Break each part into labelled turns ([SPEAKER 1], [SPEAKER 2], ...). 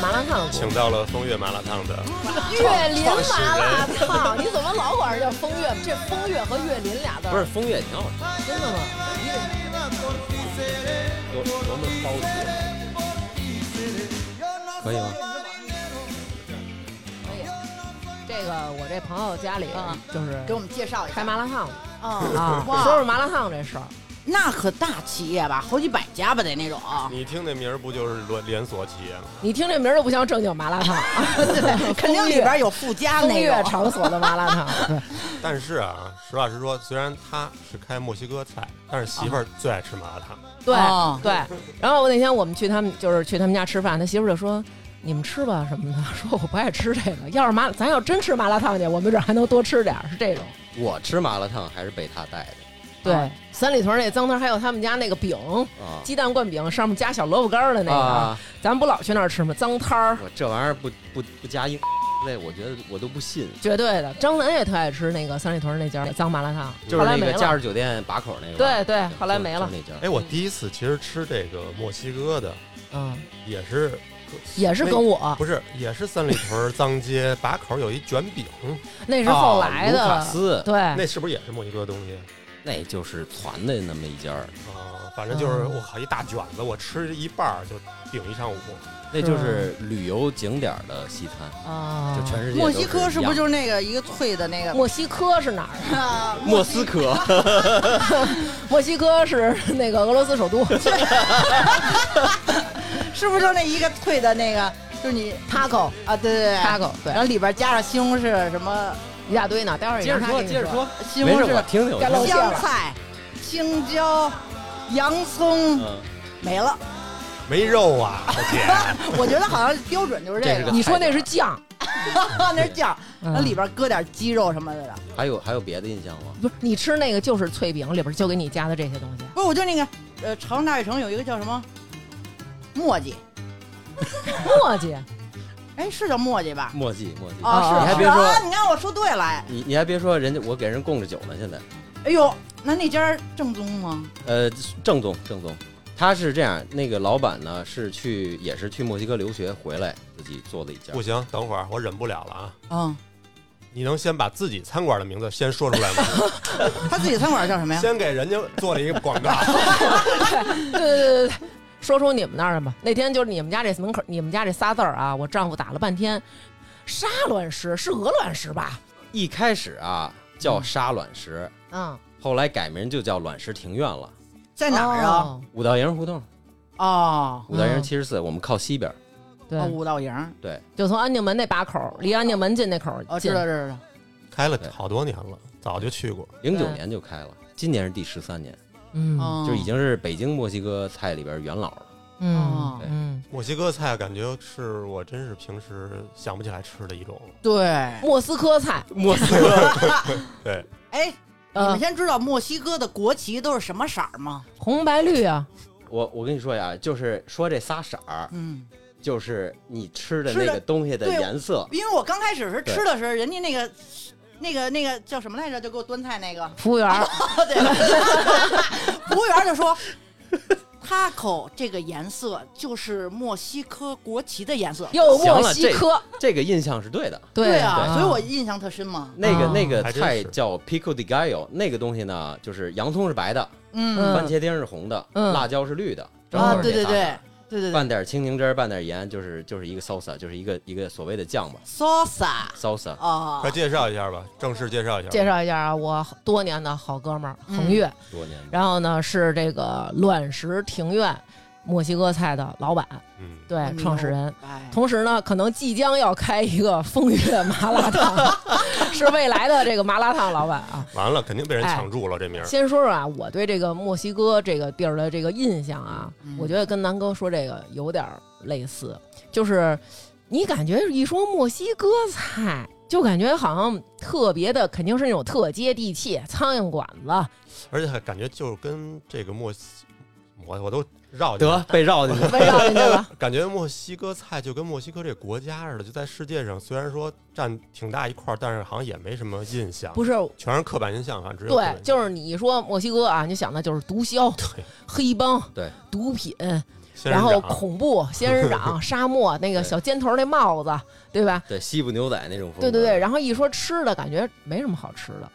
[SPEAKER 1] 麻辣烫
[SPEAKER 2] 请到了风月麻辣烫的
[SPEAKER 1] 岳林
[SPEAKER 2] 创始
[SPEAKER 1] 麻辣
[SPEAKER 2] 人，
[SPEAKER 1] 烫，你怎么老管人叫风月？这风月和岳林俩字儿
[SPEAKER 3] 不是风月挺好吃，
[SPEAKER 1] 真的吗？
[SPEAKER 3] 多多么高级，啊可以吗？
[SPEAKER 1] 可以。这个我这朋友家里
[SPEAKER 4] 嗯
[SPEAKER 1] 就是
[SPEAKER 4] 给我们介绍一
[SPEAKER 1] 开
[SPEAKER 4] 下
[SPEAKER 1] 麻辣烫
[SPEAKER 4] 啊！
[SPEAKER 1] 啊，
[SPEAKER 4] 哇
[SPEAKER 1] 说说麻辣烫这事儿，
[SPEAKER 4] 那可大企业吧，好几百家吧得那种。
[SPEAKER 2] 你听这名儿不就是连连锁啊企业吗？
[SPEAKER 1] 你听这名儿就不像正经麻辣烫，
[SPEAKER 4] 对，肯定里边有附加
[SPEAKER 1] 风
[SPEAKER 4] 那
[SPEAKER 1] 月
[SPEAKER 4] 个。
[SPEAKER 1] 场所的麻辣烫。
[SPEAKER 2] 但是啊，实话实说，虽然他是开墨西哥菜，但是媳妇儿最爱吃麻辣烫。
[SPEAKER 1] 对
[SPEAKER 4] 哦
[SPEAKER 1] 对，然后我那天我们去他们就是去他们家吃饭，他媳妇儿就说。你们吃吧什么的， 说我不爱吃这个。要是麻，咱要真吃麻辣烫去，我没准还能多吃点儿，是这种。
[SPEAKER 3] 我吃麻辣烫还是被他带的
[SPEAKER 1] 对，三里屯那脏摊儿还有他们家那个饼，
[SPEAKER 3] 啊
[SPEAKER 1] 鸡蛋灌饼，上面加小萝卜干儿的那个，
[SPEAKER 3] 啊！
[SPEAKER 1] 咱们不老去那儿吃吗？脏摊儿，
[SPEAKER 3] 我这玩意儿不不不加一类，我觉得我都不信。
[SPEAKER 1] 绝对的。张楠也特爱吃那个三里屯那家脏麻辣烫，
[SPEAKER 3] 就
[SPEAKER 1] 后
[SPEAKER 3] 是
[SPEAKER 1] 来
[SPEAKER 3] 那
[SPEAKER 1] 没
[SPEAKER 3] 个假
[SPEAKER 1] 了。
[SPEAKER 3] 日酒店把口那个吧，
[SPEAKER 1] 对对，后来
[SPEAKER 3] 就
[SPEAKER 1] 没了
[SPEAKER 3] 就。那家
[SPEAKER 2] 哎，我第一次其实吃这个墨西哥的，
[SPEAKER 1] 嗯，
[SPEAKER 2] 也 是
[SPEAKER 1] 也是跟我，
[SPEAKER 2] 不是也是三里屯儿脏街把口有一卷 饼，
[SPEAKER 1] 那是后来
[SPEAKER 3] 哦卢
[SPEAKER 1] 的
[SPEAKER 3] 卡。斯，
[SPEAKER 1] 对，
[SPEAKER 2] 那是不是也是墨西哥东西？
[SPEAKER 3] 那就是传的那么一家儿，
[SPEAKER 2] 啊，反正就是
[SPEAKER 1] 嗯
[SPEAKER 2] 我靠一大卷子，我吃一半儿就顶一上午。
[SPEAKER 3] 那就是旅游景点儿的西餐，
[SPEAKER 1] 啊，
[SPEAKER 3] 就全世界
[SPEAKER 4] 墨西哥是不是就是是那个一个脆的那个？
[SPEAKER 1] 墨西哥是哪儿啊？
[SPEAKER 4] 啊
[SPEAKER 3] 莫斯科？
[SPEAKER 1] 墨西哥是那个俄罗斯首都。
[SPEAKER 4] 是不是就那一个脆的那个？就是你
[SPEAKER 1] taco
[SPEAKER 4] 啊，对对对
[SPEAKER 1] taco 对
[SPEAKER 4] 然后里边加上西红柿什么
[SPEAKER 1] 一大堆呢，待会儿
[SPEAKER 3] 接着
[SPEAKER 1] 杨
[SPEAKER 3] 说，
[SPEAKER 1] 莎给你
[SPEAKER 3] 接着说，
[SPEAKER 4] 西
[SPEAKER 3] 没
[SPEAKER 4] 红
[SPEAKER 3] 事，我
[SPEAKER 4] 柿、
[SPEAKER 3] 听听，我
[SPEAKER 1] 该露
[SPEAKER 3] 听
[SPEAKER 1] 馅
[SPEAKER 3] 听。
[SPEAKER 4] 香
[SPEAKER 1] 了
[SPEAKER 4] 菜、青椒、洋葱
[SPEAKER 3] 嗯，
[SPEAKER 4] 没 了。
[SPEAKER 2] 没肉啊，我 姐，
[SPEAKER 4] 我觉得好像标准就是这
[SPEAKER 3] 这是
[SPEAKER 4] 个
[SPEAKER 3] 个，
[SPEAKER 1] 你说那是酱，
[SPEAKER 4] 那是酱，
[SPEAKER 1] 嗯
[SPEAKER 4] 那里边搁点鸡肉什么的。
[SPEAKER 3] 还有还有别的印象吗？
[SPEAKER 1] 不是你吃那个就是脆饼里边就给你加的这些东西。
[SPEAKER 4] 不是，我就那个呃，朝阳大悦城有一个叫什么墨迹，
[SPEAKER 1] 墨迹，
[SPEAKER 4] 哎，是叫墨迹吧？
[SPEAKER 3] 墨迹墨迹，
[SPEAKER 4] 啊，是
[SPEAKER 3] 你还别
[SPEAKER 4] 是
[SPEAKER 3] 说
[SPEAKER 4] 啊，你看我说对了，哎，
[SPEAKER 3] 你你还别说，人家我给人供着酒呢，现在。
[SPEAKER 4] 哎呦，那那家正宗吗？
[SPEAKER 3] 呃，郑总，郑总，他是这样，那个老板呢是去也是去墨西哥留学回来自己做的一家
[SPEAKER 2] 不，行，等会儿我忍不了了啊！
[SPEAKER 4] 嗯，
[SPEAKER 2] 你能先把自己餐馆的名字先说出来吗？
[SPEAKER 4] 啊他自己餐馆叫什 么呀？
[SPEAKER 2] 先给人家做了一个 广告，
[SPEAKER 1] 对对对对对，说出你们那儿的吧。那天就是你们家这门口，你们家这仨字儿啊，我丈夫打了半天，沙卵石是鹅卵石吧？
[SPEAKER 3] 一开始啊叫沙卵石，
[SPEAKER 1] 嗯，
[SPEAKER 3] 后来改名就叫卵石庭院了。
[SPEAKER 4] 在哪儿啊？
[SPEAKER 1] 哦？
[SPEAKER 3] 五道营胡同，
[SPEAKER 4] 哦，
[SPEAKER 3] 五道营
[SPEAKER 1] 嗯
[SPEAKER 3] 七十四，我们靠西边儿。
[SPEAKER 1] 对，
[SPEAKER 4] 哦五道营，
[SPEAKER 3] 对，
[SPEAKER 1] 就从安定门那把口，离安定门进那口儿
[SPEAKER 4] 哦，
[SPEAKER 1] 近
[SPEAKER 4] 知。道知道知道。
[SPEAKER 2] 开了好多年了，早就去过。
[SPEAKER 3] 零九
[SPEAKER 1] 对
[SPEAKER 3] 年就开了，今年是第十三年，
[SPEAKER 1] 嗯
[SPEAKER 4] 哦
[SPEAKER 3] 就已经是北京墨西哥菜里边元老了。
[SPEAKER 1] 嗯
[SPEAKER 4] 哦
[SPEAKER 1] 嗯，
[SPEAKER 2] 墨西哥菜感觉是我真是平时想不起来吃的一种。
[SPEAKER 4] 对。
[SPEAKER 1] 莫斯科菜，
[SPEAKER 3] 墨西哥
[SPEAKER 2] 对，
[SPEAKER 4] 哎，你
[SPEAKER 1] 呃
[SPEAKER 3] 嗯
[SPEAKER 4] 们，先知道墨西哥的国旗都是什么色儿吗？
[SPEAKER 1] 红白绿啊，
[SPEAKER 3] 我我跟你说呀，就是说这仨色儿，
[SPEAKER 4] 嗯，
[SPEAKER 3] 就是你吃的
[SPEAKER 4] 吃的
[SPEAKER 3] 那个东西的
[SPEAKER 4] 对
[SPEAKER 3] 颜色。
[SPEAKER 4] 因为我刚开始是吃的时候，人家那个。那个那个叫什么来着？就给我端菜那个，
[SPEAKER 1] 服务员儿
[SPEAKER 4] 服务员就说，taco 这个颜色就是墨西哥国旗的颜色。
[SPEAKER 1] 又
[SPEAKER 3] 行
[SPEAKER 1] 墨
[SPEAKER 3] 了
[SPEAKER 1] 西哥，
[SPEAKER 3] 这个印象是对的。
[SPEAKER 4] 对
[SPEAKER 1] 啊，
[SPEAKER 4] 啊，所以我印象特深嘛。
[SPEAKER 3] 那个、
[SPEAKER 1] 哦
[SPEAKER 3] 那个
[SPEAKER 2] 还真
[SPEAKER 3] 菜
[SPEAKER 2] 是
[SPEAKER 3] 叫 pico de gallo，那个东西呢，就是洋葱是白的，
[SPEAKER 4] 嗯
[SPEAKER 1] 嗯
[SPEAKER 3] 番茄丁是红的，
[SPEAKER 1] 嗯
[SPEAKER 3] 辣椒是绿的，正好
[SPEAKER 4] 啊，
[SPEAKER 3] 是
[SPEAKER 4] 对对
[SPEAKER 3] 这仨
[SPEAKER 4] 对对对对
[SPEAKER 3] 拌点青柠汁儿，拌点盐，就是就是一个 salsa，就是一个一个所谓的酱吧
[SPEAKER 4] ，salsa
[SPEAKER 3] ，salsa。
[SPEAKER 4] 啊
[SPEAKER 2] 快，介绍一下吧，正式介绍一下。
[SPEAKER 1] 介绍一下啊，我多年的好哥们儿
[SPEAKER 4] 嗯
[SPEAKER 1] 恒越，
[SPEAKER 3] 多年的
[SPEAKER 1] 然后呢是这个卵石庭院墨西哥菜的老板，
[SPEAKER 2] 嗯，
[SPEAKER 1] 对，创始人。
[SPEAKER 4] 哎，
[SPEAKER 1] 同时呢，可能即将要开一个风月麻辣烫， 是未来的这个麻辣烫老板啊。
[SPEAKER 2] 完了肯定被人抢注了这名儿。
[SPEAKER 1] 先说说啊，我对这个墨西哥这个地儿的这个印象啊，
[SPEAKER 4] 嗯
[SPEAKER 1] 我觉得跟南哥说这个有点儿类似，就是你感觉一说墨西哥菜，就感觉好像特别的，肯定是那种特接地气，苍蝇馆 子，，
[SPEAKER 2] 而且还感觉就是跟这个墨西，我我都绕进去
[SPEAKER 3] 得
[SPEAKER 2] 了
[SPEAKER 3] 被绕进去
[SPEAKER 1] 围绕进去 了。
[SPEAKER 2] 感觉墨西哥菜就跟墨西哥这国家似的，就在世界上虽然说占挺大一块儿，但是好像也没什么印象，
[SPEAKER 1] 不是，
[SPEAKER 2] 全是刻板印象啊，只有刻板
[SPEAKER 1] 对，
[SPEAKER 2] 印象
[SPEAKER 1] 就是你一说墨西哥啊，你就想的就是毒枭、
[SPEAKER 2] 对
[SPEAKER 1] 黑帮、
[SPEAKER 3] 对
[SPEAKER 1] 毒品、
[SPEAKER 2] 仙人
[SPEAKER 1] 然后
[SPEAKER 2] 掌
[SPEAKER 1] 恐怖、仙人 掌、沙漠那个
[SPEAKER 3] 对
[SPEAKER 1] 小尖头那帽子，对吧？
[SPEAKER 3] 对西部牛仔那种风格，
[SPEAKER 1] 对对对，，然后一说吃的，感觉没什么好吃的。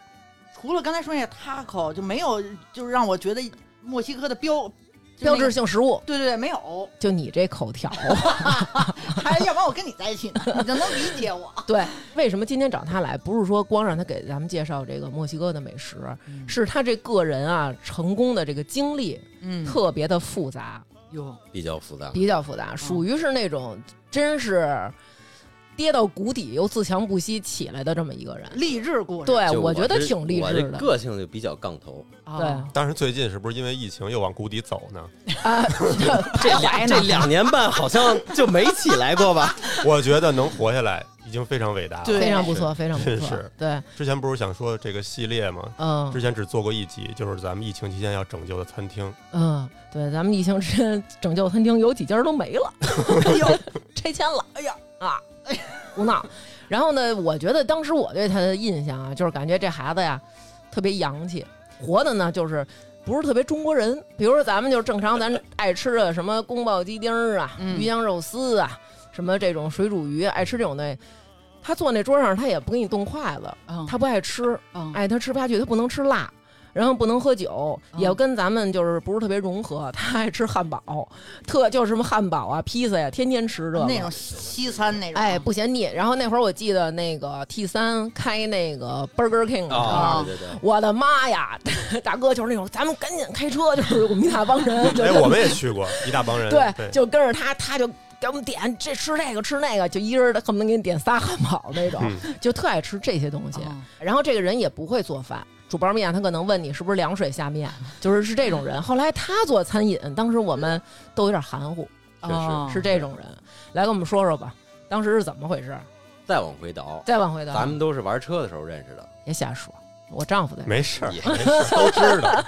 [SPEAKER 4] 除了刚才说那个 taco，就没有就是让我觉得墨西哥的标就
[SPEAKER 1] 标
[SPEAKER 4] 那
[SPEAKER 1] 志
[SPEAKER 4] 个
[SPEAKER 1] 性食物，
[SPEAKER 4] 对对对，没 有，
[SPEAKER 1] 就你这口条，
[SPEAKER 4] 还要不然我跟你在一起呢，你就能理解我。
[SPEAKER 1] 对，为什么今天找他来？不是说光让他给咱们介绍这个墨西哥的美食， 是他这个人啊成功的这个经历
[SPEAKER 4] 嗯
[SPEAKER 1] 特别的复杂，
[SPEAKER 4] 哟，
[SPEAKER 3] 比较复杂。
[SPEAKER 1] 比较复杂，属于是那种真是跌到谷底又自强不息起来的这么一个人。
[SPEAKER 4] 励志故事。
[SPEAKER 1] 对，
[SPEAKER 3] 就
[SPEAKER 1] 我觉得
[SPEAKER 3] 这
[SPEAKER 1] 挺励
[SPEAKER 3] 我
[SPEAKER 1] 志
[SPEAKER 3] 这
[SPEAKER 1] 的
[SPEAKER 3] 个性就比较杠头，
[SPEAKER 4] 啊，
[SPEAKER 2] 但是最近是不是因为疫情又往谷底走呢？
[SPEAKER 1] 啊，
[SPEAKER 3] 这
[SPEAKER 1] 徘徊
[SPEAKER 3] 两这
[SPEAKER 1] 呢，
[SPEAKER 3] 两年半好像就没起来 过吧？
[SPEAKER 2] 我觉得能活下来已经非常伟大了。
[SPEAKER 4] 对
[SPEAKER 1] 非常不错，非常不
[SPEAKER 2] 真
[SPEAKER 1] 错
[SPEAKER 2] 是。
[SPEAKER 1] 对，
[SPEAKER 2] 之前不是想说这个系列吗？
[SPEAKER 1] 嗯
[SPEAKER 2] 之前只做过一集，就是咱们疫情期间要拯救的餐厅。
[SPEAKER 1] 嗯，对，咱们疫情之前拯救餐厅有几家都没 了，
[SPEAKER 4] 哎呦，
[SPEAKER 1] 拆迁了。
[SPEAKER 4] 哎呀，
[SPEAKER 1] 啊， 胡闹。然后呢，我觉得当时我对他的印象啊，就是感觉这孩子呀特别洋气，活的呢就是不是特别中国人。比如说咱们就是正常咱爱吃的什么宫保鸡丁儿啊、
[SPEAKER 4] 嗯
[SPEAKER 1] 鱼香肉丝啊，什么这种水煮鱼，爱吃这种东西。他坐那桌上，他也不给你动筷子，
[SPEAKER 4] 嗯
[SPEAKER 1] 他不爱吃，
[SPEAKER 4] 嗯
[SPEAKER 1] 哎，他吃不下去，他不能吃辣，然后不能喝酒，
[SPEAKER 4] 嗯
[SPEAKER 1] 也跟咱们就是不是特别融合。他爱吃汉堡，特就是什么汉堡啊、披萨呀、天天吃这个
[SPEAKER 4] 那种西餐那种，
[SPEAKER 1] 哎，不嫌腻。然后那会儿我记得那个 T 三开那个 Burger King 的时候。
[SPEAKER 4] 哦
[SPEAKER 3] 啊，对对对，
[SPEAKER 1] 我的妈呀， 大哥就是那种，咱们赶紧开车，就是我们一大帮人，就
[SPEAKER 2] 哎，我们也去过一大帮人，
[SPEAKER 1] 对，
[SPEAKER 2] 嗯对，
[SPEAKER 1] 就跟着他，他就给我们点这吃那个吃那个，就一人恨不能给你点仨汉堡那种，
[SPEAKER 2] 嗯
[SPEAKER 1] 就特爱吃这些东西。
[SPEAKER 4] 哦
[SPEAKER 1] 然后这个人也不会做饭，煮包面他可能问你是不是凉水下 面，就是是这种人。后来他做餐饮，当时我们都有点含糊，
[SPEAKER 3] 确实
[SPEAKER 4] 哦
[SPEAKER 1] 是这种人。来跟我们说说吧，当时是怎么回事？
[SPEAKER 3] 再往回倒，
[SPEAKER 1] 再往回倒，
[SPEAKER 3] 咱们都是玩车的时候认 识的，
[SPEAKER 1] 别瞎说，我丈夫在这儿。
[SPEAKER 2] 没事儿，
[SPEAKER 3] 也
[SPEAKER 2] 没事儿都知道。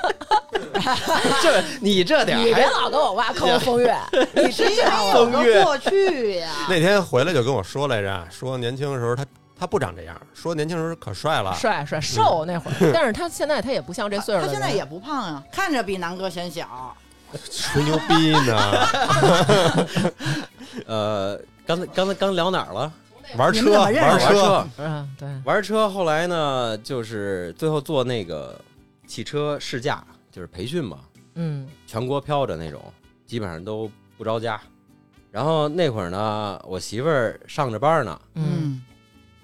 [SPEAKER 3] 这你这点
[SPEAKER 1] 你
[SPEAKER 3] 儿还
[SPEAKER 1] 别老跟我挖坑风月，
[SPEAKER 4] 你是因为有个过去 呀，
[SPEAKER 2] 那天回来就跟我说来着，说年轻的时候他他不长这样，说年轻时候可帅了，
[SPEAKER 1] 帅帅瘦那会儿，但是他现在他也不像这岁数
[SPEAKER 4] 他
[SPEAKER 1] 的人，
[SPEAKER 4] 现在也不胖啊，看着比南哥显小。
[SPEAKER 2] 吹牛逼呢，
[SPEAKER 3] 呃，刚才刚才刚聊哪儿了？
[SPEAKER 2] 玩
[SPEAKER 4] 你
[SPEAKER 2] 车
[SPEAKER 4] 们怎么认识
[SPEAKER 2] 玩
[SPEAKER 4] 的
[SPEAKER 3] 玩
[SPEAKER 2] 车，
[SPEAKER 3] 车，
[SPEAKER 1] 嗯对，
[SPEAKER 3] 玩车。后来呢，就是最后做那个汽车试驾，就是培训嘛，
[SPEAKER 1] 嗯
[SPEAKER 3] 全国飘着那种，基本上都不着家。然后那会儿呢，我媳妇儿上着班呢，
[SPEAKER 1] 嗯，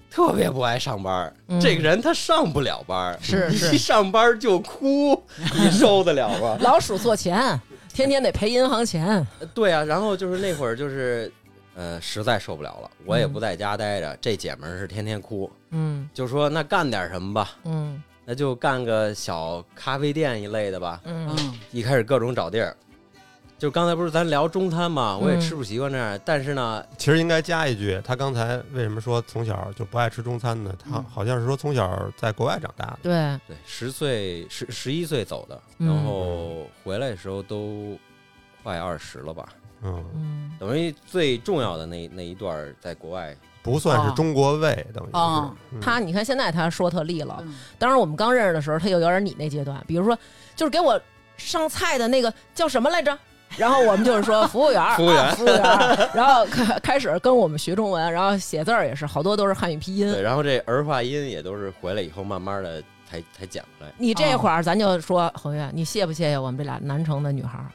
[SPEAKER 3] 特别不爱上班。
[SPEAKER 1] 嗯
[SPEAKER 3] 这个人他上不了班，
[SPEAKER 1] 是
[SPEAKER 3] 一
[SPEAKER 1] 是，
[SPEAKER 3] 上班就哭，你受得了吗？
[SPEAKER 1] 老鼠做钱，天天得赔银行钱，
[SPEAKER 3] 对啊，然后就是那会儿就是，呃，实在受不了了，我也不在家待着，这姐们儿是天天哭，
[SPEAKER 1] 嗯
[SPEAKER 3] 就说那干点什么吧，
[SPEAKER 1] 嗯
[SPEAKER 3] 那就干个小咖啡店一类的吧。
[SPEAKER 1] 嗯
[SPEAKER 4] 嗯
[SPEAKER 3] 一开始各种找地儿，就刚才不是咱聊中餐嘛，我也
[SPEAKER 1] 嗯
[SPEAKER 3] 吃不习惯这样，但是呢，
[SPEAKER 2] 其实应该加一句，他刚才为什么说从小就不爱吃中餐呢？他
[SPEAKER 4] 嗯
[SPEAKER 2] 好像是说从小在国外长大的，
[SPEAKER 1] 对，
[SPEAKER 3] 对，十岁十十一岁走的，
[SPEAKER 1] 嗯
[SPEAKER 3] 然后回来的时候都快二十了吧，
[SPEAKER 2] 嗯，
[SPEAKER 1] 嗯
[SPEAKER 3] 等于最重要的那那一段儿在国外，
[SPEAKER 2] 不算是中国胃，等于
[SPEAKER 4] 哦
[SPEAKER 2] 是嗯
[SPEAKER 1] 他你看现在他说特利落，
[SPEAKER 4] 嗯
[SPEAKER 1] 当时我们刚认识的时候，他又有点你那阶段，比如说就是给我上菜的那个叫什么来着？然后我们就是 说服务员儿，
[SPEAKER 3] 服务员儿
[SPEAKER 1] 啊服务员儿，然后开开始跟我们学中文，然后写字儿也是好多都是汉语拼音
[SPEAKER 3] 对，。然后这儿化音也都是回来以后慢慢的才才捡回来。
[SPEAKER 1] 你这会儿咱就说恒月，你谢不谢谢我们这俩南城的女孩儿？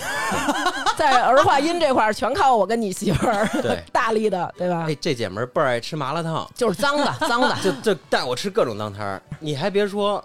[SPEAKER 1] 在儿化音这块儿，全靠我跟你媳妇儿
[SPEAKER 3] 对
[SPEAKER 1] 大力的，对吧
[SPEAKER 3] 哎，？这姐们儿倍儿爱吃麻辣烫，
[SPEAKER 1] 就是脏的，脏的，
[SPEAKER 3] 就就带我吃各种当摊儿。你还别说，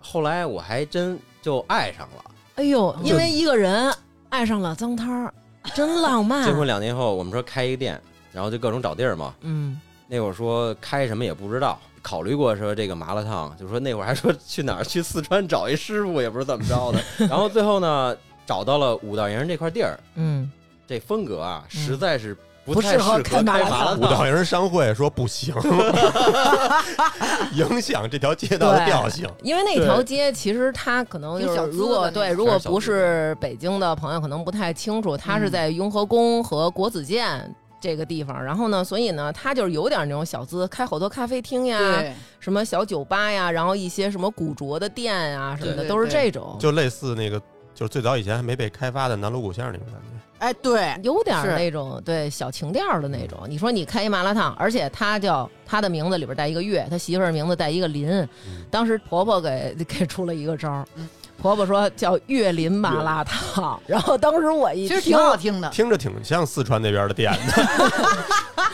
[SPEAKER 3] 后来我还真就爱上了。
[SPEAKER 1] 哎呦，因为一个人爱上了脏摊儿，真浪漫
[SPEAKER 3] 结。婚两年后，我们说开一个店，然后就各种找地儿嘛。
[SPEAKER 1] 嗯，
[SPEAKER 3] 那会儿说开什么也不知道，考虑过说这个麻辣烫，就说那会儿还说去哪儿去四川找一师傅，也不知道怎么着的。 然后最后呢，找到了五道营这块地儿，
[SPEAKER 1] 嗯，
[SPEAKER 3] 这风格啊，
[SPEAKER 1] 嗯
[SPEAKER 3] 实在是
[SPEAKER 1] 不
[SPEAKER 3] 不
[SPEAKER 1] 适
[SPEAKER 3] 太适
[SPEAKER 1] 合
[SPEAKER 3] 合
[SPEAKER 1] 开
[SPEAKER 3] 开
[SPEAKER 1] 麻
[SPEAKER 3] 麻
[SPEAKER 1] 辣
[SPEAKER 3] 辣
[SPEAKER 2] 舞蹈
[SPEAKER 3] 烫。
[SPEAKER 2] 人商会说不行，影响这条街道的调性。
[SPEAKER 1] 因为那条街其实它可能就
[SPEAKER 4] 挺
[SPEAKER 1] 是
[SPEAKER 4] 小资的
[SPEAKER 1] 如果
[SPEAKER 4] 那
[SPEAKER 1] 对，
[SPEAKER 4] 种
[SPEAKER 1] 如果不是北京的朋友，可能不太清楚，它是在雍和宫和国子监。这个地
[SPEAKER 4] 嗯
[SPEAKER 1] 方，然后呢，所以呢，它就是有点那种小资，开好多咖啡厅呀，
[SPEAKER 4] 对，
[SPEAKER 1] 什么小酒吧呀，然后一些什么古着的店啊呀什么的，
[SPEAKER 4] 对
[SPEAKER 1] 都是这种。
[SPEAKER 2] 就类似那个，就是最早以前还没被开发的南锣鼓巷那种感觉。
[SPEAKER 4] 哎，对，
[SPEAKER 1] 有点
[SPEAKER 4] 是
[SPEAKER 1] 儿那种对小情调儿的那种。你说你开一麻辣烫，而且他叫他的名字里边带一个月，他媳妇儿名字带一个林。当时婆婆给 给出了一个招儿，婆婆说叫月林麻辣烫。然后当时我一
[SPEAKER 4] 其
[SPEAKER 1] 听
[SPEAKER 4] 实挺好听的。
[SPEAKER 2] 听着挺像四川那边的店 的。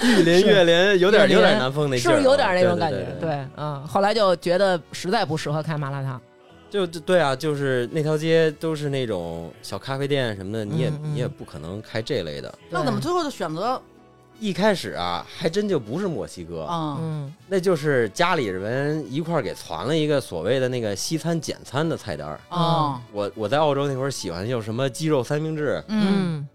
[SPEAKER 3] 玉林月林有点有点南方那劲
[SPEAKER 1] 是
[SPEAKER 3] 儿
[SPEAKER 1] 不是
[SPEAKER 3] 啊，
[SPEAKER 1] 有点那种感觉？
[SPEAKER 3] 对对对
[SPEAKER 1] 对，嗯，后来就觉得实在不适合开麻辣烫。
[SPEAKER 3] 就就对啊，就是那条街都是那种小咖啡店什么的，你也
[SPEAKER 1] 嗯嗯
[SPEAKER 3] 你也不可能开这类的。
[SPEAKER 4] 那怎么最后就选择
[SPEAKER 3] 一开始啊，还真就不是墨西哥，
[SPEAKER 4] 啊？
[SPEAKER 1] 嗯
[SPEAKER 3] 那就是家里人一块儿给传了一个所谓的那个西餐简餐的菜单儿。
[SPEAKER 4] 啊，
[SPEAKER 3] 我我在澳洲那会儿喜欢有什么鸡肉三明治，
[SPEAKER 4] 嗯，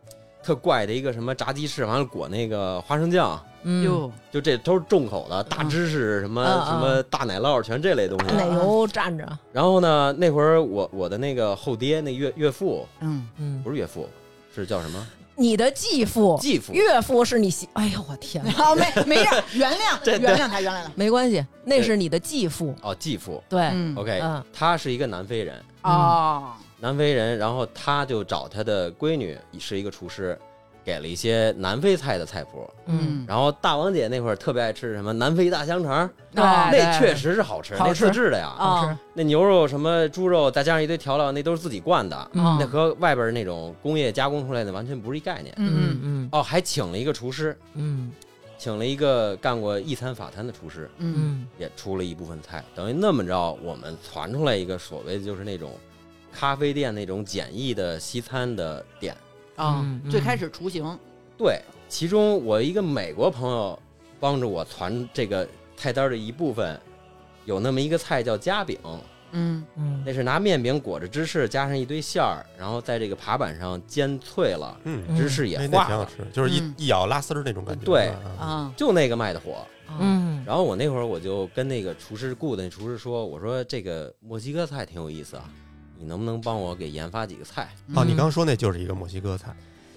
[SPEAKER 3] 特怪的一个什么炸鸡翅，完了裹那个花生酱，
[SPEAKER 1] 嗯，
[SPEAKER 4] 哟，
[SPEAKER 3] 就这都是重口的，大芝士什么、
[SPEAKER 1] 嗯嗯
[SPEAKER 3] 什么大奶酪，全这类东西。
[SPEAKER 1] 奶油蘸着，
[SPEAKER 3] 然后呢，那会儿我我的那个后爹，那岳岳父
[SPEAKER 4] 嗯，
[SPEAKER 1] 嗯，
[SPEAKER 3] 不是岳父，是叫什么
[SPEAKER 1] 你的继父、
[SPEAKER 3] 继父？
[SPEAKER 1] 岳父是你媳，哎呦我 天哪，
[SPEAKER 4] 哦好，没没事 儿，原谅
[SPEAKER 3] 这
[SPEAKER 4] 原谅他，原谅他。
[SPEAKER 1] 没关系，那是你的继父，
[SPEAKER 3] 哦，继父。
[SPEAKER 1] 对，
[SPEAKER 4] 嗯
[SPEAKER 3] OK，、
[SPEAKER 1] 嗯
[SPEAKER 3] 他是一个南非人，
[SPEAKER 4] 哦，
[SPEAKER 3] 南非人，然后他就找他的闺女是一个厨师，给了一些南非菜的菜谱。
[SPEAKER 1] 嗯，
[SPEAKER 4] 嗯，
[SPEAKER 3] 然后大王姐那会儿特别爱吃什么南非大香肠，
[SPEAKER 1] 对
[SPEAKER 3] 那确实是好吃，
[SPEAKER 1] 好
[SPEAKER 3] 那
[SPEAKER 1] 吃哦
[SPEAKER 3] 自制的呀。
[SPEAKER 1] 好吃
[SPEAKER 4] 啊
[SPEAKER 3] 那牛肉什么猪肉，再加上一堆调料，那都是自己灌的，
[SPEAKER 1] 嗯
[SPEAKER 3] 那和外边那种工业加工出来的完全不是一概念。
[SPEAKER 1] 嗯
[SPEAKER 4] 嗯
[SPEAKER 1] 嗯
[SPEAKER 3] 哦，还请了一个厨师，
[SPEAKER 1] 嗯
[SPEAKER 3] 请了一个干过意餐法餐的厨师，
[SPEAKER 4] 嗯
[SPEAKER 1] 嗯
[SPEAKER 3] 也出了一部分菜。等于那么着，我们传出来一个所谓的就是那种咖啡店那种简易的西餐的店。
[SPEAKER 4] 啊
[SPEAKER 1] 嗯，
[SPEAKER 4] 最开始雏形，
[SPEAKER 3] 对，其中我一个美国朋友帮着我传这个菜单的一部分，有那么一个菜叫夹饼，
[SPEAKER 4] 嗯
[SPEAKER 1] 嗯，
[SPEAKER 3] 那是拿面饼裹着芝士，加上一堆馅儿，然后在这个扒板上煎脆了，
[SPEAKER 2] 嗯，
[SPEAKER 1] 嗯
[SPEAKER 3] 芝士
[SPEAKER 2] 那
[SPEAKER 3] 也
[SPEAKER 2] 那
[SPEAKER 3] 化
[SPEAKER 2] 挺好
[SPEAKER 3] 了，
[SPEAKER 2] 吃，就是一
[SPEAKER 4] 嗯
[SPEAKER 2] 一咬拉丝儿那种感觉。
[SPEAKER 3] 对
[SPEAKER 2] 啊
[SPEAKER 4] 啊，
[SPEAKER 3] 就那个卖的火。
[SPEAKER 1] 嗯
[SPEAKER 3] 然后我那会儿我就跟那个厨师雇的那厨师说：“我说这个墨西哥菜挺有意思啊，你能不能帮我给研发几个菜？
[SPEAKER 2] 哦，
[SPEAKER 4] 嗯
[SPEAKER 2] 你刚说那就是一个墨西哥菜，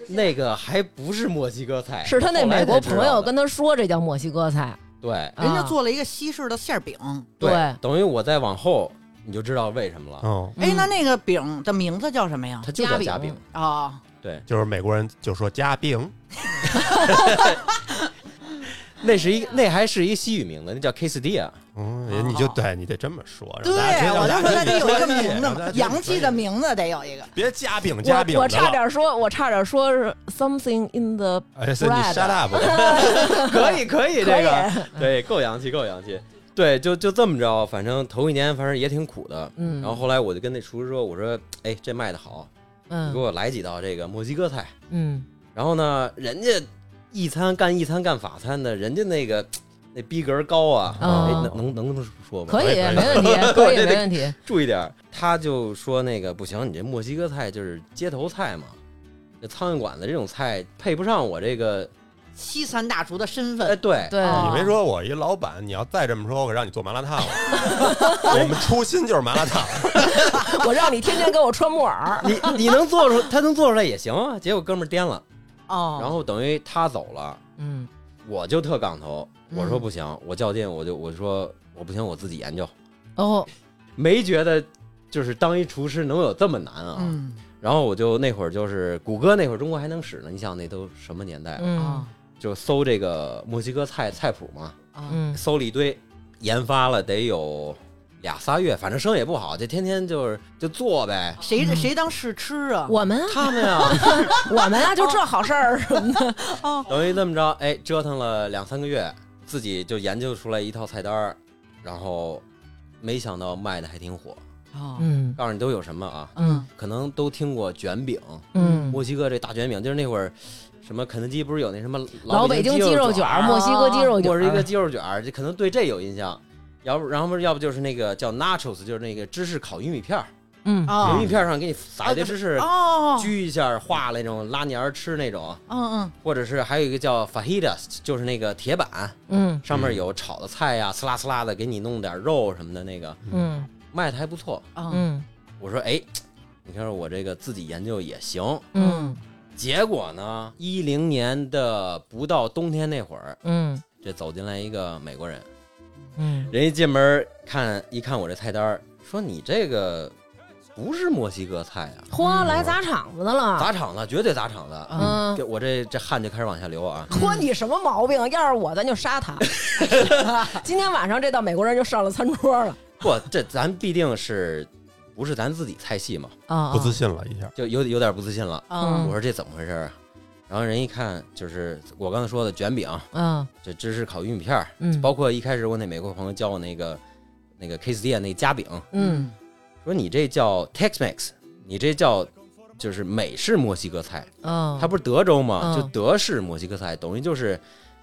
[SPEAKER 3] 那个还不是墨西哥菜，
[SPEAKER 1] 是他那
[SPEAKER 3] 后来
[SPEAKER 1] 美国
[SPEAKER 3] 才知
[SPEAKER 1] 朋
[SPEAKER 3] 道
[SPEAKER 1] 友
[SPEAKER 3] 的
[SPEAKER 1] 跟他说这叫墨西哥菜，
[SPEAKER 3] 对
[SPEAKER 4] 人家
[SPEAKER 1] 啊
[SPEAKER 4] 做了一个西式的馅儿饼，
[SPEAKER 1] 对
[SPEAKER 3] 等于我再往后你就知道为什么了，
[SPEAKER 2] 哦，
[SPEAKER 4] 哎，
[SPEAKER 1] 嗯
[SPEAKER 4] 那那个饼的名字叫什么呀？
[SPEAKER 3] 它就叫
[SPEAKER 1] 夹
[SPEAKER 3] 夹
[SPEAKER 1] 饼
[SPEAKER 3] 饼。
[SPEAKER 4] 啊，
[SPEAKER 3] 对，
[SPEAKER 2] 就是美国人就说夹饼，
[SPEAKER 3] 那是一那还是一西语名字，那叫 quesadilla。
[SPEAKER 2] 嗯，
[SPEAKER 4] 哦
[SPEAKER 2] 你就对你得这么说。
[SPEAKER 4] 对，
[SPEAKER 2] 让大家
[SPEAKER 4] 我就说它得有一个名字
[SPEAKER 2] 让啊大家
[SPEAKER 4] 嘛，洋气的名字得有一个。
[SPEAKER 2] 别夹饼夹饼
[SPEAKER 1] 我
[SPEAKER 2] 的
[SPEAKER 1] 我差
[SPEAKER 2] 了，
[SPEAKER 1] 点说，我差点说是 something in the
[SPEAKER 2] 哎，是你
[SPEAKER 1] bread
[SPEAKER 2] shut up，
[SPEAKER 3] 可以
[SPEAKER 1] 可
[SPEAKER 3] 可以，
[SPEAKER 1] 以
[SPEAKER 3] 这 个对，够洋气够洋气。对，就就这么着，反正头一年反正也挺苦的。
[SPEAKER 1] 嗯，
[SPEAKER 3] 然后后来我就跟那厨师说，我说，哎，这卖的好，你给
[SPEAKER 1] 嗯
[SPEAKER 3] 我来几道这个墨西哥菜。
[SPEAKER 1] 嗯
[SPEAKER 3] 然后呢，人家一餐干一餐干法餐的，人家那个那逼格高啊，
[SPEAKER 1] 哦
[SPEAKER 3] 哎能能能说吗？
[SPEAKER 1] 可以
[SPEAKER 2] 可以
[SPEAKER 1] 没问题，可以没问题，
[SPEAKER 3] 注意点儿。他就说那个不行，你这墨西哥菜就是街头菜嘛，这苍蝇馆子这种菜配不上我这个。
[SPEAKER 4] 西餐大厨的身
[SPEAKER 3] 哎，
[SPEAKER 4] 份，
[SPEAKER 3] 对，
[SPEAKER 1] 对，
[SPEAKER 4] 哦
[SPEAKER 2] 你没说我一老板，你要再这么说，我可让你做麻辣烫了。我们初心就是麻辣烫，
[SPEAKER 1] 我让你天天给我穿木 耳，
[SPEAKER 3] 你你能做出，他能做出来也行啊。结果哥们儿颠了，
[SPEAKER 4] 哦，
[SPEAKER 3] 然后等于他走了，
[SPEAKER 1] 嗯
[SPEAKER 3] 我就特杠头，
[SPEAKER 4] 嗯
[SPEAKER 3] 我说不行，我较劲，我就我说我不行，我自己研究，
[SPEAKER 1] 哦
[SPEAKER 3] 没觉得就是当一厨师能有这么难啊。
[SPEAKER 4] 嗯
[SPEAKER 3] 然后我就那会儿就是谷歌那会儿中国还能使呢，你想那都什么年代，
[SPEAKER 1] 嗯
[SPEAKER 4] 啊
[SPEAKER 3] 就搜这个墨西哥菜菜谱嘛，
[SPEAKER 4] 啊
[SPEAKER 1] 嗯
[SPEAKER 3] 搜了一堆，研发了得有俩仨月，反正生意也不好，就天天就是就做呗。
[SPEAKER 4] 谁谁当试吃啊？
[SPEAKER 1] 我们啊
[SPEAKER 3] 他们 呀，
[SPEAKER 1] 我们啊就这好事儿，
[SPEAKER 3] 等于这么着，哎，折腾了两三个月，自己就研究出来一套菜单儿，然后没想到卖的还挺火。
[SPEAKER 4] 啊
[SPEAKER 1] 嗯
[SPEAKER 3] 告诉你都有什么啊？
[SPEAKER 1] 嗯
[SPEAKER 3] 可能都听过卷饼，
[SPEAKER 1] 嗯，
[SPEAKER 3] 墨西哥这大卷饼，就是那会儿什么肯德基不是有那什么
[SPEAKER 1] 老北京鸡肉卷儿，墨西哥鸡肉卷
[SPEAKER 3] 或
[SPEAKER 1] 儿，
[SPEAKER 3] 者一个鸡肉卷儿，就可能对这有印象。要不，然后要不就是那个叫 nachos，就是那个芝士烤玉米片儿，
[SPEAKER 1] 嗯
[SPEAKER 4] 啊
[SPEAKER 3] 玉米片儿上给你撒一堆芝士，
[SPEAKER 4] 哦，
[SPEAKER 3] 焗一下化了那种拉黏儿吃那种，
[SPEAKER 4] 嗯
[SPEAKER 3] 或者是还有一个叫 fajitas，就是那个铁板，
[SPEAKER 1] 嗯
[SPEAKER 3] 上面有炒的菜呀、呲啦呲啦的，给你弄点肉什么的，那个
[SPEAKER 1] 嗯
[SPEAKER 3] 卖的还不错。
[SPEAKER 4] 嗯嗯
[SPEAKER 1] 嗯
[SPEAKER 3] 我说，哎，你看我这个自己研究也行。
[SPEAKER 1] 嗯
[SPEAKER 3] 结果呢，一零年的不到冬天那会儿，
[SPEAKER 1] 嗯
[SPEAKER 3] 这走进来一个美国人，
[SPEAKER 1] 嗯
[SPEAKER 3] 人一进门看一看我这菜单儿，说你这个不是墨西哥菜啊，
[SPEAKER 1] 嚯，来砸场子的了。
[SPEAKER 3] 砸场子绝对砸场子。
[SPEAKER 1] 嗯，
[SPEAKER 3] 这我这这汗就开始往下流啊！
[SPEAKER 1] 托你什么毛病？要是我，咱就杀 他。今天晚上这到美国人就上了餐桌了。
[SPEAKER 3] 不，这咱必定是不是咱自己菜系嘛，
[SPEAKER 1] 啊
[SPEAKER 2] 不自信了一下。
[SPEAKER 3] 就有有点不自信了。
[SPEAKER 1] 嗯
[SPEAKER 3] 我说这怎么回事儿啊？然后人一看，就是我刚才说的卷饼，
[SPEAKER 1] 嗯
[SPEAKER 3] 这芝士烤玉米片儿，
[SPEAKER 1] 嗯
[SPEAKER 3] 包括一开始我那美国朋友教我那个那个 K 四店那夹饼，
[SPEAKER 1] 嗯，
[SPEAKER 3] 说你这叫 Tex-Mex，你这叫就是美式墨西哥菜，
[SPEAKER 1] 嗯，
[SPEAKER 3] 它不是德州吗？
[SPEAKER 1] 嗯
[SPEAKER 3] 就德式墨西哥菜，等于就是，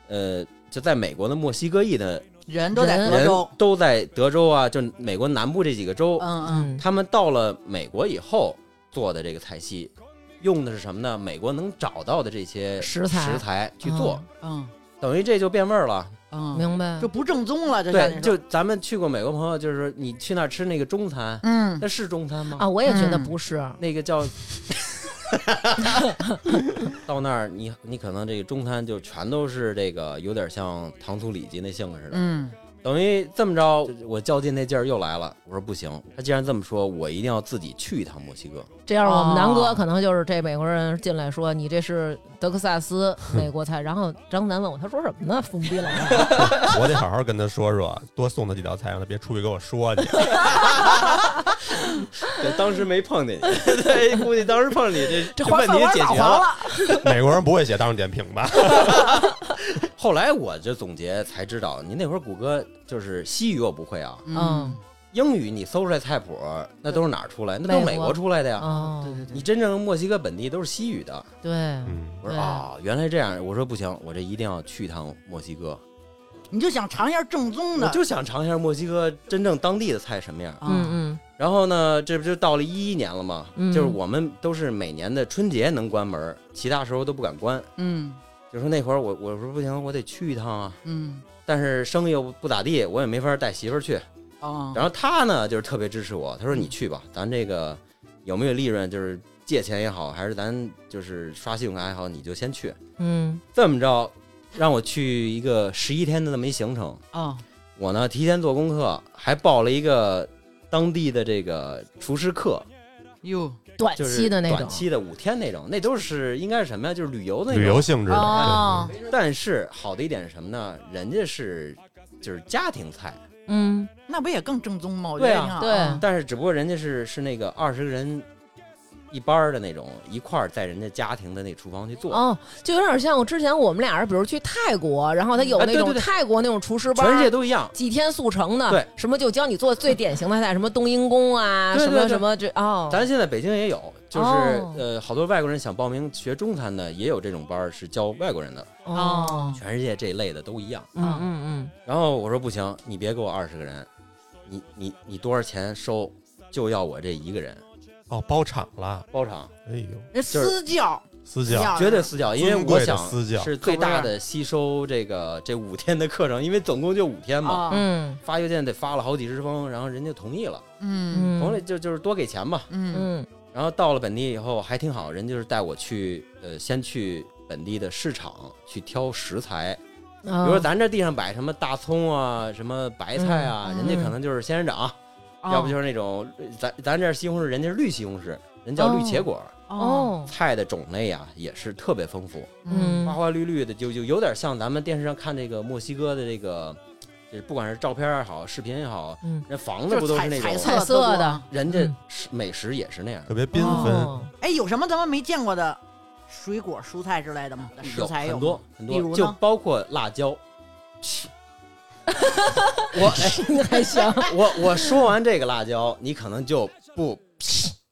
[SPEAKER 3] 呃，就在美国的墨西哥裔的
[SPEAKER 4] 人都在
[SPEAKER 1] 人
[SPEAKER 4] 德
[SPEAKER 3] 人
[SPEAKER 4] 州，
[SPEAKER 3] 都在德州啊，就美国南部这几个州，
[SPEAKER 4] 嗯嗯，
[SPEAKER 1] 嗯
[SPEAKER 3] 他们到了美国以后做的这个菜系，用的是什么呢？美国能找到的这些
[SPEAKER 1] 食材
[SPEAKER 3] 食材去做，
[SPEAKER 4] 嗯
[SPEAKER 3] 等于这就变味儿了。
[SPEAKER 1] 嗯
[SPEAKER 4] 嗯，
[SPEAKER 1] 明白
[SPEAKER 4] 就。不正宗了，这
[SPEAKER 3] 对，就咱们去过美国朋友，就是说你去那儿吃那个中餐，
[SPEAKER 4] 嗯
[SPEAKER 3] 那是中餐吗？
[SPEAKER 1] 啊，我也觉得
[SPEAKER 4] 嗯
[SPEAKER 1] 不是。
[SPEAKER 3] 那个叫， 到那儿你你可能这个中餐就全都是这个有点像糖醋里脊那性质似的，
[SPEAKER 4] 嗯
[SPEAKER 3] 等于这么着，我较劲那劲儿又来了。我说不行，他既然这么说，我一定要自己去一趟墨西哥。
[SPEAKER 1] 这样，我们南哥
[SPEAKER 4] 哦
[SPEAKER 1] 可能就是这美国人进来说你这是德克萨斯美国菜，然后张楠问我他说什么呢？疯逼了，
[SPEAKER 2] 我得好好跟他说说，多送他几道菜，让他别出去跟我说去。
[SPEAKER 3] 对，当时没碰见你， 对，估计当时碰见你
[SPEAKER 1] 这黄饭碗打黄。了。
[SPEAKER 2] 美国人不会写大众点评吧？
[SPEAKER 3] 后来我这总结才知道，你那会儿谷歌就是西语我不会啊，
[SPEAKER 1] 嗯
[SPEAKER 3] 英语你搜出来菜谱，那都是哪儿出来？那都是
[SPEAKER 1] 美
[SPEAKER 3] 美
[SPEAKER 1] 国
[SPEAKER 3] 国出来的呀。
[SPEAKER 1] 哦，
[SPEAKER 4] 对对对，
[SPEAKER 3] 你真正墨西哥本地都是西语的。
[SPEAKER 1] 对，
[SPEAKER 2] 嗯，
[SPEAKER 3] 我说
[SPEAKER 1] 对
[SPEAKER 3] 啊、原来这样。我说不行，我这一定要去一趟墨西哥，
[SPEAKER 4] 你就想尝一下正宗
[SPEAKER 3] 我
[SPEAKER 4] 的，
[SPEAKER 3] 就想尝一下墨西哥真正当地的菜什么样。
[SPEAKER 4] 嗯
[SPEAKER 1] 嗯
[SPEAKER 3] 然后呢，这不就到了一一年了吗？
[SPEAKER 1] 嗯
[SPEAKER 3] 就是我们都是每年的春节能关门，其他时候都不敢关。
[SPEAKER 4] 嗯
[SPEAKER 3] 就说那会儿我我说不行，我得去一趟啊。
[SPEAKER 4] 嗯
[SPEAKER 3] 但是生意又不咋地，我也没法带媳妇儿去。
[SPEAKER 4] 哦，
[SPEAKER 3] 然后他呢，就是特别支持我，他说你去吧，咱这个有没有利润，就是借钱也好，还是咱就是刷信用卡也好，你就先去。
[SPEAKER 1] 嗯嗯
[SPEAKER 3] 这么着，让我去一个十一天的这么一行程，
[SPEAKER 4] 哦
[SPEAKER 3] 我呢提前做功课，还报了一个当地的这个厨师课，
[SPEAKER 4] 哟，
[SPEAKER 1] 短
[SPEAKER 3] 就是
[SPEAKER 1] 期的那种
[SPEAKER 3] 短，期的五天那种，那都是应该是什么呀？就是旅游那种
[SPEAKER 2] 旅游。性质的。
[SPEAKER 4] 哦
[SPEAKER 2] 对
[SPEAKER 3] 但是好的一点是什么呢？人家是就是家庭菜，
[SPEAKER 1] 嗯
[SPEAKER 4] 那不也更正宗吗？我觉
[SPEAKER 3] 对
[SPEAKER 4] 得
[SPEAKER 3] 啊
[SPEAKER 4] 挺好
[SPEAKER 1] 对
[SPEAKER 3] 但是只不过人家是是那个二十个人一班儿的那种，一块儿在人家家庭的那厨房去做，
[SPEAKER 1] 哦，就有点像我之前我们俩人，比如去泰国，然后他有
[SPEAKER 3] 哎
[SPEAKER 1] 那
[SPEAKER 3] 对
[SPEAKER 1] 种
[SPEAKER 3] 对对
[SPEAKER 1] 泰国那种厨师班，
[SPEAKER 3] 全世界都一样。
[SPEAKER 1] 几天速成的，
[SPEAKER 3] 对，
[SPEAKER 1] 什么就教你做最典型的菜，什么冬阴功啊，
[SPEAKER 3] 对
[SPEAKER 1] 什么
[SPEAKER 3] 对对
[SPEAKER 1] 什么这哦，
[SPEAKER 3] 咱现在北京也有，就是、
[SPEAKER 1] 哦
[SPEAKER 3] 呃，好多外国人想报名学中餐的，也有这种班儿是教外国人的，
[SPEAKER 1] 哦，
[SPEAKER 3] 全世界这一类的都一样。
[SPEAKER 1] 嗯嗯
[SPEAKER 3] 然后我说不行，你别给我二十个人，你你你多少钱收，就要我这一个人
[SPEAKER 2] 哦，包场了，
[SPEAKER 3] 包场，
[SPEAKER 2] 哎呦，
[SPEAKER 4] 那私教
[SPEAKER 2] 私
[SPEAKER 4] 私
[SPEAKER 2] 教
[SPEAKER 4] 教
[SPEAKER 3] 绝对私教，因为
[SPEAKER 2] 尊
[SPEAKER 3] 我
[SPEAKER 2] 贵的
[SPEAKER 3] 想
[SPEAKER 2] 私教
[SPEAKER 3] 是最大的吸收这个这五天的课程，因为总共就五天嘛，
[SPEAKER 1] 嗯
[SPEAKER 4] 啊
[SPEAKER 1] 嗯
[SPEAKER 3] 发邮件得发了好几十封，然后人家同意了，
[SPEAKER 4] 嗯
[SPEAKER 3] 同意
[SPEAKER 1] 嗯
[SPEAKER 3] 就就是多给钱嘛。
[SPEAKER 4] 嗯
[SPEAKER 1] 嗯
[SPEAKER 3] 然后到了本地以后还挺好，人就是带我去呃先去本地的市场去挑食材，
[SPEAKER 1] 嗯，
[SPEAKER 3] 比如说
[SPEAKER 1] 哦
[SPEAKER 3] 咱这地上摆什么大葱啊、什么白菜啊，
[SPEAKER 4] 嗯
[SPEAKER 3] 人家
[SPEAKER 1] 嗯
[SPEAKER 3] 可能就是仙人掌。
[SPEAKER 4] 哦
[SPEAKER 3] 要不就是那种呃咱咱这儿西红柿，人家是绿西红柿，人叫绿茄果。
[SPEAKER 4] 哦
[SPEAKER 3] 菜的种类啊也是特别丰富，
[SPEAKER 1] 嗯
[SPEAKER 3] 花花绿绿的，就就有点像咱们电视上看这个墨西哥的这个，就是不管是照片也好，视频也好，
[SPEAKER 1] 嗯
[SPEAKER 3] 人房子
[SPEAKER 4] 就
[SPEAKER 3] 不都是那
[SPEAKER 4] 彩
[SPEAKER 3] 种，
[SPEAKER 1] 彩色
[SPEAKER 4] 色
[SPEAKER 1] 的
[SPEAKER 4] 的，
[SPEAKER 3] 人家
[SPEAKER 1] 嗯
[SPEAKER 3] 是美食也是那样
[SPEAKER 2] 特，别缤纷。
[SPEAKER 1] 哦
[SPEAKER 4] 哎，有什么咱们没见过的水果、蔬菜之类的吗？食
[SPEAKER 3] 有
[SPEAKER 4] 材有
[SPEAKER 3] 很
[SPEAKER 4] 吗
[SPEAKER 3] 多很
[SPEAKER 4] 比如呢
[SPEAKER 3] 多，就包括辣椒。 我哎，
[SPEAKER 1] 还行
[SPEAKER 3] 我我说完这个辣椒，你可能就不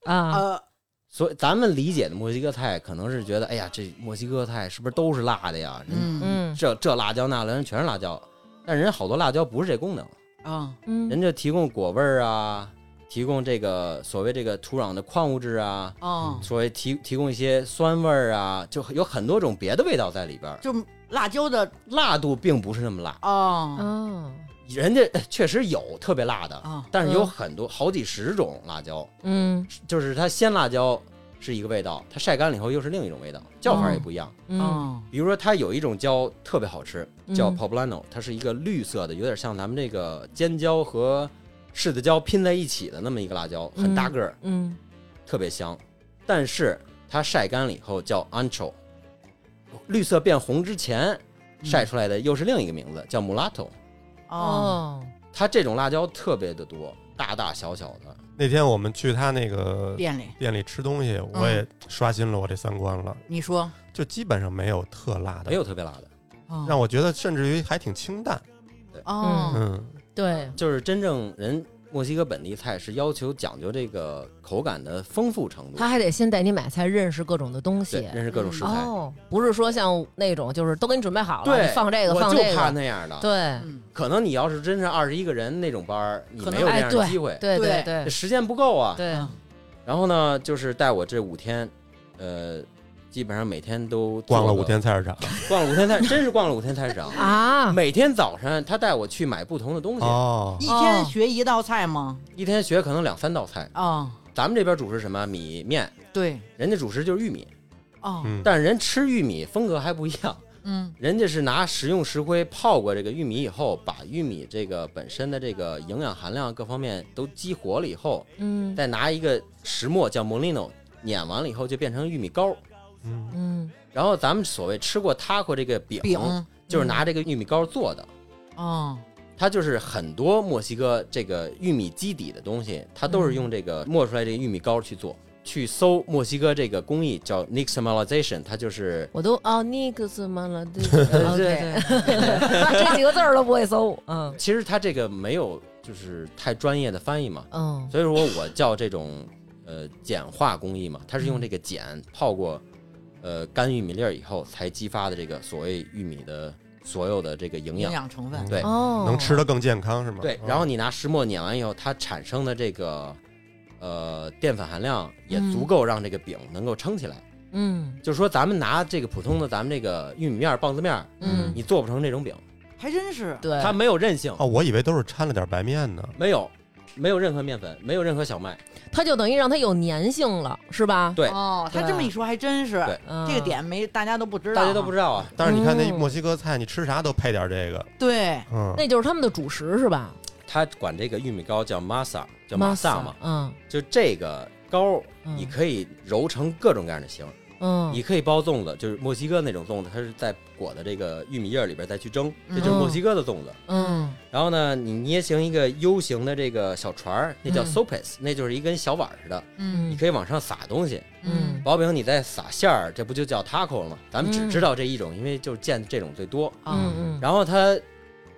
[SPEAKER 1] 啊，
[SPEAKER 4] 呃，
[SPEAKER 3] 所以咱们理解的墨西哥菜，可能是觉得，哎呀，这墨西哥菜是不是都是辣的呀？人
[SPEAKER 4] 嗯
[SPEAKER 1] 嗯
[SPEAKER 3] 这这辣椒那辣椒全是辣椒，但人好多辣椒不是这功能，
[SPEAKER 4] 啊
[SPEAKER 1] 嗯
[SPEAKER 3] 人家提供果味儿啊，提供这个所谓这个土壤的矿物质啊，
[SPEAKER 4] 啊，
[SPEAKER 3] 所谓提提供一些酸味儿啊，就有很多种别的味道在里边儿，
[SPEAKER 4] 就辣椒的
[SPEAKER 3] 辣度并不是那么辣，
[SPEAKER 4] 哦
[SPEAKER 1] 哦
[SPEAKER 3] 人家呃确实有特别辣的，
[SPEAKER 4] 啊
[SPEAKER 3] 但是有
[SPEAKER 1] 嗯
[SPEAKER 3] 很多好几十种辣椒，
[SPEAKER 1] 嗯
[SPEAKER 3] 就是它鲜辣椒是一个味道，它晒干了以后又是另一种味道，叫法儿也不一样。
[SPEAKER 1] 嗯
[SPEAKER 4] 啊
[SPEAKER 3] 比如说，它有一种椒特别好吃，叫
[SPEAKER 1] 嗯
[SPEAKER 3] poblano，、它是一个绿色的，有点像咱们这个尖椒和柿子椒拼在一起的那么一个辣椒，很大个儿，
[SPEAKER 1] 嗯，
[SPEAKER 3] 特别香。但是它晒干了以后叫 ancho，绿色变红之前
[SPEAKER 1] 嗯
[SPEAKER 3] 晒出来的又是另一个名字，叫 mulatto。
[SPEAKER 4] 哦，
[SPEAKER 1] 哦，
[SPEAKER 3] 它这种辣椒特别的多，大大小小的。
[SPEAKER 2] 那天我们去他那个
[SPEAKER 4] 店里
[SPEAKER 2] 店里吃东西，我也刷新了我这三观了，
[SPEAKER 4] 你说，
[SPEAKER 2] 就基本上没有特辣的，
[SPEAKER 3] 没有特别辣的，
[SPEAKER 4] 哦
[SPEAKER 2] 让我觉得甚至于还挺清淡。
[SPEAKER 4] 哦，
[SPEAKER 2] 嗯，
[SPEAKER 1] 对，
[SPEAKER 3] 就是真正人墨西哥本地菜是要求讲究这个口感的丰富程度
[SPEAKER 1] 他，还得先带你买菜，认识各种的东
[SPEAKER 3] 对，
[SPEAKER 1] 西。
[SPEAKER 3] 认识各种食材。
[SPEAKER 1] 哦，不是说像那种就是都给你准备好了，
[SPEAKER 3] 对，
[SPEAKER 1] 你放这个
[SPEAKER 3] 我
[SPEAKER 1] 放
[SPEAKER 3] 就
[SPEAKER 1] 这
[SPEAKER 3] 怕
[SPEAKER 1] 个，
[SPEAKER 3] 那样的。
[SPEAKER 1] 对
[SPEAKER 4] 嗯
[SPEAKER 3] 可能你要是真是二十一个人那种班儿，你
[SPEAKER 4] 可能
[SPEAKER 3] 没有这
[SPEAKER 1] 哎
[SPEAKER 3] 样的机会，
[SPEAKER 1] 对
[SPEAKER 4] 对
[SPEAKER 1] 对
[SPEAKER 3] 这时间不够啊。
[SPEAKER 1] 对，
[SPEAKER 3] 然后呢，就是带我这五天，呃，基本上每天都做
[SPEAKER 2] 逛了
[SPEAKER 3] 个
[SPEAKER 2] 五，天菜市场。
[SPEAKER 3] 逛了五天菜，真是逛了五天菜市场。
[SPEAKER 1] 啊，
[SPEAKER 3] 每天早晨他带我去买不同的东西，
[SPEAKER 2] 哦
[SPEAKER 4] 一，
[SPEAKER 1] 哦
[SPEAKER 4] 天学一道菜吗？
[SPEAKER 3] 一天学可能两三道菜。
[SPEAKER 4] 哦，
[SPEAKER 3] 咱们这边主食什么米面，
[SPEAKER 4] 对，
[SPEAKER 3] 人家主食就是玉米，
[SPEAKER 4] 哦，
[SPEAKER 2] 嗯，
[SPEAKER 3] 但是人吃玉米风格还不一样，
[SPEAKER 4] 嗯，
[SPEAKER 3] 人家是拿食用石灰泡过这个玉米以后，把玉米这个本身的这个营养含量各方面都激活了以后，
[SPEAKER 1] 嗯
[SPEAKER 3] 再拿一个石磨叫 molino 碾完了以后就变成玉米糕。
[SPEAKER 2] 嗯
[SPEAKER 1] 嗯，
[SPEAKER 3] 然后咱们所谓吃过 taco 这个饼，
[SPEAKER 4] 饼，
[SPEAKER 3] 就是拿这个玉米糕做的，
[SPEAKER 4] 哦，
[SPEAKER 3] 它就是很多墨西哥这个玉米基底的东西，它都是用这个磨出来这个玉米糕去做。去搜墨西哥这个工艺叫 nixtamalization，它就是
[SPEAKER 1] 我都哦，那个怎么了？ 对
[SPEAKER 3] 呃
[SPEAKER 1] 哦对， 这几个字儿都不会搜，嗯
[SPEAKER 3] 其实它这个没有就是太专业的翻译嘛，
[SPEAKER 1] 嗯
[SPEAKER 3] 所以说我叫这种呃碱化工艺嘛，它是用这个碱泡过呃干玉米粒儿以后才激发的这个所谓玉米的所有的这个营
[SPEAKER 4] 营
[SPEAKER 3] 养。
[SPEAKER 4] 养成分，
[SPEAKER 3] 对
[SPEAKER 1] 哦，
[SPEAKER 2] 能吃的更健康是吗？
[SPEAKER 3] 对，
[SPEAKER 2] 嗯
[SPEAKER 3] 然后你拿石磨碾完以后，它产生的这个呃淀粉含量也足够让这个饼能够撑起来。
[SPEAKER 1] 嗯
[SPEAKER 3] 就是说，咱们拿这个普通的咱们这个玉米面儿、棒子面儿，
[SPEAKER 1] 嗯，
[SPEAKER 3] 你做不成这种饼，
[SPEAKER 4] 还真是，
[SPEAKER 1] 对，
[SPEAKER 3] 它没有韧性，
[SPEAKER 2] 哦，我以为都是掺了点白面呢。
[SPEAKER 3] 没有没有任何面粉，没有任何小麦。
[SPEAKER 1] 它就等于让它有粘性了，是吧？
[SPEAKER 3] 对
[SPEAKER 4] 哦，他
[SPEAKER 1] 对
[SPEAKER 4] 这么一说还真是，
[SPEAKER 3] 对
[SPEAKER 1] 嗯
[SPEAKER 4] 这个点没大家都不知道，
[SPEAKER 3] 大家都不知道啊，
[SPEAKER 2] 但是你看那
[SPEAKER 1] 嗯
[SPEAKER 2] 墨西哥菜，你吃啥都配点这个，
[SPEAKER 4] 对，
[SPEAKER 2] 嗯，
[SPEAKER 1] 那就是他们的主食是吧？
[SPEAKER 3] 他管这个玉米糕叫 masa，叫马萨嘛，，
[SPEAKER 1] 嗯
[SPEAKER 3] 就这个糕，
[SPEAKER 1] 嗯
[SPEAKER 3] 你可以揉成各种各样的形儿，
[SPEAKER 1] 嗯，
[SPEAKER 3] 你可以包粽子，就是墨西哥那种粽子，它是在裹的这个玉米叶儿里边再去蒸，这
[SPEAKER 4] 嗯
[SPEAKER 3] 就是墨西哥的粽子。
[SPEAKER 1] 嗯
[SPEAKER 3] 然后呢，你捏成一个 U 型的这个小船儿，那叫
[SPEAKER 1] 嗯
[SPEAKER 3] sopes，那就是一根小碗儿似的，
[SPEAKER 1] 嗯
[SPEAKER 3] 你可以往上撒东西。
[SPEAKER 1] 嗯
[SPEAKER 3] 薄饼你再撒馅儿，这不就叫 taco 了吗？咱们
[SPEAKER 1] 嗯
[SPEAKER 3] 只知道这一种，因为就是见这种最多。
[SPEAKER 1] 嗯嗯，
[SPEAKER 3] 然后它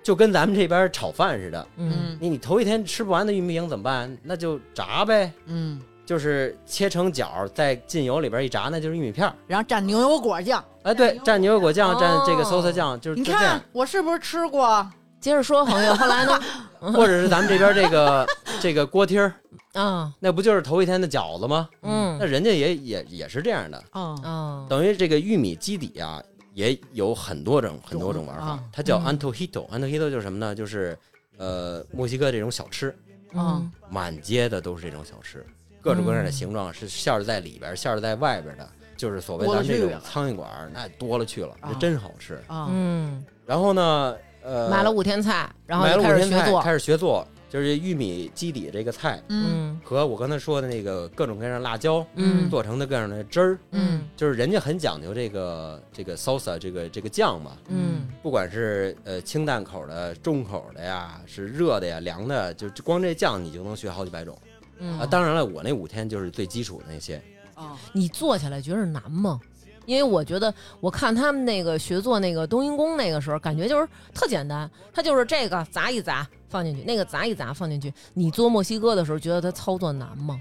[SPEAKER 3] 就跟咱们这边炒饭似的，
[SPEAKER 1] 嗯
[SPEAKER 3] 你你头一天吃不完的玉米饼怎么办？那就炸呗，
[SPEAKER 4] 嗯，
[SPEAKER 3] 就是切成角，在进油里边一炸，那就是玉米片儿。
[SPEAKER 4] 然后蘸牛油果酱，
[SPEAKER 3] 哎，对，蘸牛油果酱，
[SPEAKER 1] 哦
[SPEAKER 3] 蘸这个搜索酱，就是
[SPEAKER 4] 你
[SPEAKER 3] 就这样
[SPEAKER 4] 看。我是不是吃过？
[SPEAKER 1] 接着说，朋友，后 来呢？
[SPEAKER 3] 或者是咱们这边这个这个锅贴儿，
[SPEAKER 1] 啊
[SPEAKER 3] 那不就是头一天的饺子吗？那
[SPEAKER 1] 嗯
[SPEAKER 3] 人家也也也是这样的，
[SPEAKER 4] 哦，
[SPEAKER 1] 啊
[SPEAKER 3] 等于这个玉米基底啊，也有很多种很多种玩法
[SPEAKER 4] 啊。
[SPEAKER 3] 它叫
[SPEAKER 1] 嗯
[SPEAKER 3] antojito，antojito 就是什么呢？就是呃墨西哥这种小吃，
[SPEAKER 1] 嗯
[SPEAKER 3] 满街的都是这种小吃，各种各样的形状，是馅儿在里边儿，馅儿在外边儿的，就是所谓
[SPEAKER 4] 多
[SPEAKER 3] 咱
[SPEAKER 4] 了
[SPEAKER 3] 们这
[SPEAKER 4] 去
[SPEAKER 3] 种
[SPEAKER 4] 了
[SPEAKER 3] 苍蝇馆儿，那多了去了，
[SPEAKER 4] 啊
[SPEAKER 3] 这真好吃。
[SPEAKER 4] 啊，
[SPEAKER 1] 嗯，
[SPEAKER 3] 然后呢，呃，
[SPEAKER 1] 买了五天菜，然后
[SPEAKER 3] 买
[SPEAKER 1] 就
[SPEAKER 3] 了
[SPEAKER 1] 开始
[SPEAKER 3] 五天
[SPEAKER 1] 学
[SPEAKER 3] 菜，
[SPEAKER 1] 做，
[SPEAKER 3] 开始学做，就是玉米基底这个菜
[SPEAKER 1] 嗯
[SPEAKER 3] 和我刚才说的那个各种各样的辣椒
[SPEAKER 1] 嗯
[SPEAKER 3] 做成的各样的汁儿，
[SPEAKER 1] 嗯
[SPEAKER 3] 就是人家很讲究这个这个 salsa 这个这个酱嘛，
[SPEAKER 1] 嗯
[SPEAKER 3] 不管是呃清淡口的、重口的呀，是热的呀、凉的，就就光这酱你就能学好几百种。
[SPEAKER 1] 嗯
[SPEAKER 3] 啊，当然了，我那五天就是最基础的那些，
[SPEAKER 4] 哦，
[SPEAKER 1] 你做起来觉得难吗？因为我觉得，我看他们那个学做那个冬阴功那个时候，感觉就是特简单，他就是这个砸一砸放进去，那个砸一砸放进去。你做墨西哥的时候，觉得它操作难吗？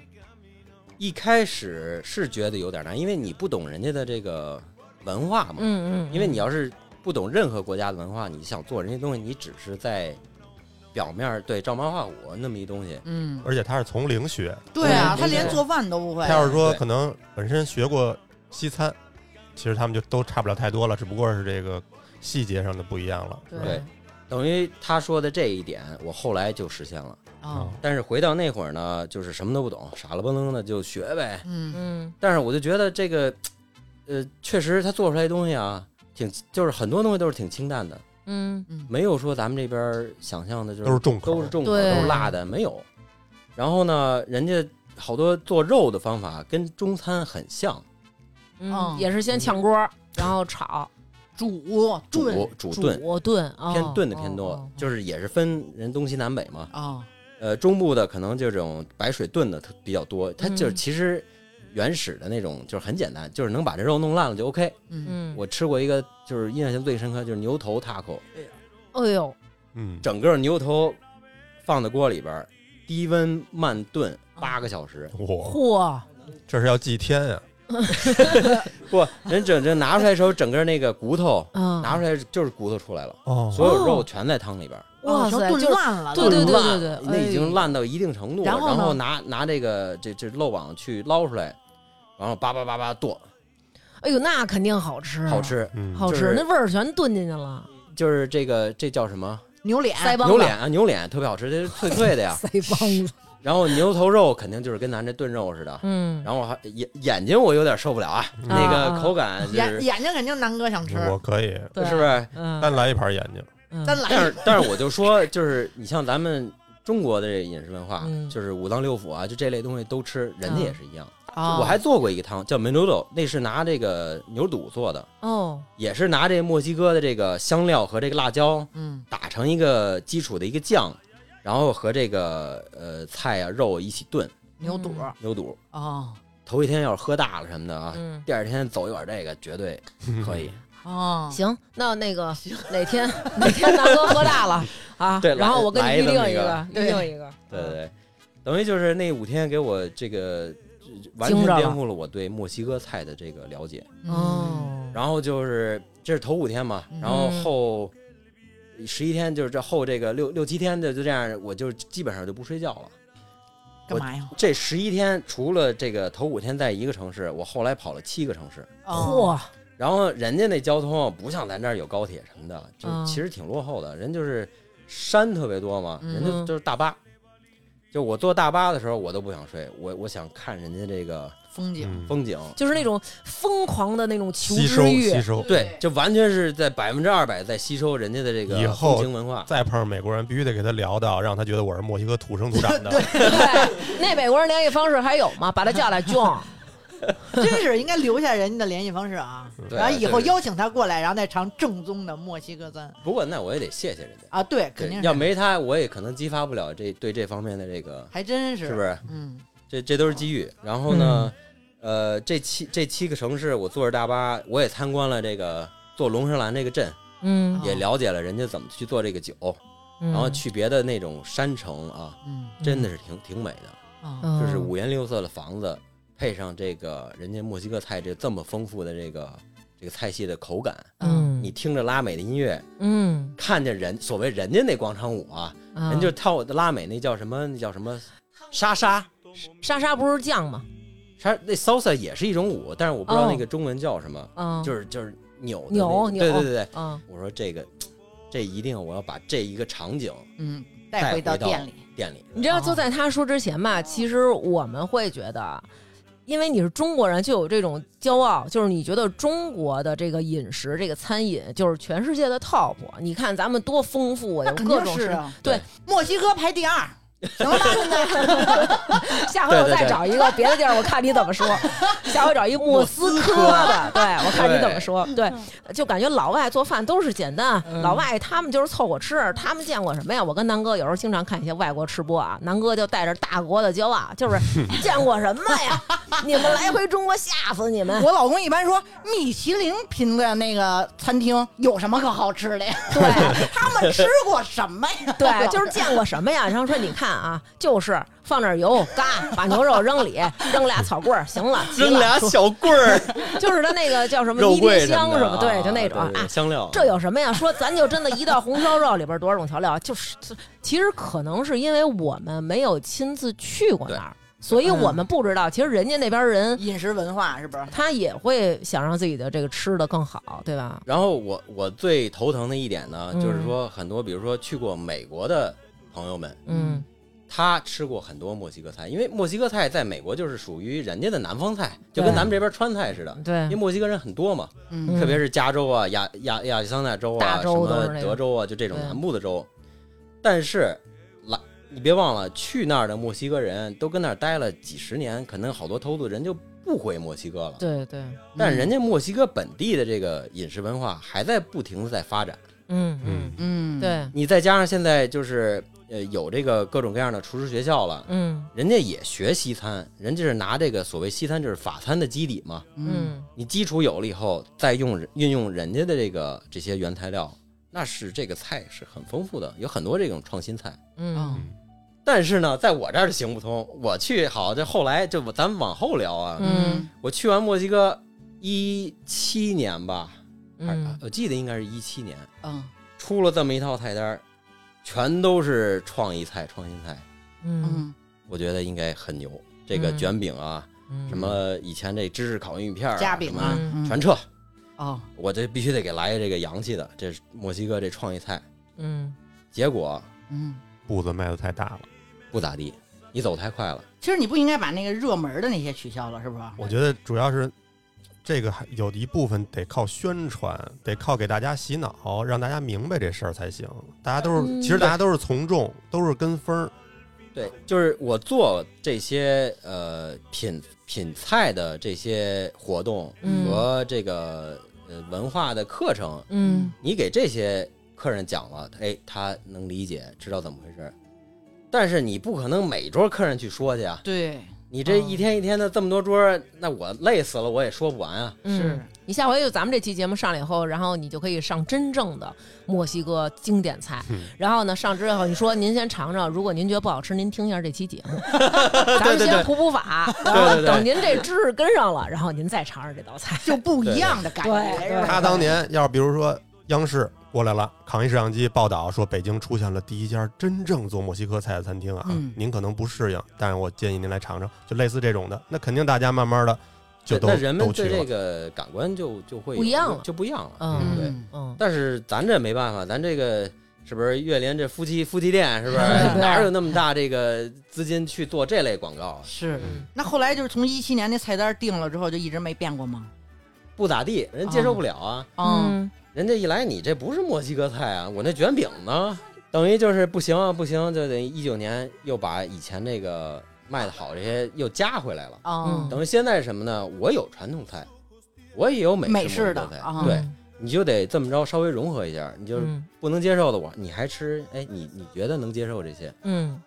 [SPEAKER 3] 一开始是觉得有点难，因为你不懂人家的这个文化嘛，
[SPEAKER 1] 嗯嗯，
[SPEAKER 3] 因为你要是不懂任何国家的文化，你想做人家东西，你只是在表面儿对照猫画虎那么一东西。
[SPEAKER 4] 嗯，
[SPEAKER 2] 而且他是从零学，
[SPEAKER 4] 对啊，
[SPEAKER 3] 嗯
[SPEAKER 4] 他连做饭都不会
[SPEAKER 2] 他，要是说
[SPEAKER 3] 对
[SPEAKER 2] 可能本身学过西餐，其实他们就都差不了太多了，只不过是这个细节上的不一样了。是吧
[SPEAKER 3] 对等于他说的这一点，我后来就实现了。
[SPEAKER 4] 哦，
[SPEAKER 3] 但是回到那会儿呢，就是什么都不懂，傻了吧楞的就学呗。
[SPEAKER 4] 嗯
[SPEAKER 1] 嗯
[SPEAKER 3] 但是我就觉得这个，呃，确实他做出来的东西啊，挺就是很多东西都是挺清淡的，
[SPEAKER 1] 嗯，
[SPEAKER 5] 嗯，
[SPEAKER 3] 没有说咱们这边儿想象的就
[SPEAKER 2] 嗯
[SPEAKER 3] 是
[SPEAKER 2] 都是重口
[SPEAKER 3] 都
[SPEAKER 2] 味
[SPEAKER 3] 是重口，
[SPEAKER 1] 对
[SPEAKER 3] 都是辣的，没有。然后呢，人家好多做肉的方法跟中餐很像，
[SPEAKER 1] 嗯
[SPEAKER 5] 嗯
[SPEAKER 1] 也是先炝锅，然后炒、
[SPEAKER 4] 煮炖
[SPEAKER 3] 煮煮
[SPEAKER 1] 煮
[SPEAKER 3] 炖、
[SPEAKER 1] 炖，哦
[SPEAKER 3] 偏炖的偏多，
[SPEAKER 1] 哦哦
[SPEAKER 3] 就是也是分人东西南北嘛。
[SPEAKER 4] 啊
[SPEAKER 5] 哦，
[SPEAKER 3] 呃，中部的可能这种白水炖的特比较多，它就是
[SPEAKER 1] 嗯
[SPEAKER 3] 其实原始的那种就是很简单，就是能把这肉弄烂了就 OK。
[SPEAKER 5] 嗯，
[SPEAKER 1] 嗯，
[SPEAKER 3] 我吃过一个就是印象最深刻就是牛头 taco，
[SPEAKER 1] 哎呦，
[SPEAKER 2] 嗯，
[SPEAKER 3] 整个牛头放在锅里边儿低温慢炖
[SPEAKER 1] 啊
[SPEAKER 3] 八个小时，
[SPEAKER 2] 哇，
[SPEAKER 1] 嚯，
[SPEAKER 2] 这是要祭天啊！
[SPEAKER 3] 不，人整整拿出来的时候，整个那个骨头
[SPEAKER 1] 嗯，
[SPEAKER 3] 拿出来就是骨头出来了，所
[SPEAKER 2] 哦，
[SPEAKER 3] 有肉全在汤里边儿，
[SPEAKER 1] 哇
[SPEAKER 4] 啊
[SPEAKER 5] 哦成
[SPEAKER 1] 塞，就
[SPEAKER 5] 炖
[SPEAKER 1] 是
[SPEAKER 5] 烂了，
[SPEAKER 1] 啊对对对
[SPEAKER 3] 烂
[SPEAKER 1] 对对哎
[SPEAKER 3] 那已经烂到一定程度了，
[SPEAKER 5] 然
[SPEAKER 3] 然
[SPEAKER 5] 后呢
[SPEAKER 3] 拿拿这个这这漏网去捞出来，然后叭叭叭叭剁，
[SPEAKER 1] 哎呦，那肯定好吃，
[SPEAKER 3] 好，吃，
[SPEAKER 2] 嗯，
[SPEAKER 1] 好
[SPEAKER 3] 就
[SPEAKER 1] 吃，
[SPEAKER 3] 是
[SPEAKER 1] 那味儿全炖进去了，
[SPEAKER 3] 就是这个这叫什么
[SPEAKER 5] 牛脸，
[SPEAKER 1] 腮帮
[SPEAKER 3] 牛
[SPEAKER 1] 子
[SPEAKER 3] 脸啊，牛脸特别好吃，这是脆脆的呀
[SPEAKER 5] 腮帮 子，
[SPEAKER 3] 然后牛头肉肯定就是跟咱这炖肉似的，
[SPEAKER 1] 嗯，
[SPEAKER 3] 然后还眼眼睛我有点受不了啊，
[SPEAKER 2] 嗯
[SPEAKER 3] 那
[SPEAKER 1] 啊
[SPEAKER 3] 个口感就
[SPEAKER 5] 眼
[SPEAKER 3] 是
[SPEAKER 5] 眼睛肯定南哥想吃，
[SPEAKER 2] 我可以
[SPEAKER 1] 对，
[SPEAKER 3] 是不？是？
[SPEAKER 1] 嗯，
[SPEAKER 2] 单来一盘眼睛。
[SPEAKER 5] 咱
[SPEAKER 1] 嗯
[SPEAKER 3] 但
[SPEAKER 5] 来
[SPEAKER 3] 是，但是我就说，就是你像咱们中国的这饮食文化，
[SPEAKER 1] 嗯
[SPEAKER 3] 就是五脏六腑啊，就这类东西都吃，人家也是一样。
[SPEAKER 4] 嗯
[SPEAKER 5] 啊
[SPEAKER 3] 我还做过一个汤叫梅牛肚，那是拿这个牛肚做的，
[SPEAKER 1] 哦，
[SPEAKER 3] 也是拿这墨西哥的这个香料和这个辣椒
[SPEAKER 5] 嗯
[SPEAKER 3] 打成一个基础的一个酱，然后和这个呃菜啊肉一起炖
[SPEAKER 5] 牛肚
[SPEAKER 1] 嗯
[SPEAKER 3] 牛肚。
[SPEAKER 4] 啊
[SPEAKER 5] 哦
[SPEAKER 3] 头一天要是喝大了什么的啊，
[SPEAKER 1] 嗯，
[SPEAKER 3] 第二天走一碗这个绝对
[SPEAKER 2] 嗯
[SPEAKER 3] 可以。
[SPEAKER 4] 啊
[SPEAKER 5] 哦，
[SPEAKER 1] 行，那那个哪天哪天南哥喝大 了啊，
[SPEAKER 3] 对
[SPEAKER 1] 然后
[SPEAKER 3] 来
[SPEAKER 1] 我跟
[SPEAKER 3] 来
[SPEAKER 1] 你预
[SPEAKER 3] 这么
[SPEAKER 1] 定
[SPEAKER 3] 一
[SPEAKER 1] 个
[SPEAKER 3] 个，
[SPEAKER 1] 预定一个，
[SPEAKER 3] 对
[SPEAKER 1] 嗯
[SPEAKER 3] 对，对，等于就是那五天给我这个呃完
[SPEAKER 1] 惊
[SPEAKER 3] 全
[SPEAKER 1] 着了
[SPEAKER 3] 颠覆了我对墨西哥菜的这个了解。
[SPEAKER 4] 嗯
[SPEAKER 5] 哦，
[SPEAKER 1] 哦，
[SPEAKER 3] 然后就是这是头五天嘛，然后
[SPEAKER 1] 嗯
[SPEAKER 3] 后十一天就是这后这个六六七天就就这样，我就基本上就不睡觉了。
[SPEAKER 5] 干嘛呀？
[SPEAKER 3] 这十一天除了这个头五天在一个城市，我后来跑了七个城市。
[SPEAKER 5] 哦
[SPEAKER 1] 嚯，
[SPEAKER 3] 然后人家那交通啊不像咱这儿有高铁什么的，就
[SPEAKER 1] 嗯
[SPEAKER 3] 其实挺落后的。人就是山特别多嘛，
[SPEAKER 5] 嗯
[SPEAKER 3] 人家就是大巴。就我坐大巴的时候，我都不想睡，我我想看人家这个
[SPEAKER 5] 风景，
[SPEAKER 2] 嗯，
[SPEAKER 3] 风景。
[SPEAKER 1] 就是那种疯狂的那种求
[SPEAKER 2] 吸
[SPEAKER 1] 知
[SPEAKER 2] 收
[SPEAKER 1] 欲
[SPEAKER 2] 吸，收，
[SPEAKER 3] 嗯对，就完全是在百分之二百在吸收人家的这
[SPEAKER 2] 以
[SPEAKER 3] 个
[SPEAKER 2] 后
[SPEAKER 3] 风情文化。
[SPEAKER 2] 再碰上美国人，必须得给他聊到，让他觉得我是墨西哥土生土长的。
[SPEAKER 1] 对，那美国人联系方式还有吗？把他叫 来 John，
[SPEAKER 5] 真是应该留下人家的联系方式啊，
[SPEAKER 3] 对
[SPEAKER 5] 然后以后
[SPEAKER 3] 就是
[SPEAKER 5] 邀请他过来，然后再尝正宗的墨西哥餐
[SPEAKER 3] 不过那我也得谢谢人家，
[SPEAKER 5] 啊，对，肯
[SPEAKER 3] 对
[SPEAKER 5] 定是
[SPEAKER 3] 要没他，我也可能激发不了这对这方面的这个，
[SPEAKER 5] 还真是，
[SPEAKER 3] 是不是？
[SPEAKER 5] 嗯
[SPEAKER 3] 这这都是机遇。然后呢，呃，这七这七个城市，我坐着大巴，我也参观了这个坐龙舌兰这个镇。
[SPEAKER 1] 嗯
[SPEAKER 5] 哦
[SPEAKER 3] 也了解了人家怎么去做这个酒，然后去别的那种山城啊，
[SPEAKER 5] 嗯
[SPEAKER 3] 真的是挺挺美的，
[SPEAKER 5] 啊
[SPEAKER 1] 嗯
[SPEAKER 3] 就是五颜六色的房子，配上这个人家墨西哥菜这这么丰富的这个这个菜系的口感，
[SPEAKER 1] 嗯
[SPEAKER 3] 你听着拉美的音乐，
[SPEAKER 1] 嗯，
[SPEAKER 3] 看见人所谓人家那广场舞啊，人就跳拉美那叫什么那叫什么莎莎
[SPEAKER 1] 莎莎不是酱吗？
[SPEAKER 3] 莎那 salsa 也是一种舞，但是我不知
[SPEAKER 1] 哦
[SPEAKER 3] 道那个中文叫什么，
[SPEAKER 1] 嗯，
[SPEAKER 3] 就是就是扭的那
[SPEAKER 1] 扭
[SPEAKER 3] 个
[SPEAKER 1] 扭
[SPEAKER 3] 对对对对，
[SPEAKER 1] 嗯
[SPEAKER 3] 我说这个这一定我要把这一个场景
[SPEAKER 5] 嗯，带回到店里，
[SPEAKER 3] 店里。
[SPEAKER 1] 你知道，
[SPEAKER 5] 啊
[SPEAKER 1] 就在他说之前吧，其实我们会觉得，因为你是中国人，就有这种骄傲，就是你觉得中国的这个饮食、这个餐饮就是全世界的 top。你看咱们多丰富啊，
[SPEAKER 5] 那
[SPEAKER 1] 有
[SPEAKER 5] 肯
[SPEAKER 1] 各
[SPEAKER 5] 定
[SPEAKER 1] 种
[SPEAKER 5] 是
[SPEAKER 1] 食
[SPEAKER 5] 啊，
[SPEAKER 1] 对，
[SPEAKER 5] 墨西哥排第二，行了吧，现在
[SPEAKER 1] 下回我
[SPEAKER 3] 对对
[SPEAKER 1] 再
[SPEAKER 3] 对
[SPEAKER 1] 找一个别的地儿，我看你怎么说。下回找一莫斯科的，对我看你怎么说。对，就感觉老外做饭都是简单，
[SPEAKER 3] 嗯
[SPEAKER 1] 老外他们就是凑合吃，他们见过什么呀？我跟南哥有时候经常看一些外国吃播啊，南哥就带着大国的骄傲，就是 见过什么呀？你们来回中国吓死你们！
[SPEAKER 5] 我老公一般说米其林评的那个餐厅有什么可好吃的呀？
[SPEAKER 1] 对。
[SPEAKER 5] 他们吃过什么呀？
[SPEAKER 1] 对，就是见过什么呀？然后说你看啊，就是放点油，嘎，把牛肉扔里，扔俩草棍儿，行了，急了 出
[SPEAKER 3] 小棍儿，
[SPEAKER 1] 就是他那个叫什么
[SPEAKER 3] 肉
[SPEAKER 1] 迷迭
[SPEAKER 3] 桂
[SPEAKER 1] 香
[SPEAKER 3] 的
[SPEAKER 1] 什么，
[SPEAKER 3] 啊
[SPEAKER 1] 对，就那种
[SPEAKER 3] 对对
[SPEAKER 1] 啊，
[SPEAKER 3] 香料。
[SPEAKER 1] 这有什么呀？说咱就真的一道红烧肉里边多少种调料，就是其实可能是因为我们没有亲自去过那儿，所以我们不知道。其实人家那边人
[SPEAKER 5] 饮食文化是不是？
[SPEAKER 1] 他也会想让自己的这个吃的更好，对吧？
[SPEAKER 3] 然后我我最头疼的一点呢，
[SPEAKER 1] 嗯
[SPEAKER 3] 就是说很多，比如说去过美国的朋友们，
[SPEAKER 1] 嗯
[SPEAKER 3] 他吃过很多墨西哥菜，因为墨西哥菜在美国就是属于人家的南方菜，就跟
[SPEAKER 1] 对
[SPEAKER 3] 咱们这边川菜似的。因为
[SPEAKER 1] 对，
[SPEAKER 3] 墨西哥人很多嘛，
[SPEAKER 1] 嗯
[SPEAKER 3] 特别是加州啊、亚亚亚利桑那州啊、
[SPEAKER 1] 大州
[SPEAKER 3] 什
[SPEAKER 1] 都
[SPEAKER 3] 么
[SPEAKER 1] 是那个
[SPEAKER 3] 德州啊，就这种
[SPEAKER 1] 对
[SPEAKER 3] 南部的州。但是来，你别忘了，去那儿的墨西哥人都跟那儿待了几十年，可能好多偷渡人就不回墨西哥了。
[SPEAKER 1] 对嗯对，
[SPEAKER 3] 但人家墨西哥本地的这个饮食文化还在不停的在发展。
[SPEAKER 1] 嗯嗯
[SPEAKER 2] 嗯，
[SPEAKER 5] 嗯，
[SPEAKER 1] 对，
[SPEAKER 3] 你再加上现在就是呃有这个各种各样的厨师学校了，
[SPEAKER 1] 嗯
[SPEAKER 3] 人家也学西餐，人家是拿这个所谓西餐就是法餐的基底嘛。
[SPEAKER 5] 嗯
[SPEAKER 1] 嗯，
[SPEAKER 3] 你基础有了以后，再用人运用人家的这个这些原材料，那是这个菜是很丰富的，有很多这种创新菜。
[SPEAKER 1] 嗯
[SPEAKER 3] 但是呢，在我这儿就行不通。我去好，这后来就咱们往后聊啊。
[SPEAKER 1] 嗯
[SPEAKER 3] 我去完墨西哥一七年吧，还是
[SPEAKER 1] 嗯，
[SPEAKER 3] 我记得应该是一七年，
[SPEAKER 5] 嗯
[SPEAKER 3] 出了这么一套菜单儿，全都是创意菜、创新菜，
[SPEAKER 1] 嗯
[SPEAKER 5] 嗯
[SPEAKER 3] 我觉得应该很牛。这个
[SPEAKER 1] 嗯
[SPEAKER 3] 卷饼啊，
[SPEAKER 1] 嗯，
[SPEAKER 3] 什么以前这芝士烤玉米片儿、啊、
[SPEAKER 4] 夹饼
[SPEAKER 3] 什么
[SPEAKER 4] 啊
[SPEAKER 1] 嗯
[SPEAKER 5] 嗯
[SPEAKER 3] 全撤，
[SPEAKER 5] 哦，
[SPEAKER 3] 我这必须得给来这个洋气的，这是墨西哥这创意菜。
[SPEAKER 1] 嗯
[SPEAKER 3] 结果
[SPEAKER 5] 嗯，
[SPEAKER 2] 步子迈的太大了。
[SPEAKER 3] 不咋地，你走太快了。
[SPEAKER 5] 其实你不应该把那个热门的那些取消了，是不是？
[SPEAKER 2] 我觉得主要是这个还有一部分得靠宣传，得靠给大家洗脑，让大家明白这事儿才行。大家都是，
[SPEAKER 1] 嗯
[SPEAKER 2] 其实大家都是从众，都是跟风儿。
[SPEAKER 3] 对，就是我做这些呃品品菜的这些活动
[SPEAKER 1] 嗯
[SPEAKER 3] 和这个呃文化的课程，
[SPEAKER 1] 嗯
[SPEAKER 3] 你给这些客人讲了，哎，他能理解，知道怎么回事儿。但是你不可能每桌客人去说去啊，
[SPEAKER 4] 对，
[SPEAKER 3] 你这一天一天的这么多桌儿，那我累死了，我也说不完啊。
[SPEAKER 1] 嗯
[SPEAKER 4] 是
[SPEAKER 1] 你下回就咱们这期节目上来以后，然后你就可以上真正的墨西哥经典菜。
[SPEAKER 2] 嗯
[SPEAKER 1] 然后呢，上之后你说您先尝尝，如果您觉得不好吃，您听一下这期节目，咱们先普普法，然后
[SPEAKER 3] 对对对
[SPEAKER 1] 等您这知识跟上了，然后您再尝尝这道菜。
[SPEAKER 5] 就不一样的感
[SPEAKER 1] 对对
[SPEAKER 5] 觉，是吧
[SPEAKER 2] 他当年要是比如说央视过来了，扛一摄像机报道说北京出现了第一家真正做墨西哥菜的餐厅啊，
[SPEAKER 5] 嗯
[SPEAKER 2] 您可能不适应，但是我建议您来尝尝，就类似这种的，那肯定大家慢慢的就都
[SPEAKER 3] 那人们
[SPEAKER 2] 都去
[SPEAKER 3] 对这
[SPEAKER 2] 了。
[SPEAKER 3] 个感官就就会有
[SPEAKER 1] 不一样了
[SPEAKER 3] 就不一样了。
[SPEAKER 1] 嗯
[SPEAKER 3] 对
[SPEAKER 5] 嗯
[SPEAKER 1] 嗯，
[SPEAKER 3] 但是咱这没办法，咱这个是不是岳林这夫妻夫妻店是不是哪有那么大这个资金去做这类广告啊？
[SPEAKER 5] 是
[SPEAKER 2] 嗯。
[SPEAKER 5] 那后来就是从一七年那菜单定了之后，就一直没变过吗？
[SPEAKER 3] 不咋地，人接受不了啊。
[SPEAKER 5] 嗯，
[SPEAKER 3] 人家一来你这不是墨西哥菜啊，我那卷饼呢？等于就是不行啊，不行，就得一九年又把以前那个卖的好这些又加回来了。
[SPEAKER 5] 哦，
[SPEAKER 4] 嗯
[SPEAKER 3] 等于现在是什么呢？我有传统菜，我也有美
[SPEAKER 5] 美
[SPEAKER 3] 式
[SPEAKER 5] 式的
[SPEAKER 3] 墨西哥菜
[SPEAKER 5] 啊
[SPEAKER 3] 对，你就得这么着稍微融合一下，你就是
[SPEAKER 1] 嗯
[SPEAKER 3] 不能接受的我你还吃，哎，你你觉得能接受这些？
[SPEAKER 1] 嗯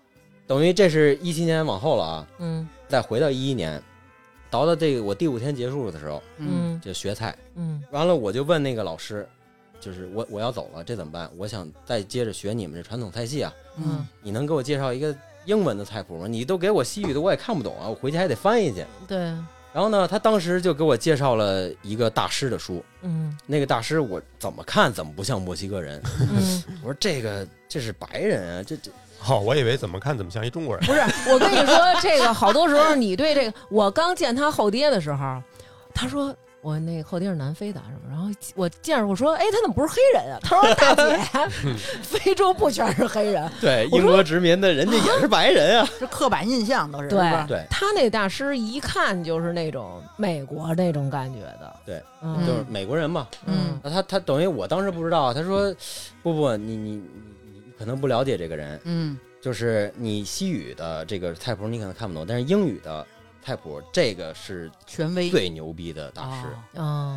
[SPEAKER 3] 等于这是一七年往后了啊，
[SPEAKER 1] 嗯
[SPEAKER 3] 再回到一一年，倒到这个我第五天结束的时候，
[SPEAKER 5] 嗯
[SPEAKER 1] 嗯
[SPEAKER 3] 就学菜
[SPEAKER 1] 嗯
[SPEAKER 3] 完了，我就问那个老师，就是我我要走了，这怎么办？我想再接着学你们这传统菜系啊，
[SPEAKER 5] 嗯
[SPEAKER 1] 嗯，
[SPEAKER 3] 你能给我介绍一个英文的菜谱吗？你都给我西语的，我也看不懂啊，我回去还得翻译去。
[SPEAKER 1] 对，
[SPEAKER 3] 然后呢，他当时就给我介绍了一个大师的书，
[SPEAKER 1] 嗯
[SPEAKER 3] 那个大师我怎么看怎么不像墨西哥人，
[SPEAKER 1] 嗯
[SPEAKER 3] 我说这个这是白人啊，这 这
[SPEAKER 2] 哦，我以为怎么看怎么像一中国人。
[SPEAKER 1] 不是，我跟你说，这个好多时候你对这个，我刚见他后爹的时候，他说。我那后爹是南非的，什么？然后我见着我说，哎，他怎么不是黑人啊？他说大姐， 非洲不全是黑人。
[SPEAKER 3] 对英国殖民的人家也是白人啊，
[SPEAKER 5] 这刻板印象都是
[SPEAKER 1] 对
[SPEAKER 5] 是吧
[SPEAKER 3] 对
[SPEAKER 1] 他那大师一看就是那种美国那种感觉的。
[SPEAKER 3] 对，
[SPEAKER 1] 嗯，
[SPEAKER 3] 就是美国人嘛。
[SPEAKER 1] 嗯
[SPEAKER 3] 那他他等于我当时不知道啊，他说不不，你你你你可能不了解这个人，
[SPEAKER 5] 嗯
[SPEAKER 3] 就是你西语的这个菜谱你可能看不懂，但是英语的菜谱这个是
[SPEAKER 5] 权威
[SPEAKER 3] 最牛逼的大师，
[SPEAKER 5] 哦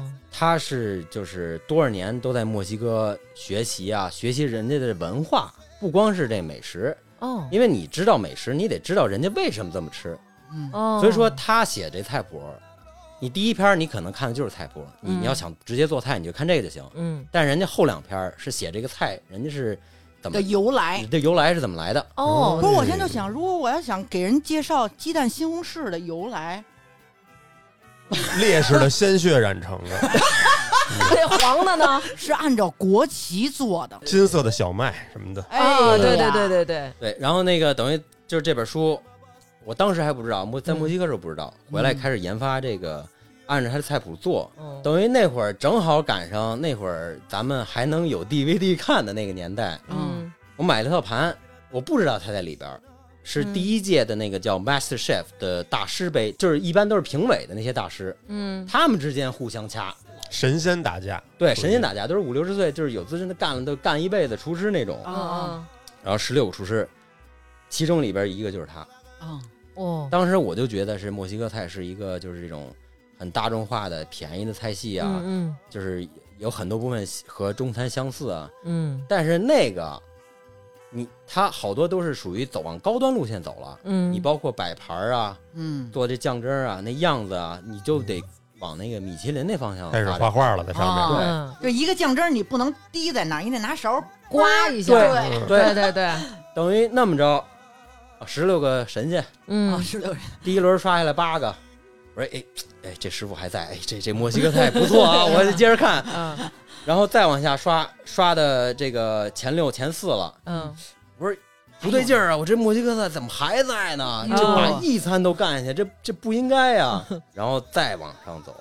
[SPEAKER 1] 嗯
[SPEAKER 3] 他是就是多少年都在墨西哥学习啊，学习人家的文化，不光是这美食，
[SPEAKER 1] 哦
[SPEAKER 3] 因为你知道美食，你得知道人家为什么这么吃，
[SPEAKER 5] 嗯
[SPEAKER 1] 哦，
[SPEAKER 3] 所以说他写这菜谱。你第一篇儿你可能看的就是菜谱，你你要
[SPEAKER 1] 嗯
[SPEAKER 3] 想直接做菜，你就看这个就行。
[SPEAKER 1] 嗯
[SPEAKER 3] 但人家后两篇儿是写这个菜，人家是怎么
[SPEAKER 5] 的由来。
[SPEAKER 3] 这由来是怎么来的？
[SPEAKER 1] 哦
[SPEAKER 5] 不是，我现在就想，如果我要想给人介绍鸡蛋西红柿的由来，
[SPEAKER 2] 烈士的鲜血染成的，
[SPEAKER 1] 那黄 的呢？哎
[SPEAKER 5] 是按照国旗做的。
[SPEAKER 2] 金色的小麦什么的。
[SPEAKER 5] 哎呀，
[SPEAKER 1] 哦，对对对对对，
[SPEAKER 3] 对，然后那个等于就是这本书，我当时还不知道，墨在墨西哥时候不知道，
[SPEAKER 5] 嗯
[SPEAKER 3] 回来开始研发这个，按照他的菜谱做。
[SPEAKER 1] 嗯
[SPEAKER 3] 等于那会儿正好赶上那会儿咱们还能有 DVD 看的那个年代，
[SPEAKER 1] 嗯
[SPEAKER 3] 我买了套盘，我不知道它在里边儿是
[SPEAKER 1] 嗯
[SPEAKER 3] 第一届的那个叫 Master Chef 的大师杯，就是一般都是评委的那些大师，
[SPEAKER 1] 嗯，
[SPEAKER 3] 他们之间互相掐，
[SPEAKER 2] 神仙打架，
[SPEAKER 3] 对，神仙打架都是五六十岁，就是有资深的干了都干一辈子厨师那种，
[SPEAKER 1] 哦嗯
[SPEAKER 5] 哦
[SPEAKER 4] 啊
[SPEAKER 3] 然后十六个厨师，其中里边一个就是他。
[SPEAKER 4] 啊，
[SPEAKER 1] 哦，
[SPEAKER 3] 当时我就觉得是墨西哥菜是一个就是这种很大众化的便宜的菜系啊，
[SPEAKER 1] 嗯
[SPEAKER 3] 就是有很多部分和中餐相似啊，
[SPEAKER 1] 嗯
[SPEAKER 3] 但是那个你它好多都是属于走往高端路线走了，
[SPEAKER 1] 嗯，
[SPEAKER 3] 你包括摆盘儿啊，
[SPEAKER 4] 嗯，
[SPEAKER 3] 做这酱汁儿啊，那样子啊，你就得往那个米其林那方向
[SPEAKER 2] 嗯开始
[SPEAKER 3] 发展
[SPEAKER 2] 画画了，在上面。
[SPEAKER 4] 啊
[SPEAKER 1] 嗯
[SPEAKER 5] 就一个酱汁儿你不能滴在那儿，你得拿勺
[SPEAKER 1] 刮一下，
[SPEAKER 5] 对
[SPEAKER 2] 嗯
[SPEAKER 1] 对对对，
[SPEAKER 3] 等于那么着，十六个神仙，
[SPEAKER 1] 嗯
[SPEAKER 5] 啊是的，
[SPEAKER 3] 第一轮刷下来八个，我说哎哎，这师傅还在，哎这这墨西哥菜不 错啊，我得接着看，
[SPEAKER 1] 嗯
[SPEAKER 3] 然后再往下刷，刷的这个前六前四了，
[SPEAKER 1] 嗯，
[SPEAKER 3] 不对劲儿啊！我这墨西哥菜怎么还在呢？
[SPEAKER 1] 嗯
[SPEAKER 3] 这把一餐都干下，这这不应该呀、 然后再往上走，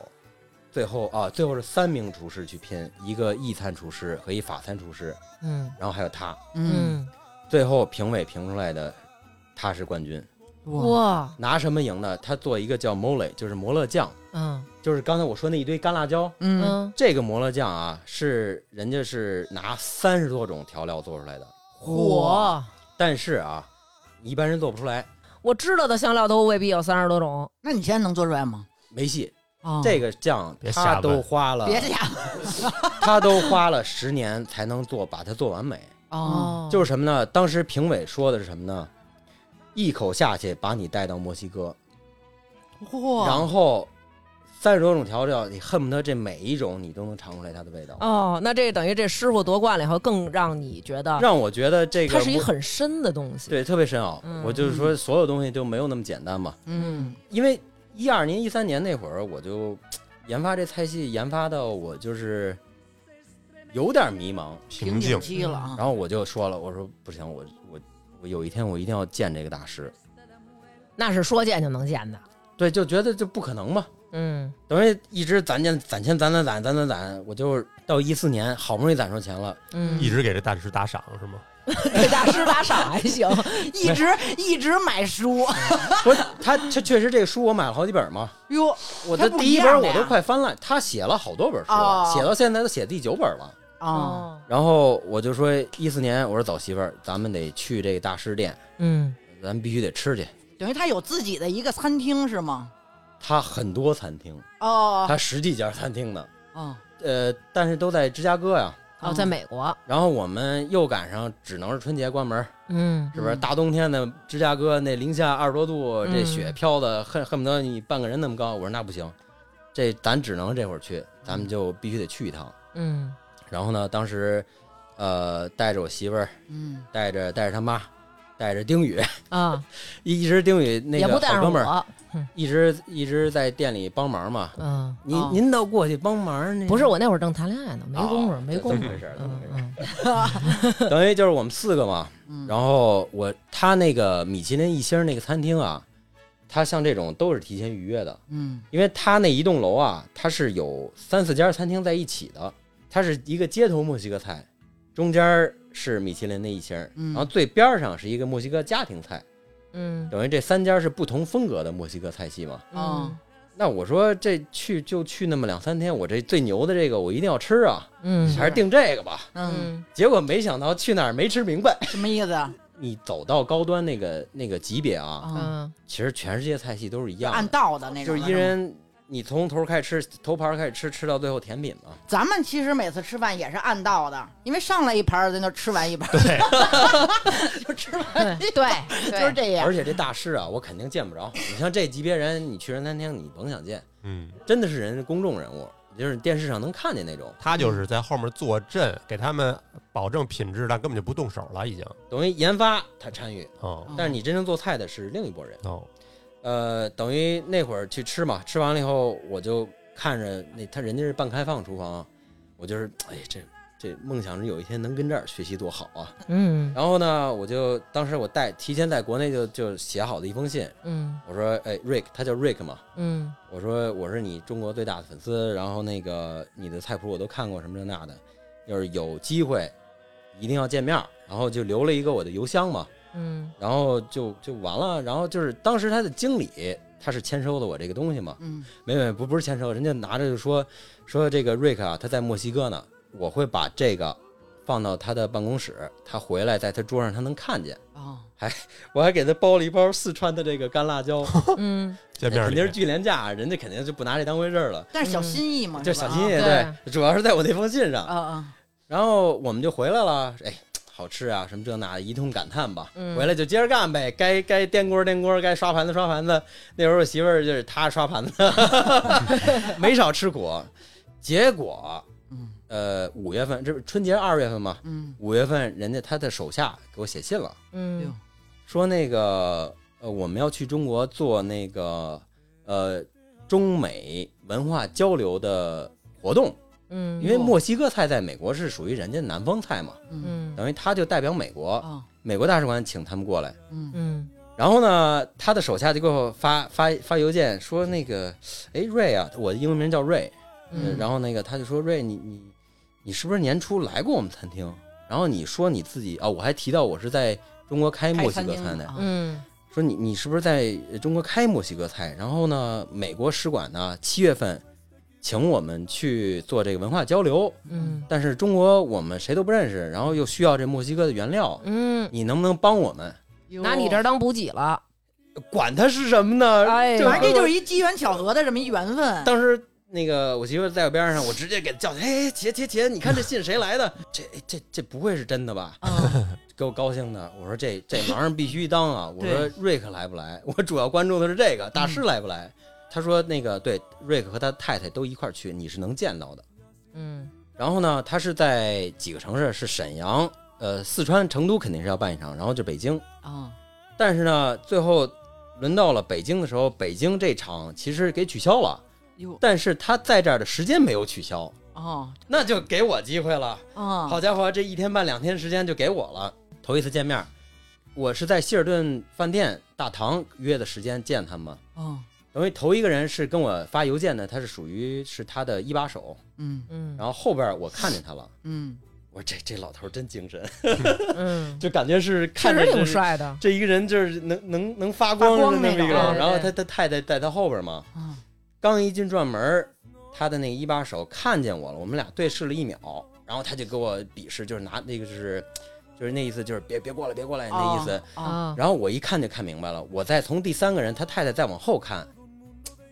[SPEAKER 3] 最后啊，最后是三名厨师去拼，一个意餐厨师和一法餐厨师，
[SPEAKER 1] 嗯
[SPEAKER 3] 然后还有他，
[SPEAKER 4] 嗯，
[SPEAKER 1] 嗯，
[SPEAKER 3] 最后评委评出来的他是冠军，
[SPEAKER 4] 哇，
[SPEAKER 1] 哇，
[SPEAKER 3] 拿什么赢呢？他做一个叫 mole，就是摩勒酱，
[SPEAKER 1] 嗯
[SPEAKER 3] 就是刚才我说那一堆干辣椒。
[SPEAKER 4] 嗯，
[SPEAKER 1] 嗯，
[SPEAKER 3] 这个摩勒酱啊，是人家是拿三十多种调料做出来的，
[SPEAKER 1] 火，
[SPEAKER 3] 但是啊，一般人做不出来，
[SPEAKER 1] 我知道的香料都未必有三十多种，
[SPEAKER 5] 那你现在能做出来吗？
[SPEAKER 3] 没戏。
[SPEAKER 1] 嗯
[SPEAKER 5] 啊
[SPEAKER 3] 这个酱
[SPEAKER 2] 别瞎
[SPEAKER 3] 他
[SPEAKER 2] 问
[SPEAKER 3] 都花了，
[SPEAKER 5] 别这样
[SPEAKER 3] 他都花了十年才能做，把它做完美。
[SPEAKER 5] 哦，
[SPEAKER 1] 嗯
[SPEAKER 3] 就是是什么呢？当时评委说的是什么呢？一口下去把你带到墨西哥，
[SPEAKER 5] 嚯，
[SPEAKER 3] 然后三十多种调料，你恨不得这每一种你都能尝出来它的味道，
[SPEAKER 1] 哦，那这等于这师傅夺冠了以后，更让你觉得
[SPEAKER 3] 让我觉得这个
[SPEAKER 1] 它是一
[SPEAKER 3] 我
[SPEAKER 1] 很深的东西，
[SPEAKER 3] 对特别深奥。
[SPEAKER 1] 嗯
[SPEAKER 3] 我就是说，所有东西就没有那么简单嘛。
[SPEAKER 1] 嗯
[SPEAKER 3] 因为一二年、一三年那会儿，我就研发这菜系，研发到我就是有点迷茫。
[SPEAKER 2] 平静
[SPEAKER 5] 期了啊，
[SPEAKER 3] 然后我就说了，我说不行，我我我有一天我一定要见这个大师。
[SPEAKER 1] 那是说见就能见的，
[SPEAKER 3] 对，就觉得这不可能嘛，
[SPEAKER 1] 嗯
[SPEAKER 3] 等于一直攒钱攒钱攒攒攒攒攒攒，我就到一四年好不容易攒出钱 了，
[SPEAKER 1] 嗯，
[SPEAKER 2] 一直给这大师打赏是吗？
[SPEAKER 1] 给大师打赏还行，
[SPEAKER 5] 一直一直买书，
[SPEAKER 3] 不是他他确实这个书我买了好几本嘛，
[SPEAKER 5] 哟
[SPEAKER 3] 我
[SPEAKER 5] 他
[SPEAKER 3] 的
[SPEAKER 5] 不
[SPEAKER 3] 第
[SPEAKER 5] 一
[SPEAKER 3] 一
[SPEAKER 5] 样
[SPEAKER 3] 本
[SPEAKER 5] 的呀
[SPEAKER 3] 我都快翻烂，他写了好多本书，啊
[SPEAKER 5] 哦
[SPEAKER 3] 写到现在都写第九本了。
[SPEAKER 1] 哦
[SPEAKER 5] 啊，
[SPEAKER 1] 嗯
[SPEAKER 3] 然后我就说一四年，我说走媳妇儿，咱们得去这个大师店，
[SPEAKER 1] 嗯
[SPEAKER 3] 咱们必须得吃去。
[SPEAKER 5] 等于他有自己的一个餐厅是吗？
[SPEAKER 3] 他很多餐厅，
[SPEAKER 5] 哦
[SPEAKER 3] 他十几家餐厅呢，
[SPEAKER 5] 哦
[SPEAKER 3] 呃，但是都在芝加哥呀。
[SPEAKER 1] 哦，在美国，
[SPEAKER 3] 然后我们又赶上只能是春节关门，
[SPEAKER 1] 嗯
[SPEAKER 3] 是不是？
[SPEAKER 5] 嗯
[SPEAKER 3] 大冬天的芝加哥那零下二十多度，
[SPEAKER 1] 嗯
[SPEAKER 3] 这雪飘的恨恨不得你半个人那么高。我说那不行，这咱只能这会儿去，咱们就必须得去一趟。
[SPEAKER 1] 嗯
[SPEAKER 3] 然后呢，当时呃带着我媳妇儿，
[SPEAKER 5] 嗯
[SPEAKER 3] 带着带着他妈，带着丁宇，
[SPEAKER 1] 啊，
[SPEAKER 3] 一一直丁宇那
[SPEAKER 1] 也不
[SPEAKER 3] 个
[SPEAKER 1] 带
[SPEAKER 3] 好
[SPEAKER 1] 上
[SPEAKER 3] 哥们儿，
[SPEAKER 1] 我，
[SPEAKER 3] 一直一直在店里帮忙嘛。
[SPEAKER 1] 嗯，
[SPEAKER 3] 您、
[SPEAKER 5] 哦
[SPEAKER 3] 您都过去帮忙呢？
[SPEAKER 1] 不是我那会儿正谈恋爱呢，没工夫
[SPEAKER 3] 哦
[SPEAKER 1] 没
[SPEAKER 3] 这
[SPEAKER 1] 工夫
[SPEAKER 3] 这么，回事儿这么
[SPEAKER 1] 嗯
[SPEAKER 3] 回事儿
[SPEAKER 1] 嗯
[SPEAKER 3] 等于就是我们四个嘛。
[SPEAKER 5] 嗯，
[SPEAKER 3] 然后我他那个米其林一星那个餐厅啊，他像这种都是提前预约的，
[SPEAKER 5] 嗯
[SPEAKER 3] 因为他那一栋楼啊，它是有三四家餐厅在一起的，它是一个街头墨西哥菜，中间是米其林的一星，
[SPEAKER 5] 嗯
[SPEAKER 3] 然后最边上是一个墨西哥家庭菜，
[SPEAKER 1] 嗯
[SPEAKER 3] 等于这三家是不同风格的墨西哥菜系嘛。
[SPEAKER 1] 嗯
[SPEAKER 3] 那我说这去就去那么两三天，我这最牛的这个我一定要吃啊，
[SPEAKER 1] 嗯
[SPEAKER 3] 还是定这个吧。
[SPEAKER 5] 嗯，
[SPEAKER 1] 嗯
[SPEAKER 3] 结果没想到去哪儿没吃明白，
[SPEAKER 5] 什么 意思啊？
[SPEAKER 3] 你走到高端那个那个级别啊，
[SPEAKER 5] 嗯
[SPEAKER 1] 嗯
[SPEAKER 3] 其实全世界菜系都是一样
[SPEAKER 5] 按
[SPEAKER 3] 的，
[SPEAKER 5] 道的那
[SPEAKER 3] 就
[SPEAKER 5] 种
[SPEAKER 3] 是
[SPEAKER 5] 的，
[SPEAKER 3] 一人你从头开始吃，头盘开始吃，吃到最后甜品嘛。
[SPEAKER 5] 咱们其实每次吃饭也是按道的，因为上来一盘儿，咱就吃完一盘儿，
[SPEAKER 2] 对，
[SPEAKER 5] 就吃完，
[SPEAKER 1] 嗯 对 对，
[SPEAKER 5] 就是这样
[SPEAKER 3] 嗯而。且这大师啊，我肯定见不着。你像这级别人，你去人餐厅你甭想见，
[SPEAKER 2] 嗯，
[SPEAKER 3] 真的是人家公众人物，就是电视上能看见那种，
[SPEAKER 2] 他就是在后面坐镇，给他们保证品质，但根本就不动手了，已经。
[SPEAKER 3] 等于研发他参与，
[SPEAKER 2] 哦
[SPEAKER 3] 但是你真正做菜的是另一拨人。
[SPEAKER 2] 哦，
[SPEAKER 3] 呃，等于那会儿去吃嘛，吃完了以后我就看着那他人家是半开放厨房，啊我就是哎这这梦想着有一天能跟这儿学习多好啊。
[SPEAKER 1] 嗯
[SPEAKER 3] 然后呢，我就当时我带提前在国内就就写好的一封信，
[SPEAKER 1] 嗯
[SPEAKER 3] 我说，哎，Rick，他叫 Rick 嘛，
[SPEAKER 1] 嗯
[SPEAKER 3] 我说我是你中国最大的粉丝，然后那个你的菜谱我都看过什么这那的，要是有机会一定要见面儿，然后就留了一个我的邮箱嘛，
[SPEAKER 1] 嗯嗯
[SPEAKER 3] 然后就就完了。然后就是当时他的经理他是签收的我这个东西嘛，
[SPEAKER 4] 嗯，
[SPEAKER 3] 没没不不是签收，人家拿着就说说这个瑞克啊，他在墨西哥呢，我会把这个放到他的办公室，他回来在他桌上他能看见。
[SPEAKER 4] 哦，
[SPEAKER 3] 我还给他包了一包四川的这个干 辣椒，
[SPEAKER 1] 嗯，
[SPEAKER 2] 见面
[SPEAKER 3] 肯定是
[SPEAKER 2] 礼，
[SPEAKER 3] 巨廉价，人家肯定就不拿这当回事儿了，
[SPEAKER 4] 哦但是小心翼翼嘛，
[SPEAKER 3] 就是
[SPEAKER 4] 吧
[SPEAKER 3] 小心翼翼。
[SPEAKER 1] 对
[SPEAKER 3] 对，主要是在我那封信
[SPEAKER 4] 啊
[SPEAKER 3] 上。
[SPEAKER 5] 嗯
[SPEAKER 4] 啊
[SPEAKER 3] 然后我们就回来了，哎，好吃啊，什么这那的，一通感叹吧。
[SPEAKER 1] 嗯
[SPEAKER 3] 回来就接着干呗，该该颠锅颠锅，该刷盘子刷盘子。那时候我媳妇儿就是她刷盘子，没少吃苦。结果，
[SPEAKER 4] 嗯
[SPEAKER 3] 呃，五月份这不是春节二月份嘛，
[SPEAKER 4] 嗯
[SPEAKER 3] 五月份人家他的手下给我写信了，
[SPEAKER 1] 嗯
[SPEAKER 3] 说那个呃我们要去中国做那个呃中美文化交流的活动，
[SPEAKER 1] 嗯，
[SPEAKER 3] 因为墨西哥菜在美国是属于人家南方菜嘛，
[SPEAKER 4] 嗯
[SPEAKER 1] 嗯
[SPEAKER 3] 等于他就代表美国，
[SPEAKER 4] 哦
[SPEAKER 3] 美国大使馆请他们过来。
[SPEAKER 4] 嗯
[SPEAKER 1] 嗯
[SPEAKER 3] 然后呢，他的手下就给我发发发邮件说那个，哎瑞啊，我的英文名叫瑞，呃
[SPEAKER 1] 嗯，
[SPEAKER 3] 然后那个他就说瑞，你你你是不是年初来过我们餐厅？然后你说你自己啊，我还提到我是在中国开墨西哥
[SPEAKER 4] 开
[SPEAKER 3] 餐
[SPEAKER 4] 餐
[SPEAKER 3] 的
[SPEAKER 4] 厅，
[SPEAKER 1] 嗯
[SPEAKER 3] 说你你是不是在中国开墨西哥菜？然后呢，美国使馆呢七月份请我们去做这个文化交流，
[SPEAKER 1] 嗯
[SPEAKER 3] 但是中国我们谁都不认识，然后又需要这墨西哥的原料，
[SPEAKER 1] 嗯，
[SPEAKER 3] 你能不能帮我们？
[SPEAKER 4] 哟
[SPEAKER 1] 拿你这儿当补给了，
[SPEAKER 3] 管它是什么呢？
[SPEAKER 1] 哎呀
[SPEAKER 4] 反正这就是一机缘巧合的这么一缘分。
[SPEAKER 3] 当时那个我媳妇在我边上，我直接给她叫起来，哎，姐姐姐，你看这信谁来的？这哎这这不会是真的吧？
[SPEAKER 4] 嗯
[SPEAKER 3] 给我高兴的，我说这这忙上必须当啊！我
[SPEAKER 4] 对
[SPEAKER 3] 说瑞克来不来？ 我主要关注的是这个大师来不来？他说那个对，瑞克和他太太都一块儿去，你是能见到的。
[SPEAKER 1] 嗯
[SPEAKER 3] 然后呢，他是在几个城市，是沈阳、呃四川、成都肯定是要办一场，然后就北京。
[SPEAKER 4] 啊
[SPEAKER 3] 但是呢，最后轮到了北京的时候，北京这场其实给取消了，
[SPEAKER 4] 哟
[SPEAKER 3] 但是他在这儿的时间没有取消，
[SPEAKER 4] 哦
[SPEAKER 3] 那就给我机会了。
[SPEAKER 4] 啊
[SPEAKER 3] 好家伙，这一天半两天时间就给我了。头一次见面，我是在希尔顿饭店大堂约的时间见他们。
[SPEAKER 4] 哦
[SPEAKER 3] 等于头一个人是跟我发邮件的，他是属于是他的一把手，
[SPEAKER 4] 嗯
[SPEAKER 1] 嗯，
[SPEAKER 3] 然后后边我看见他了，
[SPEAKER 4] 嗯
[SPEAKER 3] 我说这这老头真精神，
[SPEAKER 1] 嗯，
[SPEAKER 3] 就感觉是
[SPEAKER 1] 确
[SPEAKER 3] 看着
[SPEAKER 1] 实挺
[SPEAKER 3] 是
[SPEAKER 1] 帅的，
[SPEAKER 3] 这一个人就是能能能发
[SPEAKER 4] 发
[SPEAKER 3] 光
[SPEAKER 4] 光
[SPEAKER 3] 的那么一
[SPEAKER 4] 那
[SPEAKER 3] 个
[SPEAKER 4] 个
[SPEAKER 3] 人，
[SPEAKER 1] 对
[SPEAKER 3] 然后他
[SPEAKER 1] 对
[SPEAKER 3] 他太太在他后边嘛，
[SPEAKER 4] 啊
[SPEAKER 3] 刚一进转门儿，他的那个一把手看见我了，我们俩对视了一秒，然后他就给我鄙视，就是拿那个就是就是那意思就是别别过来别过来那意思。
[SPEAKER 4] 啊
[SPEAKER 1] 啊，
[SPEAKER 3] 然后我一看就看明白了，我再从第三个人他太太再往后看，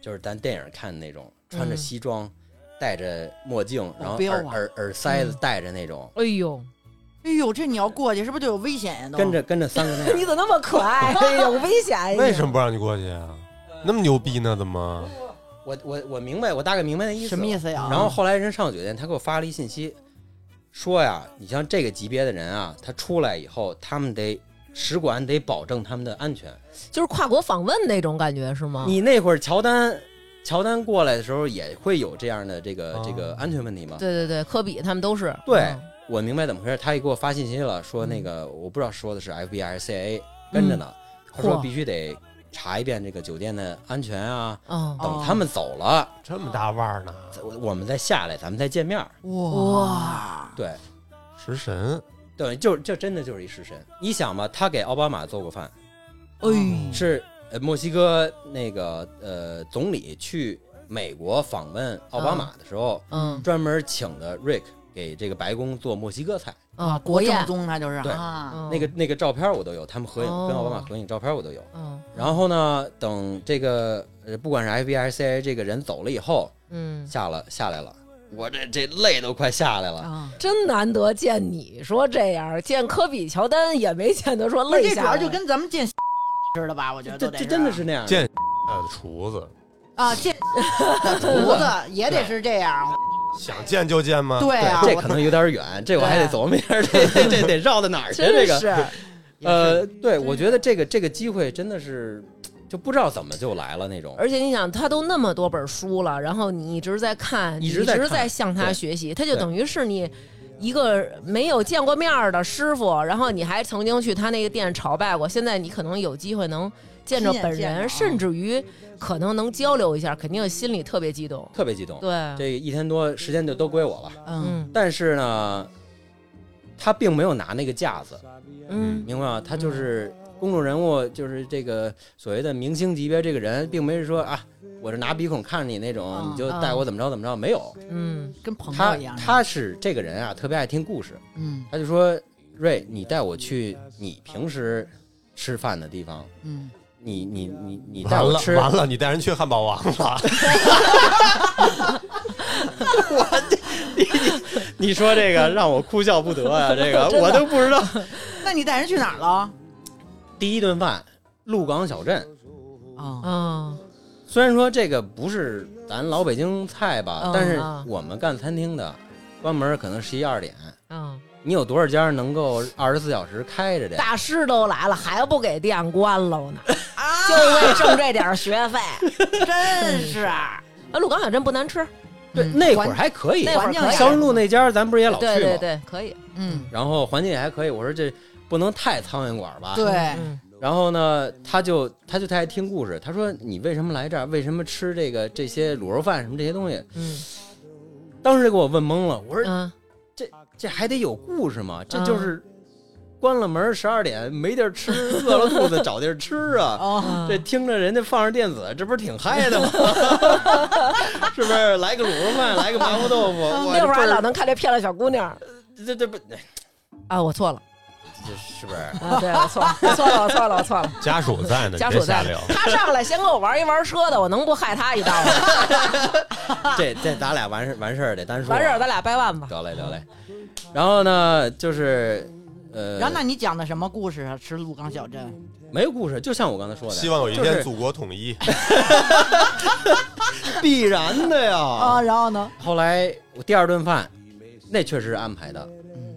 [SPEAKER 3] 就是咱电影看的那种，穿着
[SPEAKER 1] 嗯
[SPEAKER 3] 西装，戴着墨镜，然后
[SPEAKER 4] 标
[SPEAKER 3] 耳
[SPEAKER 4] 啊
[SPEAKER 3] 耳耳塞子
[SPEAKER 1] 嗯
[SPEAKER 3] 戴着那种，
[SPEAKER 1] 哎呦，
[SPEAKER 4] 哎呦，这你要过去是不是就有危险呀？都
[SPEAKER 3] 跟着跟着三个那 样。
[SPEAKER 1] 你怎么那么可爱？哎呦，危 险！
[SPEAKER 2] 为什么不让你过去啊？那么牛逼呢？怎么？
[SPEAKER 3] 我我我明白，我大概明白那意思。
[SPEAKER 4] 什么意？思
[SPEAKER 1] 啊
[SPEAKER 4] 呀？
[SPEAKER 3] 然后后来人上酒店，他给我发了一信息，说呀，你像这个级别的人啊，他出来以后，他们得使馆得保证他们的安全。
[SPEAKER 1] 就是跨国访问那种感觉是吗？
[SPEAKER 3] 你那会儿乔丹，乔丹过来的时候也会有这样的这个、这个
[SPEAKER 2] 哦
[SPEAKER 3] 安全问题吗？
[SPEAKER 1] 啊对对对，科比他们都是
[SPEAKER 3] 对
[SPEAKER 1] 嗯
[SPEAKER 3] 我明白怎么回事，他也给我发信息了，说那个、我不知道说的是 FBI 还是 CIA 跟着呢，他说
[SPEAKER 1] 嗯嚯
[SPEAKER 3] 必须得查一遍这个酒店的安全啊，
[SPEAKER 1] 哦，
[SPEAKER 3] 等他们走了，
[SPEAKER 2] 这么大腕儿呢？
[SPEAKER 3] 我我们再下来，咱们再见面儿。
[SPEAKER 4] 哇，
[SPEAKER 3] 对，
[SPEAKER 2] 食神，
[SPEAKER 3] 对，就就真的就是一食神。你想吧，他给奥巴马做过饭，
[SPEAKER 1] 嗯
[SPEAKER 4] 哎，
[SPEAKER 3] 是呃墨西哥那个呃总理去美国访问奥巴马的时候，
[SPEAKER 1] 嗯
[SPEAKER 3] 专门请的 Rick 给这个白宫做墨西哥菜。
[SPEAKER 1] 啊，国
[SPEAKER 4] 国
[SPEAKER 1] 宴
[SPEAKER 4] 正，宗他就是
[SPEAKER 3] 对
[SPEAKER 4] 啊，
[SPEAKER 1] 嗯
[SPEAKER 3] 那个那个照片我都有，他们合影、
[SPEAKER 1] 哦
[SPEAKER 3] 跟奥巴马合影照片我都有。
[SPEAKER 1] 嗯
[SPEAKER 3] 然后呢，等这个呃不管是 FBI 还是 CIA 这个人走了以后，
[SPEAKER 1] 嗯，
[SPEAKER 3] 下了下来了，我这这泪都快下来了。
[SPEAKER 4] 啊，
[SPEAKER 1] 真难得见你说这样，见科比、乔丹也没见他说
[SPEAKER 4] 不是
[SPEAKER 1] 泪
[SPEAKER 4] 这主
[SPEAKER 1] 下
[SPEAKER 4] 要
[SPEAKER 1] 来，
[SPEAKER 4] 就跟咱们见似的吧？我觉得
[SPEAKER 3] 这
[SPEAKER 4] 都得
[SPEAKER 3] 这真的是那样的，
[SPEAKER 2] 见爱的厨子，
[SPEAKER 4] 啊，见厨子也得是这样，
[SPEAKER 2] 想见就见吗？
[SPEAKER 4] 对啊，
[SPEAKER 3] 这
[SPEAKER 4] 我
[SPEAKER 3] 可能有点远，这我还得走没边儿，这这这得绕到哪儿去？
[SPEAKER 1] 真
[SPEAKER 3] 这个
[SPEAKER 1] 是
[SPEAKER 4] 也是
[SPEAKER 3] 呃，对，我觉得这个这个机会真的是就不知道怎么就来了那种。
[SPEAKER 1] 而且你想，他都那么多本书了，然后你一直在看，
[SPEAKER 3] 一
[SPEAKER 1] 你
[SPEAKER 3] 直在
[SPEAKER 1] 在
[SPEAKER 3] 看
[SPEAKER 1] 向他
[SPEAKER 3] 对
[SPEAKER 1] 学习，他就等于是你一个没有见过面儿的师傅，然后你还曾经去他那个店朝拜过，现在你可能有机会能见着
[SPEAKER 4] 亲眼
[SPEAKER 1] 本
[SPEAKER 4] 见着
[SPEAKER 1] 人，
[SPEAKER 4] 啊
[SPEAKER 1] 甚至于可能能交流一下，肯定心里特别激动。嗯
[SPEAKER 3] 特别激动，
[SPEAKER 1] 对，
[SPEAKER 3] 这一天多时间就都归我了。
[SPEAKER 4] 嗯
[SPEAKER 1] 嗯
[SPEAKER 3] 但是呢，他并没有拿那个架子，
[SPEAKER 1] 嗯
[SPEAKER 3] 明白吗？他就是公众人物，就是这个所谓的明星级别这个人，并没是说啊，我是拿鼻孔看着你那种，
[SPEAKER 4] 嗯
[SPEAKER 3] 你就带我怎么着怎么着，没有。
[SPEAKER 1] 嗯
[SPEAKER 4] 跟朋
[SPEAKER 3] 他
[SPEAKER 4] 友一样。
[SPEAKER 3] 他是这个人啊，特别爱听故事，
[SPEAKER 4] 嗯
[SPEAKER 3] 他就说瑞，你带我去你平时吃饭的地方，
[SPEAKER 4] 嗯，
[SPEAKER 3] 你你你你带
[SPEAKER 2] 完
[SPEAKER 3] 我
[SPEAKER 2] 了
[SPEAKER 3] 吃，
[SPEAKER 2] 完了，你带人去汉堡王了，
[SPEAKER 3] 你说这个让我哭笑不得呀、这个我都不知道。
[SPEAKER 5] 那你带人去哪儿了？
[SPEAKER 3] 第一顿饭，鹿港小镇，
[SPEAKER 4] 啊，
[SPEAKER 1] 啊
[SPEAKER 3] 虽然说这个不是咱老北京菜吧，
[SPEAKER 1] 嗯
[SPEAKER 3] 但是
[SPEAKER 1] 啊
[SPEAKER 3] 我们干餐厅的，关门可能十一二点。
[SPEAKER 1] 啊！
[SPEAKER 3] 你有多少家能够二十四小时开着这？
[SPEAKER 1] 大师都来了，还不给店关喽 呢？就为挣这点儿学费。
[SPEAKER 5] 真是，
[SPEAKER 1] 啊，鹿港小镇不难吃，
[SPEAKER 3] 对，
[SPEAKER 1] 嗯
[SPEAKER 3] 那会儿还可以
[SPEAKER 1] 那。会儿
[SPEAKER 5] 环境
[SPEAKER 1] 可以
[SPEAKER 3] 肖申路那家咱不是也老去吗？
[SPEAKER 1] 对对对，可以。
[SPEAKER 4] 嗯
[SPEAKER 3] 然后环境也还可以。我说这不能太苍蝇馆吧？。
[SPEAKER 4] 对，
[SPEAKER 1] 嗯
[SPEAKER 3] 然后呢，他就他就他爱听故事。他说你为什么来这儿？为什么吃这个这些卤肉饭什么这些东西？
[SPEAKER 1] 嗯
[SPEAKER 3] 当时就给我问懵了。我说
[SPEAKER 1] 嗯，
[SPEAKER 3] 这还得有故事吗？这
[SPEAKER 1] 嗯
[SPEAKER 3] 就是关了门十二点没地儿吃，饿了肚子找地儿吃啊。
[SPEAKER 1] 嗯
[SPEAKER 4] 哦，
[SPEAKER 3] 这听着人家放着电子，这不是挺嗨的吗？ 是不是？来个卤肉饭，来个麻婆豆腐，我
[SPEAKER 1] 嗯那会儿还
[SPEAKER 3] 这
[SPEAKER 1] 老能看这漂亮小姑娘
[SPEAKER 3] 这这不这
[SPEAKER 1] 啊！我错了
[SPEAKER 3] 是不是？
[SPEAKER 1] 啊，对我错了，我错了，我错了，我错 了。
[SPEAKER 2] 家属在呢，
[SPEAKER 1] 家
[SPEAKER 2] 你
[SPEAKER 1] 属
[SPEAKER 2] 别
[SPEAKER 1] 在
[SPEAKER 2] 瞎
[SPEAKER 1] 呢
[SPEAKER 2] 聊。
[SPEAKER 1] 他上来先跟我玩一玩车的，我能不害他一刀啊吗？
[SPEAKER 3] 这这咱俩完事完事儿得单说啊
[SPEAKER 1] 完事儿咱俩掰腕吧。
[SPEAKER 3] 得嘞得嘞。然后呢，就是呃，
[SPEAKER 5] 然后那你讲的什么故事啊？吃鹿港小镇，
[SPEAKER 3] 没有故事，就像我刚才说的，
[SPEAKER 2] 希望有一
[SPEAKER 3] 就
[SPEAKER 2] 天
[SPEAKER 3] 是
[SPEAKER 2] 祖国统一。
[SPEAKER 3] 必然的呀。
[SPEAKER 1] 哦
[SPEAKER 5] 啊，然后呢？
[SPEAKER 3] 后来我第二顿饭，那确实是安排的，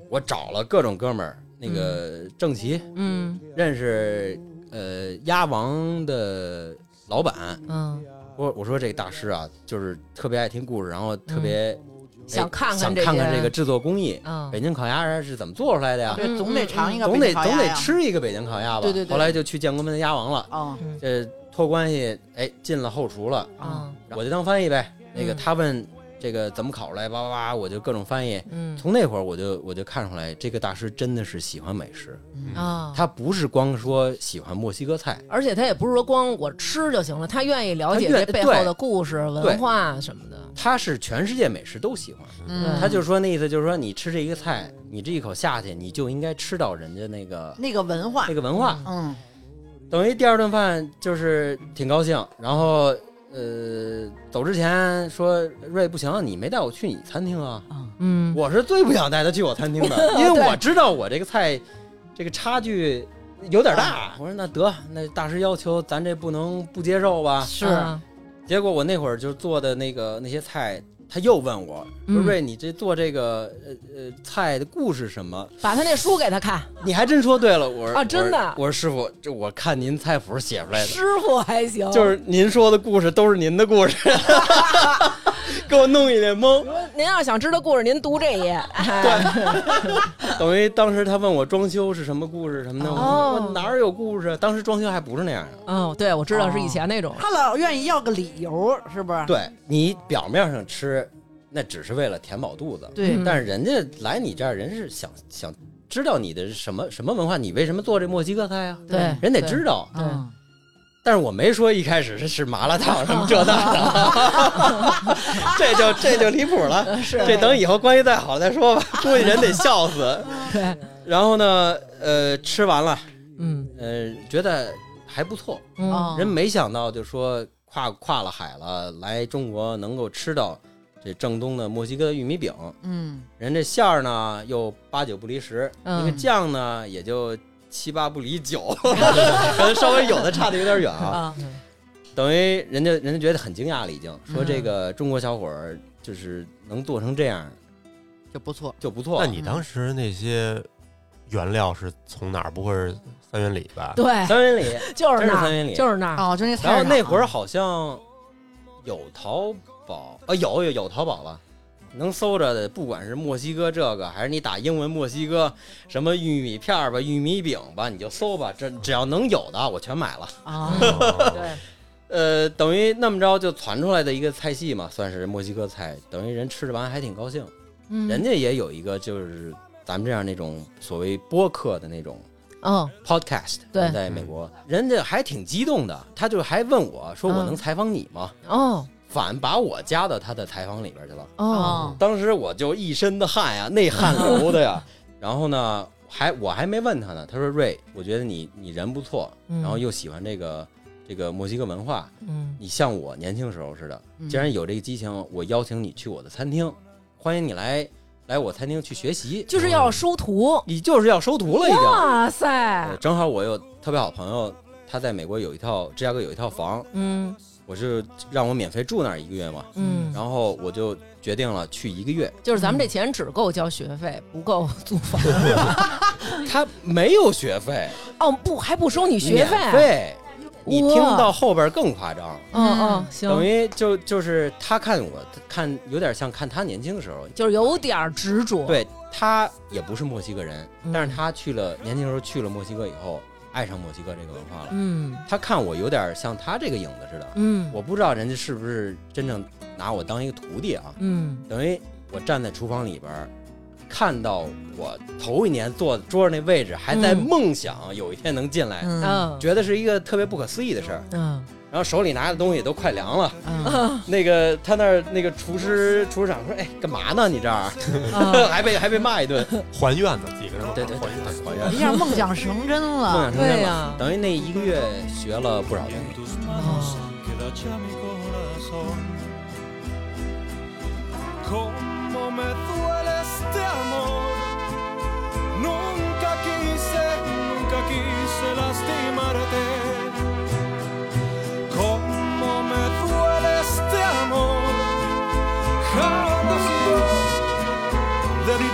[SPEAKER 3] 我找了各种哥们儿，那个郑奇
[SPEAKER 1] 嗯
[SPEAKER 3] 认识呃鸭王的老板，
[SPEAKER 1] 嗯，
[SPEAKER 3] 我我说这个大师啊，就是特别爱听故事，然后特别、哎
[SPEAKER 1] 嗯想看看
[SPEAKER 3] 想
[SPEAKER 1] 这
[SPEAKER 3] 看
[SPEAKER 1] 些
[SPEAKER 3] 看这个哎制作工艺，
[SPEAKER 1] 嗯
[SPEAKER 3] 北京烤鸭人是怎么做出来的呀？
[SPEAKER 1] 嗯
[SPEAKER 5] 对，总得尝一个
[SPEAKER 3] 总
[SPEAKER 5] 北
[SPEAKER 3] 得
[SPEAKER 5] 京烤鸭
[SPEAKER 3] 总得
[SPEAKER 5] 呀
[SPEAKER 3] 吃一个北京烤鸭吧。
[SPEAKER 5] 对对对
[SPEAKER 3] 后来就去建国门的鸭王了，
[SPEAKER 5] 啊
[SPEAKER 3] 这托关系哎进了后厨了，
[SPEAKER 1] 啊
[SPEAKER 3] 我就当翻译呗。那个
[SPEAKER 1] 嗯
[SPEAKER 3] 他问这个怎么烤出来，叭叭叭，我就各种翻译。
[SPEAKER 1] 嗯
[SPEAKER 3] 从那会儿我就我就看出来，这个大师真的是喜欢美食，
[SPEAKER 1] 啊，
[SPEAKER 3] 他不是光说喜欢墨西哥菜，
[SPEAKER 1] 而且他也不是说光我吃就行了，他愿意了解
[SPEAKER 3] 他愿
[SPEAKER 1] 这背后的故事、文化什么的。
[SPEAKER 3] 他是全世界美食都喜欢。
[SPEAKER 1] 嗯
[SPEAKER 3] 他就说那意思就是说，你吃这一个菜，你这一口下去，你就应该吃到人家那个
[SPEAKER 5] 那个文化
[SPEAKER 3] 那，个文化。
[SPEAKER 5] 嗯，
[SPEAKER 3] 等于第二顿饭就是挺高兴，然后呃走之前说瑞不行，你没带我去你餐厅啊，
[SPEAKER 1] 嗯，
[SPEAKER 3] 我是最不想带他去我餐 厅的，因为我知道我这个菜这个差距有点大。啊我说那得，那大师要求咱这不能不接受吧？嗯
[SPEAKER 1] 啊
[SPEAKER 3] 结果我那会儿就做的那个那些菜，他又问我说
[SPEAKER 1] 嗯
[SPEAKER 3] 瑞，你这做这个呃呃菜的故事什么？
[SPEAKER 1] 把他那书给他看，
[SPEAKER 3] 你还真说对了，我说
[SPEAKER 1] 啊真的
[SPEAKER 3] 我说我说师傅，这我看您菜谱写出来的。
[SPEAKER 1] 师傅还行，
[SPEAKER 3] 就是您说的故事都是您的故 事，给我弄一脸懵。
[SPEAKER 1] 您要想知道故事，您读这页。
[SPEAKER 3] 等于当时他问我装修是什么故事什么的，我说
[SPEAKER 1] 哦
[SPEAKER 3] 我哪儿有故事啊？当时装修还不是那样啊的。
[SPEAKER 1] 哦，对，我知道是以前那种。
[SPEAKER 3] 哦
[SPEAKER 5] 他老愿意要个理由，是不是？
[SPEAKER 1] 嗯
[SPEAKER 3] 对你表面上吃，那只是为了填饱肚子，
[SPEAKER 5] 对
[SPEAKER 1] 嗯
[SPEAKER 3] 但是人家来你这儿，人是想想知道你的什么什么文化，你为什么做这墨西哥菜啊？
[SPEAKER 1] 对
[SPEAKER 3] 人得
[SPEAKER 1] 对
[SPEAKER 3] 知道。
[SPEAKER 1] 对
[SPEAKER 5] 嗯
[SPEAKER 3] 但是我没说一开始是是麻 辣烫什么这那的，这就这就离谱了。
[SPEAKER 1] 是
[SPEAKER 3] 这等以后关系再好再说吧，估计人得笑死。
[SPEAKER 1] 对，
[SPEAKER 3] 然后呢，呃，吃完了，
[SPEAKER 1] 嗯
[SPEAKER 3] 呃，觉得还不错。
[SPEAKER 1] 嗯
[SPEAKER 3] 人没想到就说跨跨了海了，来中国能够吃到这正宗的墨西哥玉米饼。
[SPEAKER 5] 嗯，
[SPEAKER 3] 人这馅儿呢又八九不离十，
[SPEAKER 1] 嗯
[SPEAKER 3] 那个酱呢也就七八不离九， 可能稍微有的差的有点远啊。
[SPEAKER 1] 啊，
[SPEAKER 3] 等于人家人家觉得很惊讶了，已经说
[SPEAKER 1] 嗯
[SPEAKER 3] 这个中国小伙儿就是能做成这样
[SPEAKER 5] 就不错。
[SPEAKER 3] 就不错
[SPEAKER 2] 那
[SPEAKER 3] 了。
[SPEAKER 2] 你当时那些原料是从哪儿？不会是三元里吧？
[SPEAKER 1] 对，
[SPEAKER 3] 三元里，
[SPEAKER 1] 就是
[SPEAKER 3] 真是
[SPEAKER 1] 那
[SPEAKER 3] 三元
[SPEAKER 1] 儿，
[SPEAKER 3] 里
[SPEAKER 1] 就是那儿。
[SPEAKER 5] 哦，就那菜
[SPEAKER 3] 然后那会
[SPEAKER 5] 儿
[SPEAKER 3] 儿 好像有淘宝啊，有有有淘宝了。能搜着的，不管是墨西哥这个，还是你打英文墨西哥什么玉米片儿吧、玉米饼吧，你就搜吧，这只要能有的，我全买了。
[SPEAKER 5] 啊，
[SPEAKER 2] 哦
[SPEAKER 1] 对，
[SPEAKER 3] 呃，等于那么着就传出来的一个菜系嘛，算是墨西哥菜。等于人吃着完还挺高兴，
[SPEAKER 1] 嗯
[SPEAKER 3] 人家也有一个就是咱们这样那种所谓播客的那种
[SPEAKER 1] 嗯
[SPEAKER 3] podcast，
[SPEAKER 1] 对
[SPEAKER 3] 在美国，人家还挺激动的，他就还问我说：“我
[SPEAKER 1] 嗯
[SPEAKER 3] 能采访你吗
[SPEAKER 1] 哦？”
[SPEAKER 3] 反把我加到他的采访里边去了。
[SPEAKER 1] 哦，
[SPEAKER 3] 当时我就一身的汗呀，那汗流 的呀。然后呢，还我还没问他呢，他说：“瑞，我觉得你你人不错，
[SPEAKER 1] 嗯
[SPEAKER 3] 然后又喜欢这个这个墨西哥文化，
[SPEAKER 1] 嗯
[SPEAKER 3] 你像我年轻时候似的，
[SPEAKER 5] 嗯
[SPEAKER 3] 既然有这个激情，我邀请你去我的餐厅，欢迎你来来我餐厅去学习。
[SPEAKER 1] 就是要收徒。
[SPEAKER 3] 你就是要收徒了，已经。呃
[SPEAKER 1] 哇塞
[SPEAKER 3] 对，正好我有特别好朋友，他在美国有一套芝加哥有一套房，
[SPEAKER 1] 嗯
[SPEAKER 3] 我是让我免费住那儿一个月嘛，
[SPEAKER 1] 嗯，
[SPEAKER 3] 然后我就决定了去一个月。
[SPEAKER 1] 就是咱们这钱只够交学费，不够 租房。
[SPEAKER 3] 他没有学费，
[SPEAKER 1] 哦，不还不收你学
[SPEAKER 3] 免
[SPEAKER 1] 费？
[SPEAKER 3] 费。你
[SPEAKER 1] 哇
[SPEAKER 3] 听到后边更夸张，
[SPEAKER 1] 嗯嗯，
[SPEAKER 3] 等
[SPEAKER 1] 行，
[SPEAKER 3] 于就就是他看我看有点像看他年轻时候，
[SPEAKER 1] 就是有点儿执着。，
[SPEAKER 3] 对他也不是墨西哥人，
[SPEAKER 1] 嗯
[SPEAKER 3] 但是他去了年轻时候去了墨西哥以后，爱上墨西哥这个文化了。
[SPEAKER 1] 嗯
[SPEAKER 3] 他看我有点像他这个影子似的，
[SPEAKER 1] 嗯，
[SPEAKER 3] 我不知道人家是不是真正拿我当一个徒弟啊，
[SPEAKER 1] 嗯
[SPEAKER 3] 等于我站在厨房里边儿，看到我头一年坐桌上那位置，还在
[SPEAKER 1] 嗯
[SPEAKER 3] 梦想有一天能进来，
[SPEAKER 5] 嗯
[SPEAKER 1] 嗯
[SPEAKER 3] 觉得是一个特别不可思议的事儿。
[SPEAKER 1] 嗯
[SPEAKER 3] 然后手里拿的东西都快凉了，
[SPEAKER 5] 嗯，
[SPEAKER 1] 啊
[SPEAKER 3] 那个他那儿那个厨师厨师长说：“哎，干嘛呢？你这儿
[SPEAKER 1] 嗯
[SPEAKER 3] 还被还被骂一顿。
[SPEAKER 2] 还愿呢，几个人
[SPEAKER 3] 对对对
[SPEAKER 2] 还愿，
[SPEAKER 3] 还
[SPEAKER 5] 一下梦想成真
[SPEAKER 3] 梦
[SPEAKER 5] 了
[SPEAKER 3] 想。成真
[SPEAKER 1] 啊对
[SPEAKER 3] 了，
[SPEAKER 1] 呀
[SPEAKER 3] 等于那一个月学了不少东西。
[SPEAKER 6] tus manos queda ya mi corazón. Cómo me duele este amor. Nunca quise, nunca quise lastimarte. Cómo me duele este amor. Jamás yo debí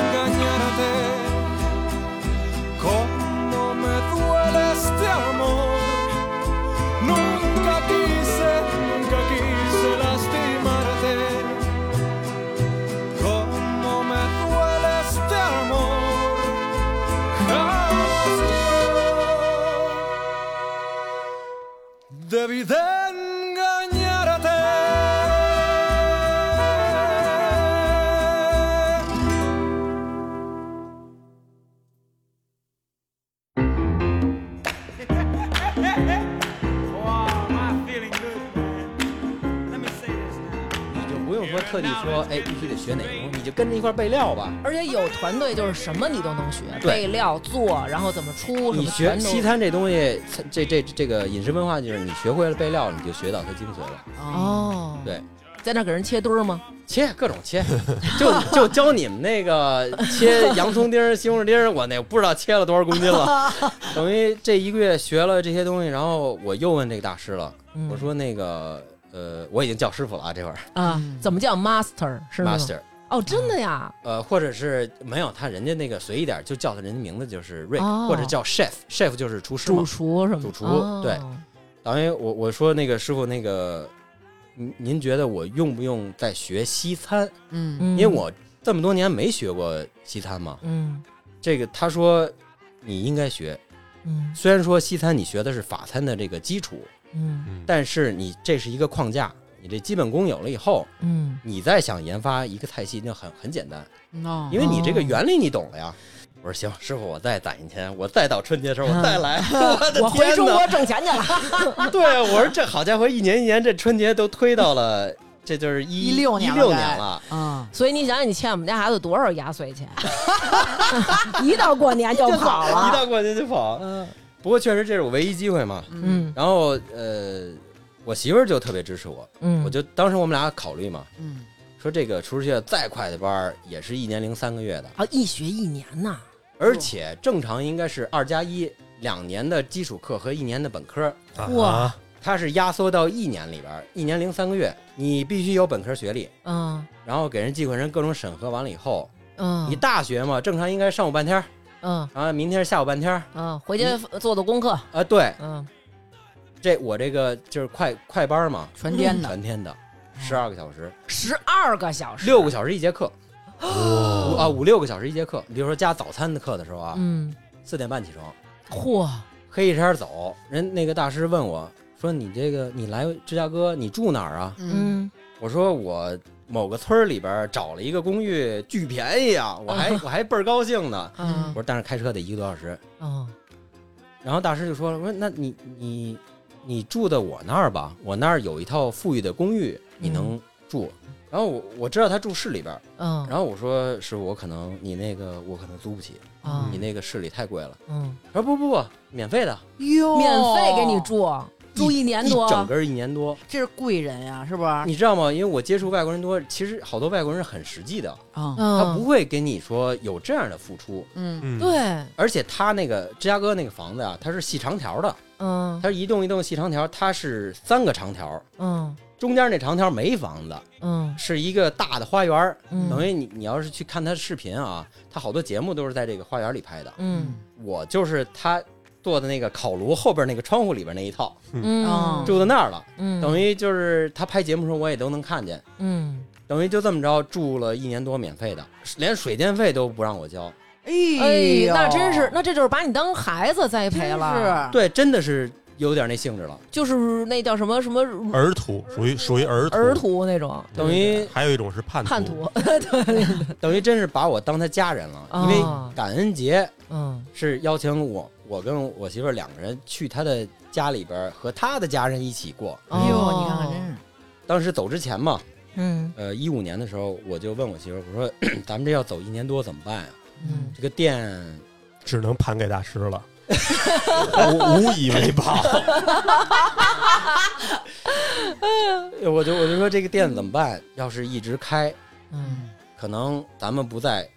[SPEAKER 6] engañarte. Cómo me duele este amor. Nunca quise, nunca quise lastimarte. Cómo me duele este amor. Jamás yo debí de engañarte.
[SPEAKER 7] Let me say this now.
[SPEAKER 3] 你就不用说特地说，哎，必须得学哪个东西，你就跟着一块儿备料吧。
[SPEAKER 1] 而且有团队，就是什么你都能学，
[SPEAKER 3] 对
[SPEAKER 1] 备料、做，然后怎么出，什
[SPEAKER 3] 你
[SPEAKER 1] 么
[SPEAKER 3] 学
[SPEAKER 1] 全都
[SPEAKER 3] 西餐这东西，这这这个饮食文化就是你学会了备料，你就学到它精髓了。
[SPEAKER 1] 哦，
[SPEAKER 3] 对，
[SPEAKER 1] 在那给人切墩儿吗？
[SPEAKER 3] 切各种切，就就教你们那个切洋葱丁儿、西红柿丁儿，我那不知道切了多少公 斤了。等于这一个月学了这些东西，然后我又问这个大师了，
[SPEAKER 1] 嗯
[SPEAKER 3] 我说那个呃，我已经叫师傅了啊，这会儿
[SPEAKER 1] 啊，怎么叫 master 是吗
[SPEAKER 3] master，
[SPEAKER 1] 哦，真的呀，
[SPEAKER 3] 呃，或者是没有他人家那个随意点儿，就叫他人家名字就是 Rick，、
[SPEAKER 1] 哦
[SPEAKER 3] 或者叫 chef，chef 就是厨师嘛
[SPEAKER 1] 主。厨什么
[SPEAKER 3] 主厨
[SPEAKER 1] 哦
[SPEAKER 3] 对等于我我说那个师傅那个，您您觉得我用不用再学西餐？
[SPEAKER 5] 嗯
[SPEAKER 1] 嗯
[SPEAKER 3] 因为我这么多年没学过西餐嘛。
[SPEAKER 1] 嗯
[SPEAKER 3] 这个他说你应该学，
[SPEAKER 1] 嗯
[SPEAKER 3] 虽然说西餐你学的是法餐的这个基础，
[SPEAKER 1] 嗯
[SPEAKER 2] 嗯，
[SPEAKER 3] 但是你这是一个框架，你这基本功有了以后，
[SPEAKER 1] 嗯，
[SPEAKER 3] 你再想研发一个菜系那很很简单，
[SPEAKER 5] 哦
[SPEAKER 3] 因为你这个原理你懂了呀。我说行，师傅，我再攒一天，我再到春节时候我再来。 我的
[SPEAKER 1] 我回
[SPEAKER 3] 天
[SPEAKER 1] 中
[SPEAKER 3] 哪！
[SPEAKER 1] 国挣钱去了，
[SPEAKER 3] 对，我说这好家伙，一年一年这春节都推到了，这就是一
[SPEAKER 5] 16
[SPEAKER 3] 一
[SPEAKER 5] 年了
[SPEAKER 3] 六
[SPEAKER 5] 该
[SPEAKER 3] 年了。
[SPEAKER 5] 啊，
[SPEAKER 1] 所以你想想，你欠我们家孩子多少压岁钱？ 一到过年就跑
[SPEAKER 3] 一
[SPEAKER 1] 了。
[SPEAKER 3] 到过年就跑。不过确实这是我唯一机会嘛。
[SPEAKER 1] 嗯
[SPEAKER 3] 然后呃，我媳妇儿就特别支持我，
[SPEAKER 1] 嗯，
[SPEAKER 3] 我就当时我们俩考虑嘛，
[SPEAKER 5] 嗯，
[SPEAKER 3] 说这个厨师学再快的班儿也是一年零三个月的，
[SPEAKER 1] 啊一学一年呐。
[SPEAKER 3] 而且正常应该是二加一，两年的基础课和一年的本科，
[SPEAKER 1] 哇
[SPEAKER 2] 啊，
[SPEAKER 3] 它是压缩到一年里边儿，一年零三个月，你必须有本科学历，
[SPEAKER 1] 嗯
[SPEAKER 3] 然后给人寄回人各种审核完了以后，
[SPEAKER 1] 嗯，
[SPEAKER 3] 你大学嘛，正常应该上午半天儿，
[SPEAKER 1] 嗯
[SPEAKER 3] 然后明天下午半天儿，
[SPEAKER 1] 嗯，回去做做功课。
[SPEAKER 3] 啊，对，
[SPEAKER 1] 嗯
[SPEAKER 3] 这我这个就是快快班儿嘛，
[SPEAKER 5] 纯天的，
[SPEAKER 3] 全天的，十二个小时，
[SPEAKER 1] 十二个小时，
[SPEAKER 3] 六个小时一节课，五
[SPEAKER 2] 哇
[SPEAKER 3] 啊五六个小时一节课。你比如说加早餐的课的时候啊，
[SPEAKER 1] 嗯，
[SPEAKER 3] 四点半起床，
[SPEAKER 1] 嚯，
[SPEAKER 3] 黑着天儿走。人那个大师问我说：“你这个你来芝加哥，你住哪儿啊
[SPEAKER 1] 嗯
[SPEAKER 3] 我说：“我某个村儿里边儿找了一个公寓，巨便宜啊！我还 我还倍儿高兴呢。
[SPEAKER 1] 啊
[SPEAKER 3] 我说，但是开车得一个多小时。
[SPEAKER 1] 哦，
[SPEAKER 3] 然后大师就说了：“我说那你你你住在我那儿吧，我那儿有一套富裕的公寓，你能住。然后我我知道他住市里边儿，
[SPEAKER 1] 嗯，
[SPEAKER 3] 然后我说师傅，我可能你那个我可能租不起，
[SPEAKER 1] 啊
[SPEAKER 3] 你那个市里太贵了。
[SPEAKER 1] 嗯，
[SPEAKER 3] 他说不不不，免费的，
[SPEAKER 4] 哟
[SPEAKER 1] 免费给你，住，住一年多
[SPEAKER 3] 一，整个一年多，
[SPEAKER 4] 这是贵人呀、是不是？
[SPEAKER 3] 你知道吗？因为我接触外国人多，其实好多外国人是很实际的，
[SPEAKER 4] 啊，
[SPEAKER 3] 他
[SPEAKER 1] 嗯，
[SPEAKER 3] 不会给你说有这样的付出。
[SPEAKER 5] 哦嗯，
[SPEAKER 2] 嗯，
[SPEAKER 1] 对，
[SPEAKER 3] 而且他那个芝加哥那个房子啊，它是细长条的，
[SPEAKER 1] 嗯
[SPEAKER 3] 它是一栋一栋细长条，它是三个长条，
[SPEAKER 1] 嗯
[SPEAKER 3] 中间那长条没房子，
[SPEAKER 1] 嗯
[SPEAKER 3] 是一个大的花园儿。
[SPEAKER 1] 嗯，
[SPEAKER 3] 等于你你要是去看他的视频啊，他好多节目都是在这个花园里拍的。
[SPEAKER 1] 嗯
[SPEAKER 3] 我就是他坐的那个烤炉后边那个窗户里边那一套，
[SPEAKER 1] 嗯，
[SPEAKER 3] 住在那儿了。
[SPEAKER 1] 嗯
[SPEAKER 3] 等于就是他拍节目的时候我也都能看见，
[SPEAKER 1] 嗯
[SPEAKER 3] 等于就这么着住了一年多免费的，连水电费都不让我交。
[SPEAKER 5] 啊
[SPEAKER 4] 哎
[SPEAKER 1] 哎，
[SPEAKER 4] 呦
[SPEAKER 1] 那真是，那这就是把你当孩子栽培了，
[SPEAKER 4] 真是
[SPEAKER 3] 对，真的是有点那性质了，
[SPEAKER 1] 就是那叫什么什么
[SPEAKER 2] 儿徒属于属于儿
[SPEAKER 1] 儿徒那种
[SPEAKER 3] 等于
[SPEAKER 2] 还有一种是叛
[SPEAKER 1] 叛
[SPEAKER 2] 徒，
[SPEAKER 1] 徒，对，
[SPEAKER 3] 等于真是把我当他家人了，因
[SPEAKER 1] 哦
[SPEAKER 3] 为感恩节
[SPEAKER 1] 嗯
[SPEAKER 3] 是邀请我，我跟我媳妇儿两个人去他的家里边儿和他的家人一起过。
[SPEAKER 5] 哎
[SPEAKER 1] 哦
[SPEAKER 5] 呦，你看看真是，
[SPEAKER 3] 当时走之前嘛，
[SPEAKER 1] 嗯
[SPEAKER 3] 呃，一五年的时候，我就问我媳妇儿，我说 咱们这要走一年多怎么办呀、
[SPEAKER 1] 嗯
[SPEAKER 3] 这个店，
[SPEAKER 2] 只能盘给大师了，无无以为报。
[SPEAKER 3] 呃我就我就说这个店怎么办？要是一直开，
[SPEAKER 1] 嗯
[SPEAKER 3] 可能咱们不在，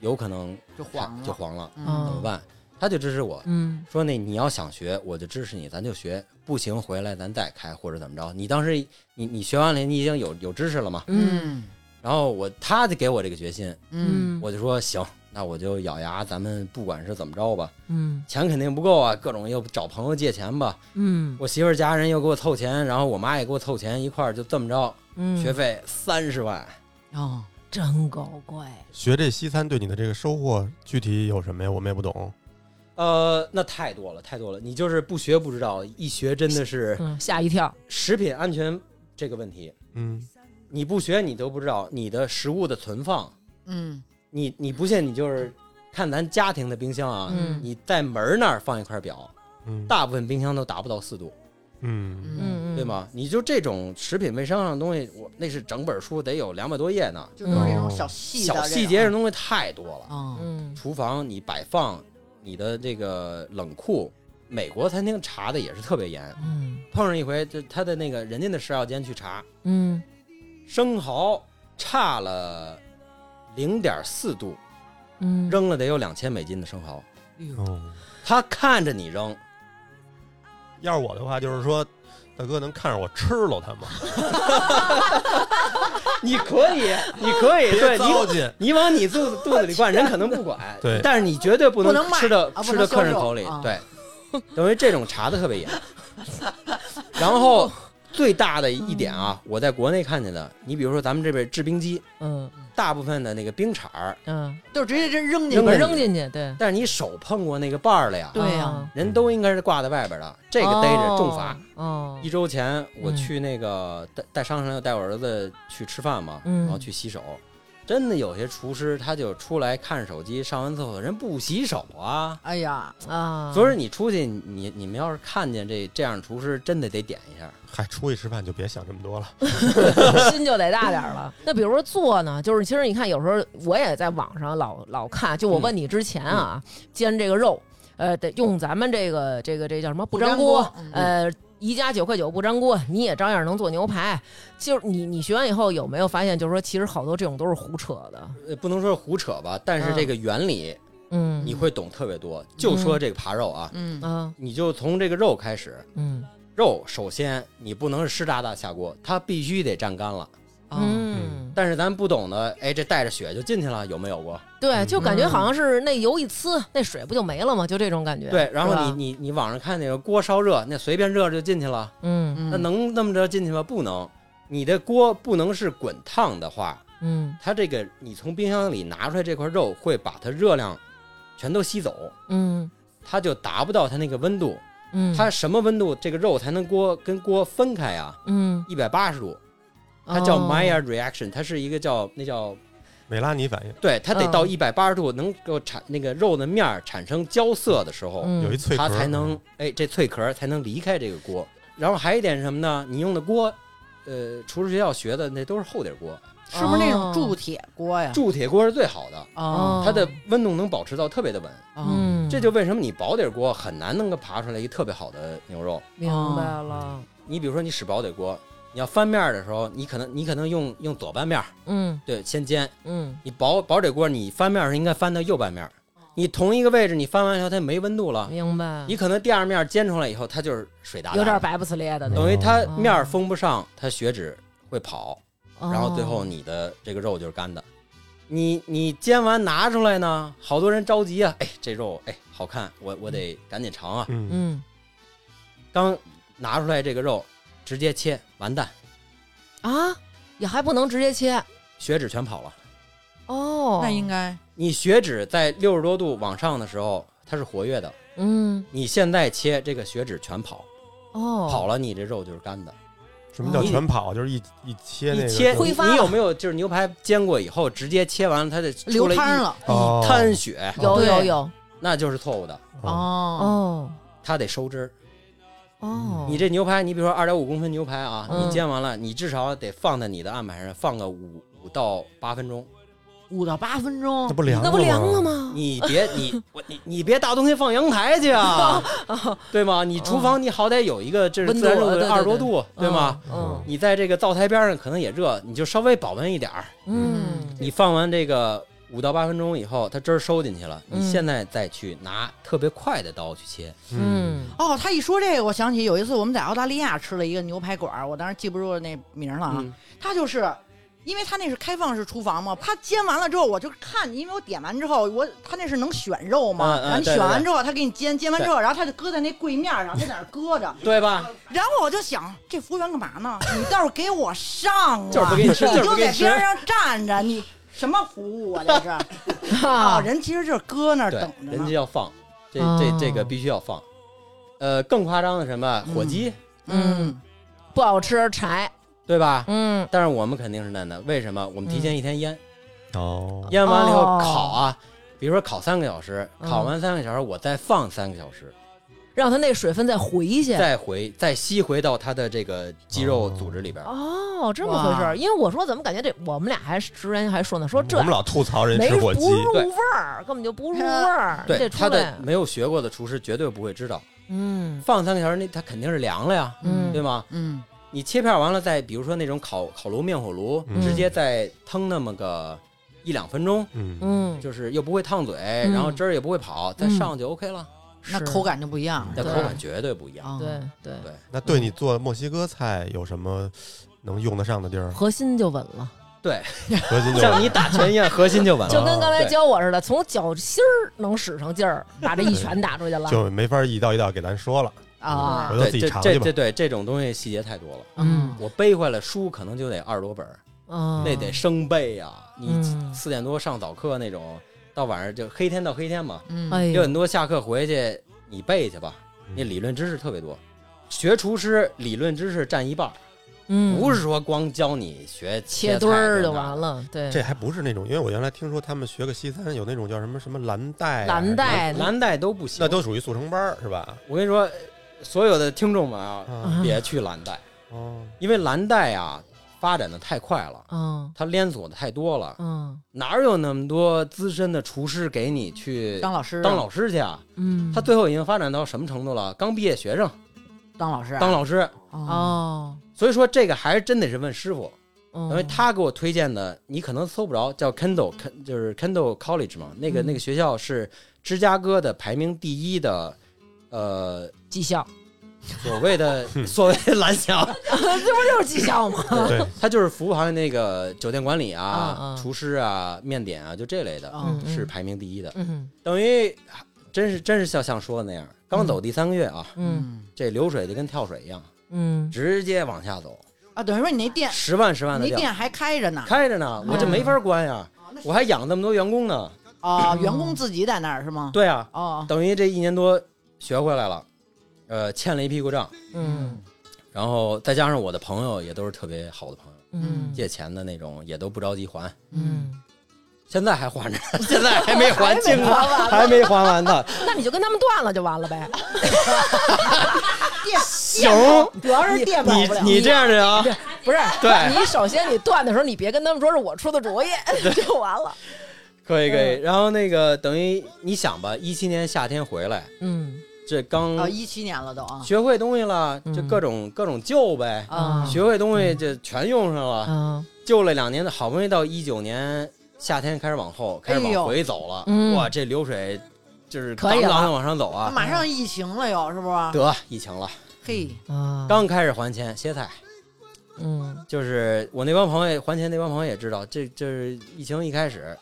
[SPEAKER 3] 有可能
[SPEAKER 5] 就黄了
[SPEAKER 3] 就黄了，
[SPEAKER 1] 嗯
[SPEAKER 3] 怎么办？他就支持我
[SPEAKER 1] 嗯
[SPEAKER 3] 说那你要想学，我就支持你，咱就学，不行回来咱再开或者怎么着。你当时你你学完了，你已经有有知识了嘛？
[SPEAKER 1] 嗯
[SPEAKER 3] 然后我他就给我这个决心，
[SPEAKER 5] 嗯，
[SPEAKER 3] 我就说行，那我就咬牙，咱们不管是怎么着吧，
[SPEAKER 1] 嗯
[SPEAKER 3] 钱肯定不够啊，各种又找朋友借钱吧，
[SPEAKER 1] 嗯
[SPEAKER 3] 我媳妇儿家人又给我凑钱，然后我妈也给我凑钱，一块儿就这么着，
[SPEAKER 1] 嗯，
[SPEAKER 3] 学费三十万。
[SPEAKER 5] 哦，
[SPEAKER 1] 真高贵，
[SPEAKER 2] 学这西餐对你的这个收获具体有什么呀？我们也不懂。
[SPEAKER 3] 呃，那太多了，太多了。你就是不学不知道，一学真的是
[SPEAKER 1] 嗯，吓一跳，
[SPEAKER 3] 食品安全这个问题，
[SPEAKER 2] 嗯，
[SPEAKER 3] 你不学你都不知道你的食物的存放。
[SPEAKER 5] 嗯
[SPEAKER 3] 你你不信，你就是看咱家庭的冰箱啊，
[SPEAKER 1] 嗯
[SPEAKER 3] 你在门儿那儿放一块表，
[SPEAKER 2] 嗯
[SPEAKER 3] 大部分冰箱都达不到四度，
[SPEAKER 2] 嗯
[SPEAKER 5] 嗯，
[SPEAKER 1] 嗯嗯，
[SPEAKER 3] 对？吗？你就这种食品卫生上的东西，我那是整本书得有两百多页呢，
[SPEAKER 5] 就都是这种小细的
[SPEAKER 3] 哦小细
[SPEAKER 4] 啊
[SPEAKER 3] 节的东西太多了。
[SPEAKER 5] 啊，嗯
[SPEAKER 1] 嗯
[SPEAKER 3] 厨房你摆放，你的这个冷库，美国餐厅查的也是特别严。
[SPEAKER 1] 嗯
[SPEAKER 3] 碰上一回，就他的那个人家的食药监去查，
[SPEAKER 1] 嗯，
[SPEAKER 3] 生蚝差了零点四度，
[SPEAKER 1] 嗯，
[SPEAKER 3] 扔了得有两千美金的生蚝，
[SPEAKER 2] 哦，
[SPEAKER 3] 他看着你扔，
[SPEAKER 2] 要是我的话，就是说，大哥能看着我吃了它吗？
[SPEAKER 3] 你可以， 你可以，
[SPEAKER 2] 别
[SPEAKER 3] 对
[SPEAKER 2] 糟
[SPEAKER 3] 你。
[SPEAKER 2] 践。
[SPEAKER 3] 你往你肚 子肚子里灌，人可能不管，
[SPEAKER 2] 对
[SPEAKER 3] 但是你绝 对不能
[SPEAKER 5] 不能卖
[SPEAKER 3] 吃到
[SPEAKER 5] 啊
[SPEAKER 3] 吃
[SPEAKER 5] 不
[SPEAKER 3] 到
[SPEAKER 5] 能
[SPEAKER 3] 客人
[SPEAKER 5] 销售
[SPEAKER 3] 口里
[SPEAKER 5] 啊，
[SPEAKER 3] 对，等于这种查的特 别严。然后最大的一点啊，我在国内看见的，你比如说咱们这边制冰机，
[SPEAKER 1] 嗯
[SPEAKER 3] 大部分的那个冰铲儿，
[SPEAKER 1] 嗯，
[SPEAKER 5] 就直接这扔进
[SPEAKER 1] 你
[SPEAKER 5] 去，
[SPEAKER 1] 们
[SPEAKER 3] 进去
[SPEAKER 1] 扔进去，对
[SPEAKER 3] 但是你手碰过那个把儿了呀，
[SPEAKER 5] 对呀
[SPEAKER 1] 啊
[SPEAKER 3] 人都应该是挂在外边的，这个逮着重罚。
[SPEAKER 1] 哦，
[SPEAKER 3] 一周前我
[SPEAKER 1] 嗯
[SPEAKER 3] 去那个带带商场，带我儿子去吃饭嘛，
[SPEAKER 1] 嗯
[SPEAKER 3] 然后去洗手，真的有些厨师他就出来看手机，上完厕所人不洗手啊。
[SPEAKER 5] 哎呀，
[SPEAKER 1] 啊，
[SPEAKER 3] 所以你出去，你你们要是看见这这样的厨师，真的得点一下。
[SPEAKER 2] 嗨，出去吃饭就别想这么多了。
[SPEAKER 1] 心就得大点儿了。那比如说做呢，就是其实你看，有时候我也在网上老老看，
[SPEAKER 3] 嗯
[SPEAKER 1] 就我问你之前啊，煎这个肉，呃，得用咱们这个这个这叫什么不粘锅，
[SPEAKER 5] 不粘
[SPEAKER 3] 嗯
[SPEAKER 5] 锅
[SPEAKER 1] 呃。宜家九块九不粘锅，你也照样能做牛排。就是你，你学完以后有没有发现，就是说，其实好多这种都是胡扯的。
[SPEAKER 3] 呃，不能说是胡扯吧，但是
[SPEAKER 1] 嗯
[SPEAKER 3] 这个原理
[SPEAKER 1] 嗯，
[SPEAKER 3] 你会懂特别多。就说这个扒肉啊，
[SPEAKER 5] 嗯
[SPEAKER 1] 啊，
[SPEAKER 3] 你就从这个肉开始，
[SPEAKER 1] 嗯
[SPEAKER 3] 肉首先你不能是湿哒哒下锅，它必须得蘸干了。
[SPEAKER 5] 嗯，
[SPEAKER 1] 嗯，
[SPEAKER 3] 哦但是咱不懂的，哎，这带着血就进去了，有没有过？
[SPEAKER 1] 对，就感觉
[SPEAKER 5] 嗯
[SPEAKER 1] 好像是那油一呲，那水不就没了吗？就这种感觉。
[SPEAKER 3] 对，然
[SPEAKER 1] 是
[SPEAKER 3] 后
[SPEAKER 1] 吧
[SPEAKER 3] 你你你网上看那个锅烧热，那随便热就进去了，
[SPEAKER 1] 嗯
[SPEAKER 3] 那能那么着进去吗？不能，你的锅不能是滚烫的话，
[SPEAKER 1] 嗯
[SPEAKER 3] 它这个你从冰箱里拿出来这块肉会把它热量全都吸走，
[SPEAKER 1] 嗯
[SPEAKER 3] 它就达不到它那个温度。
[SPEAKER 1] 嗯，
[SPEAKER 3] 它什么温度这个肉才能锅跟锅分开啊？
[SPEAKER 1] 嗯
[SPEAKER 3] 一百八十度，它叫
[SPEAKER 1] 哦
[SPEAKER 3] Maya reaction，它是一个叫那叫
[SPEAKER 2] 美拉尼反应，
[SPEAKER 3] 对，它得到
[SPEAKER 1] 嗯
[SPEAKER 3] 一百八十度能够产那个肉的面儿产生焦色的时候，
[SPEAKER 1] 嗯
[SPEAKER 2] 有一脆壳
[SPEAKER 3] 它
[SPEAKER 2] 儿，
[SPEAKER 3] 才能
[SPEAKER 2] 嗯
[SPEAKER 3] 哎这脆壳儿才能离开这个锅。然后还有一点是什么呢？你用的锅，呃，厨师学校学的那都是厚底儿锅，
[SPEAKER 5] 是不是那种
[SPEAKER 1] 哦
[SPEAKER 5] 铸铁锅呀？
[SPEAKER 3] 铸铁锅是最好的，
[SPEAKER 5] 哦，
[SPEAKER 3] 它的温度能保持到特别的稳。
[SPEAKER 5] 嗯，
[SPEAKER 1] 嗯，
[SPEAKER 3] 这就为什么你薄底儿锅很难能够爬出来一个特别好的牛肉。
[SPEAKER 1] 明白了，
[SPEAKER 3] 你比如说你使薄底锅，你要翻面儿的时候，你可能你可能用用左半面儿，
[SPEAKER 1] 嗯
[SPEAKER 3] 对，先煎。
[SPEAKER 1] 嗯
[SPEAKER 3] 你薄薄底锅，你翻面儿是应该翻到右半面儿。你同一个位置你翻完以后它没温度了，
[SPEAKER 1] 明白，
[SPEAKER 3] 啊你可能第二面煎出来以后它就是水哒哒的，
[SPEAKER 1] 有点白不呲咧的那种，
[SPEAKER 3] 等于它
[SPEAKER 1] 哦
[SPEAKER 3] 面儿封不上，它血脂会跑，然后最后
[SPEAKER 1] 哦
[SPEAKER 3] 你的这个肉就是干的。你你煎完拿出来呢，好多人着急啊，哎，这肉哎好看，我我得赶紧尝啊。
[SPEAKER 2] 嗯
[SPEAKER 1] 嗯
[SPEAKER 3] 刚拿出来这个肉，直接切，完蛋，
[SPEAKER 1] 啊也还不能直接切
[SPEAKER 3] 血脂全跑了。
[SPEAKER 1] 哦，
[SPEAKER 4] 那应该
[SPEAKER 3] 你血脂在六十多度往上的时候，它是活跃的，
[SPEAKER 1] 嗯
[SPEAKER 3] 你现在切这个血脂全跑，
[SPEAKER 1] 哦
[SPEAKER 3] 跑了你这肉就是干的。
[SPEAKER 2] 什么叫
[SPEAKER 3] 你
[SPEAKER 2] 全跑？就是一一切那
[SPEAKER 3] 你
[SPEAKER 2] 个
[SPEAKER 3] 切
[SPEAKER 1] 挥
[SPEAKER 3] 你
[SPEAKER 1] 发了
[SPEAKER 3] 你有没有就是牛排煎过以后直接切完了它得
[SPEAKER 5] 流
[SPEAKER 3] 出来一
[SPEAKER 5] 汤了。
[SPEAKER 2] 哦
[SPEAKER 3] 一滩血，
[SPEAKER 1] 有
[SPEAKER 5] 对
[SPEAKER 1] 有有
[SPEAKER 3] 那就是错误的，
[SPEAKER 2] 哦
[SPEAKER 4] 嗯
[SPEAKER 5] 哦，
[SPEAKER 1] 哦
[SPEAKER 3] 它得收汁儿。
[SPEAKER 1] 哦，
[SPEAKER 3] 嗯你这牛排，你比如说二点五公分牛排啊，
[SPEAKER 1] 嗯
[SPEAKER 3] 你煎完了，你至少得放在你的案板上放个五五到八分钟。
[SPEAKER 5] 五到八分钟
[SPEAKER 2] 那，不凉
[SPEAKER 1] 那不凉了？吗？
[SPEAKER 3] 你别你我你你别大冬天放阳台 去啊，对吗？你厨房你好歹有一个这是自然
[SPEAKER 1] 温度
[SPEAKER 3] 热
[SPEAKER 1] 对
[SPEAKER 3] 度
[SPEAKER 1] 对
[SPEAKER 3] 二十多
[SPEAKER 1] 对
[SPEAKER 3] 度，对吗？
[SPEAKER 1] 嗯
[SPEAKER 3] 你在这个灶台边上可能也热，你就稍微保温一点儿。
[SPEAKER 1] 嗯
[SPEAKER 3] 你放完这个五到八分钟以后，它汁儿收进去了，
[SPEAKER 1] 嗯
[SPEAKER 3] 你现在再去拿特别快的刀去切，
[SPEAKER 1] 嗯，
[SPEAKER 5] 哦，他一说这个，我想起有一次我们在澳大利亚吃了一个牛排馆儿，我当时记不住那名儿了啊。
[SPEAKER 3] 嗯
[SPEAKER 5] 他就是，因为他那是开放式厨房嘛，他煎完了之后，我就看，因为我点完之后，我他那是能选肉嘛，
[SPEAKER 3] 嗯嗯
[SPEAKER 5] 然后你
[SPEAKER 3] 对
[SPEAKER 5] 选完之后，他给你煎，煎完之后，然后他就搁在那柜面上，在那儿搁 着，
[SPEAKER 3] 对吧？
[SPEAKER 5] 然后我就想，这服务员干嘛呢？你倒是给我上啊！
[SPEAKER 3] 就是不给你吃就是
[SPEAKER 5] 就
[SPEAKER 3] 不给
[SPEAKER 5] 在
[SPEAKER 3] 你吃
[SPEAKER 5] 边上站着，你什么服务 啊？这是啊，人其实就是搁那儿
[SPEAKER 3] 对
[SPEAKER 5] 等，着
[SPEAKER 3] 人家
[SPEAKER 5] 呢。
[SPEAKER 3] 要放，这这
[SPEAKER 1] 哦
[SPEAKER 3] 这个必须要放。呃，更夸张的什么火鸡，
[SPEAKER 1] 嗯，不好吃柴，
[SPEAKER 3] 对吧？
[SPEAKER 1] 嗯
[SPEAKER 3] 但是我们肯定是嫩的，为什么？我们提前一天腌，
[SPEAKER 2] 哦，
[SPEAKER 3] 腌完了以后
[SPEAKER 1] 哦
[SPEAKER 3] 烤啊，比如说烤三个小时，
[SPEAKER 1] 嗯
[SPEAKER 3] 烤完三个小时，我再放三个小时，
[SPEAKER 1] 让它那水分再回去。
[SPEAKER 3] 再回再吸回到它的这个肌肉组织里边。
[SPEAKER 1] 哦，这么回事儿。因为我说怎么感觉这我们俩还之前还说呢，说这
[SPEAKER 2] 我们老吐槽人
[SPEAKER 1] 没
[SPEAKER 2] 吃
[SPEAKER 1] 不
[SPEAKER 2] 火鸡，
[SPEAKER 1] 入味儿，根本就不入味儿。
[SPEAKER 3] 对，
[SPEAKER 1] 这
[SPEAKER 3] 他
[SPEAKER 1] 出
[SPEAKER 3] 的
[SPEAKER 1] 来，
[SPEAKER 3] 没有学过的厨师绝对不会知道，
[SPEAKER 1] 嗯
[SPEAKER 3] 放三个小时那它肯定是凉了呀，对
[SPEAKER 1] 嗯
[SPEAKER 3] 吗？
[SPEAKER 5] 嗯，
[SPEAKER 3] 你切片完了再，比如说那种烤烤炉、面火炉，
[SPEAKER 2] 嗯
[SPEAKER 3] 直接再腾那么个一两分钟，
[SPEAKER 2] 嗯，
[SPEAKER 1] 嗯，
[SPEAKER 3] 就是又不会烫嘴，然后汁儿也不会跑，再上就 OK 了，
[SPEAKER 5] 那
[SPEAKER 1] 是
[SPEAKER 5] 口感就不一样了。
[SPEAKER 3] 那
[SPEAKER 1] 对
[SPEAKER 3] 口感绝对不一样。
[SPEAKER 5] 啊
[SPEAKER 1] 对嗯对，
[SPEAKER 3] 对，
[SPEAKER 2] 那对你做墨西哥菜有什么能用得上的 地儿？
[SPEAKER 1] 核心就稳了，
[SPEAKER 2] 核心就是
[SPEAKER 3] 像你打拳一样，核心就稳
[SPEAKER 1] 就
[SPEAKER 3] 了。
[SPEAKER 1] 跟刚才
[SPEAKER 3] 对
[SPEAKER 1] 教我似的，从脚心儿能使上劲儿，把这一拳打出去了。
[SPEAKER 2] 就没法一道一道给咱说了，
[SPEAKER 5] 啊
[SPEAKER 2] 回，头
[SPEAKER 3] 对，
[SPEAKER 2] 自己
[SPEAKER 3] 这
[SPEAKER 2] 尝去
[SPEAKER 3] 这
[SPEAKER 2] 吧
[SPEAKER 3] 这。对这种东西细节太多了。
[SPEAKER 1] 嗯
[SPEAKER 3] 我背回来书可能就得二十多本儿，
[SPEAKER 1] 嗯，
[SPEAKER 3] 那得生背呀、你
[SPEAKER 1] 嗯
[SPEAKER 3] 四点多上早课那种，到晚上就黑天到黑天嘛，
[SPEAKER 5] 嗯
[SPEAKER 1] 哎
[SPEAKER 3] 六
[SPEAKER 1] 呦
[SPEAKER 3] 点多下课回去你背去吧，
[SPEAKER 2] 嗯
[SPEAKER 3] 那理论知识特别多。学厨师理论知识占一半儿，
[SPEAKER 1] 嗯，
[SPEAKER 3] 不是说光教你学
[SPEAKER 1] 切
[SPEAKER 3] 菜
[SPEAKER 1] 墩儿就
[SPEAKER 3] 这那
[SPEAKER 1] 完
[SPEAKER 3] 的。
[SPEAKER 1] 了。对，
[SPEAKER 2] 这还不是那种，因为我原来听说他们学个西餐有那种叫什么什么蓝带啊、
[SPEAKER 1] 蓝带
[SPEAKER 3] 蓝带都不行，
[SPEAKER 2] 那都属于速成班儿是吧？
[SPEAKER 3] 我跟你说，所有的听众们啊，
[SPEAKER 2] 啊，
[SPEAKER 3] 别去蓝带，
[SPEAKER 2] 哦，
[SPEAKER 3] 因为蓝带啊发展的太快了，
[SPEAKER 1] 嗯
[SPEAKER 3] 它连锁的太多了，
[SPEAKER 1] 嗯
[SPEAKER 3] 哪有那么多资深的厨师给你去
[SPEAKER 5] 当老师，
[SPEAKER 3] 当老师去啊？
[SPEAKER 1] 嗯，
[SPEAKER 3] 他最后已经发展到什么程度了？刚毕业学生
[SPEAKER 5] 当老师啊，
[SPEAKER 3] 当老师，
[SPEAKER 5] 哦，
[SPEAKER 1] 哦，嗯
[SPEAKER 3] 所以说这个还真得是问师傅，
[SPEAKER 1] 因
[SPEAKER 3] 因为他给我推荐的，你可能搜不着，叫 Kendall，Ken- 就是 Kendall College 嘛，那个
[SPEAKER 1] 嗯
[SPEAKER 3] 那个学校是芝加哥的排名第一的，呃，
[SPEAKER 1] 技校，
[SPEAKER 3] 所谓的 所谓的蓝翔，
[SPEAKER 1] 这不就是技校吗？
[SPEAKER 2] 对，
[SPEAKER 3] 它就是服务行业那个酒店管理啊
[SPEAKER 1] 嗯、嗯
[SPEAKER 3] 厨师啊、面点啊，就这类的
[SPEAKER 5] 嗯
[SPEAKER 1] 嗯
[SPEAKER 3] 是排名第一的，
[SPEAKER 1] 嗯
[SPEAKER 3] 等于真是真是像像说的那样，刚走第三个月啊，
[SPEAKER 1] 嗯
[SPEAKER 3] 这流水就跟跳水一样，
[SPEAKER 1] 嗯，
[SPEAKER 3] 直接往下走，
[SPEAKER 5] 啊，等于说你那店，
[SPEAKER 3] 十万十万
[SPEAKER 5] 啊
[SPEAKER 3] 的
[SPEAKER 5] 你那
[SPEAKER 3] 掉，
[SPEAKER 5] 店还开着呢
[SPEAKER 3] 开着呢，我这没法关呀，我还养那么多员工呢。
[SPEAKER 5] 啊，员工自己在那儿是吗？
[SPEAKER 3] 对啊，
[SPEAKER 5] 哦，
[SPEAKER 3] 等于这一年多学回来了，呃，欠了一屁股账，
[SPEAKER 1] 嗯
[SPEAKER 3] 然后再加上我的朋友也都是特别好的朋友，
[SPEAKER 1] 嗯
[SPEAKER 3] 借钱的那种也都不着急还，
[SPEAKER 1] 嗯，
[SPEAKER 3] 现在还还着， 现在还没还清呢，还没还完呢。
[SPEAKER 1] 那你就跟他们断了就完了 呗。
[SPEAKER 5] 哦
[SPEAKER 3] 行，
[SPEAKER 5] 主要是电保不了。
[SPEAKER 3] 你你这样的啊，
[SPEAKER 1] 不是，
[SPEAKER 3] 对
[SPEAKER 1] 你首先你断的时候，你别跟他们说是我出的 主意就完了。
[SPEAKER 3] 可以可以。然后那个等于你想吧，一七年夏天回来，
[SPEAKER 1] 嗯
[SPEAKER 3] 这刚
[SPEAKER 5] 啊，一七年了都啊
[SPEAKER 3] 学会东西了，
[SPEAKER 1] 嗯
[SPEAKER 3] 就各种各种救呗，
[SPEAKER 1] 啊
[SPEAKER 3] 嗯学会东西就全用上了，
[SPEAKER 1] 啊，
[SPEAKER 3] 救了两年的，好不容易到一九年夏天开始往后开始
[SPEAKER 5] 哎呦
[SPEAKER 3] 往回走了
[SPEAKER 1] 嗯，
[SPEAKER 3] 哇，这流水就是
[SPEAKER 1] 可以
[SPEAKER 3] 当
[SPEAKER 1] 了
[SPEAKER 3] 当的往上走
[SPEAKER 4] 嗯
[SPEAKER 3] 啊，
[SPEAKER 5] 马上疫情了又是不是？
[SPEAKER 3] 得疫情了，
[SPEAKER 5] 嘿，
[SPEAKER 1] 啊，
[SPEAKER 3] 刚开始还钱歇菜。
[SPEAKER 1] 嗯
[SPEAKER 3] 就是我那帮朋友还钱，那帮朋友也知道，这这是疫情一开始，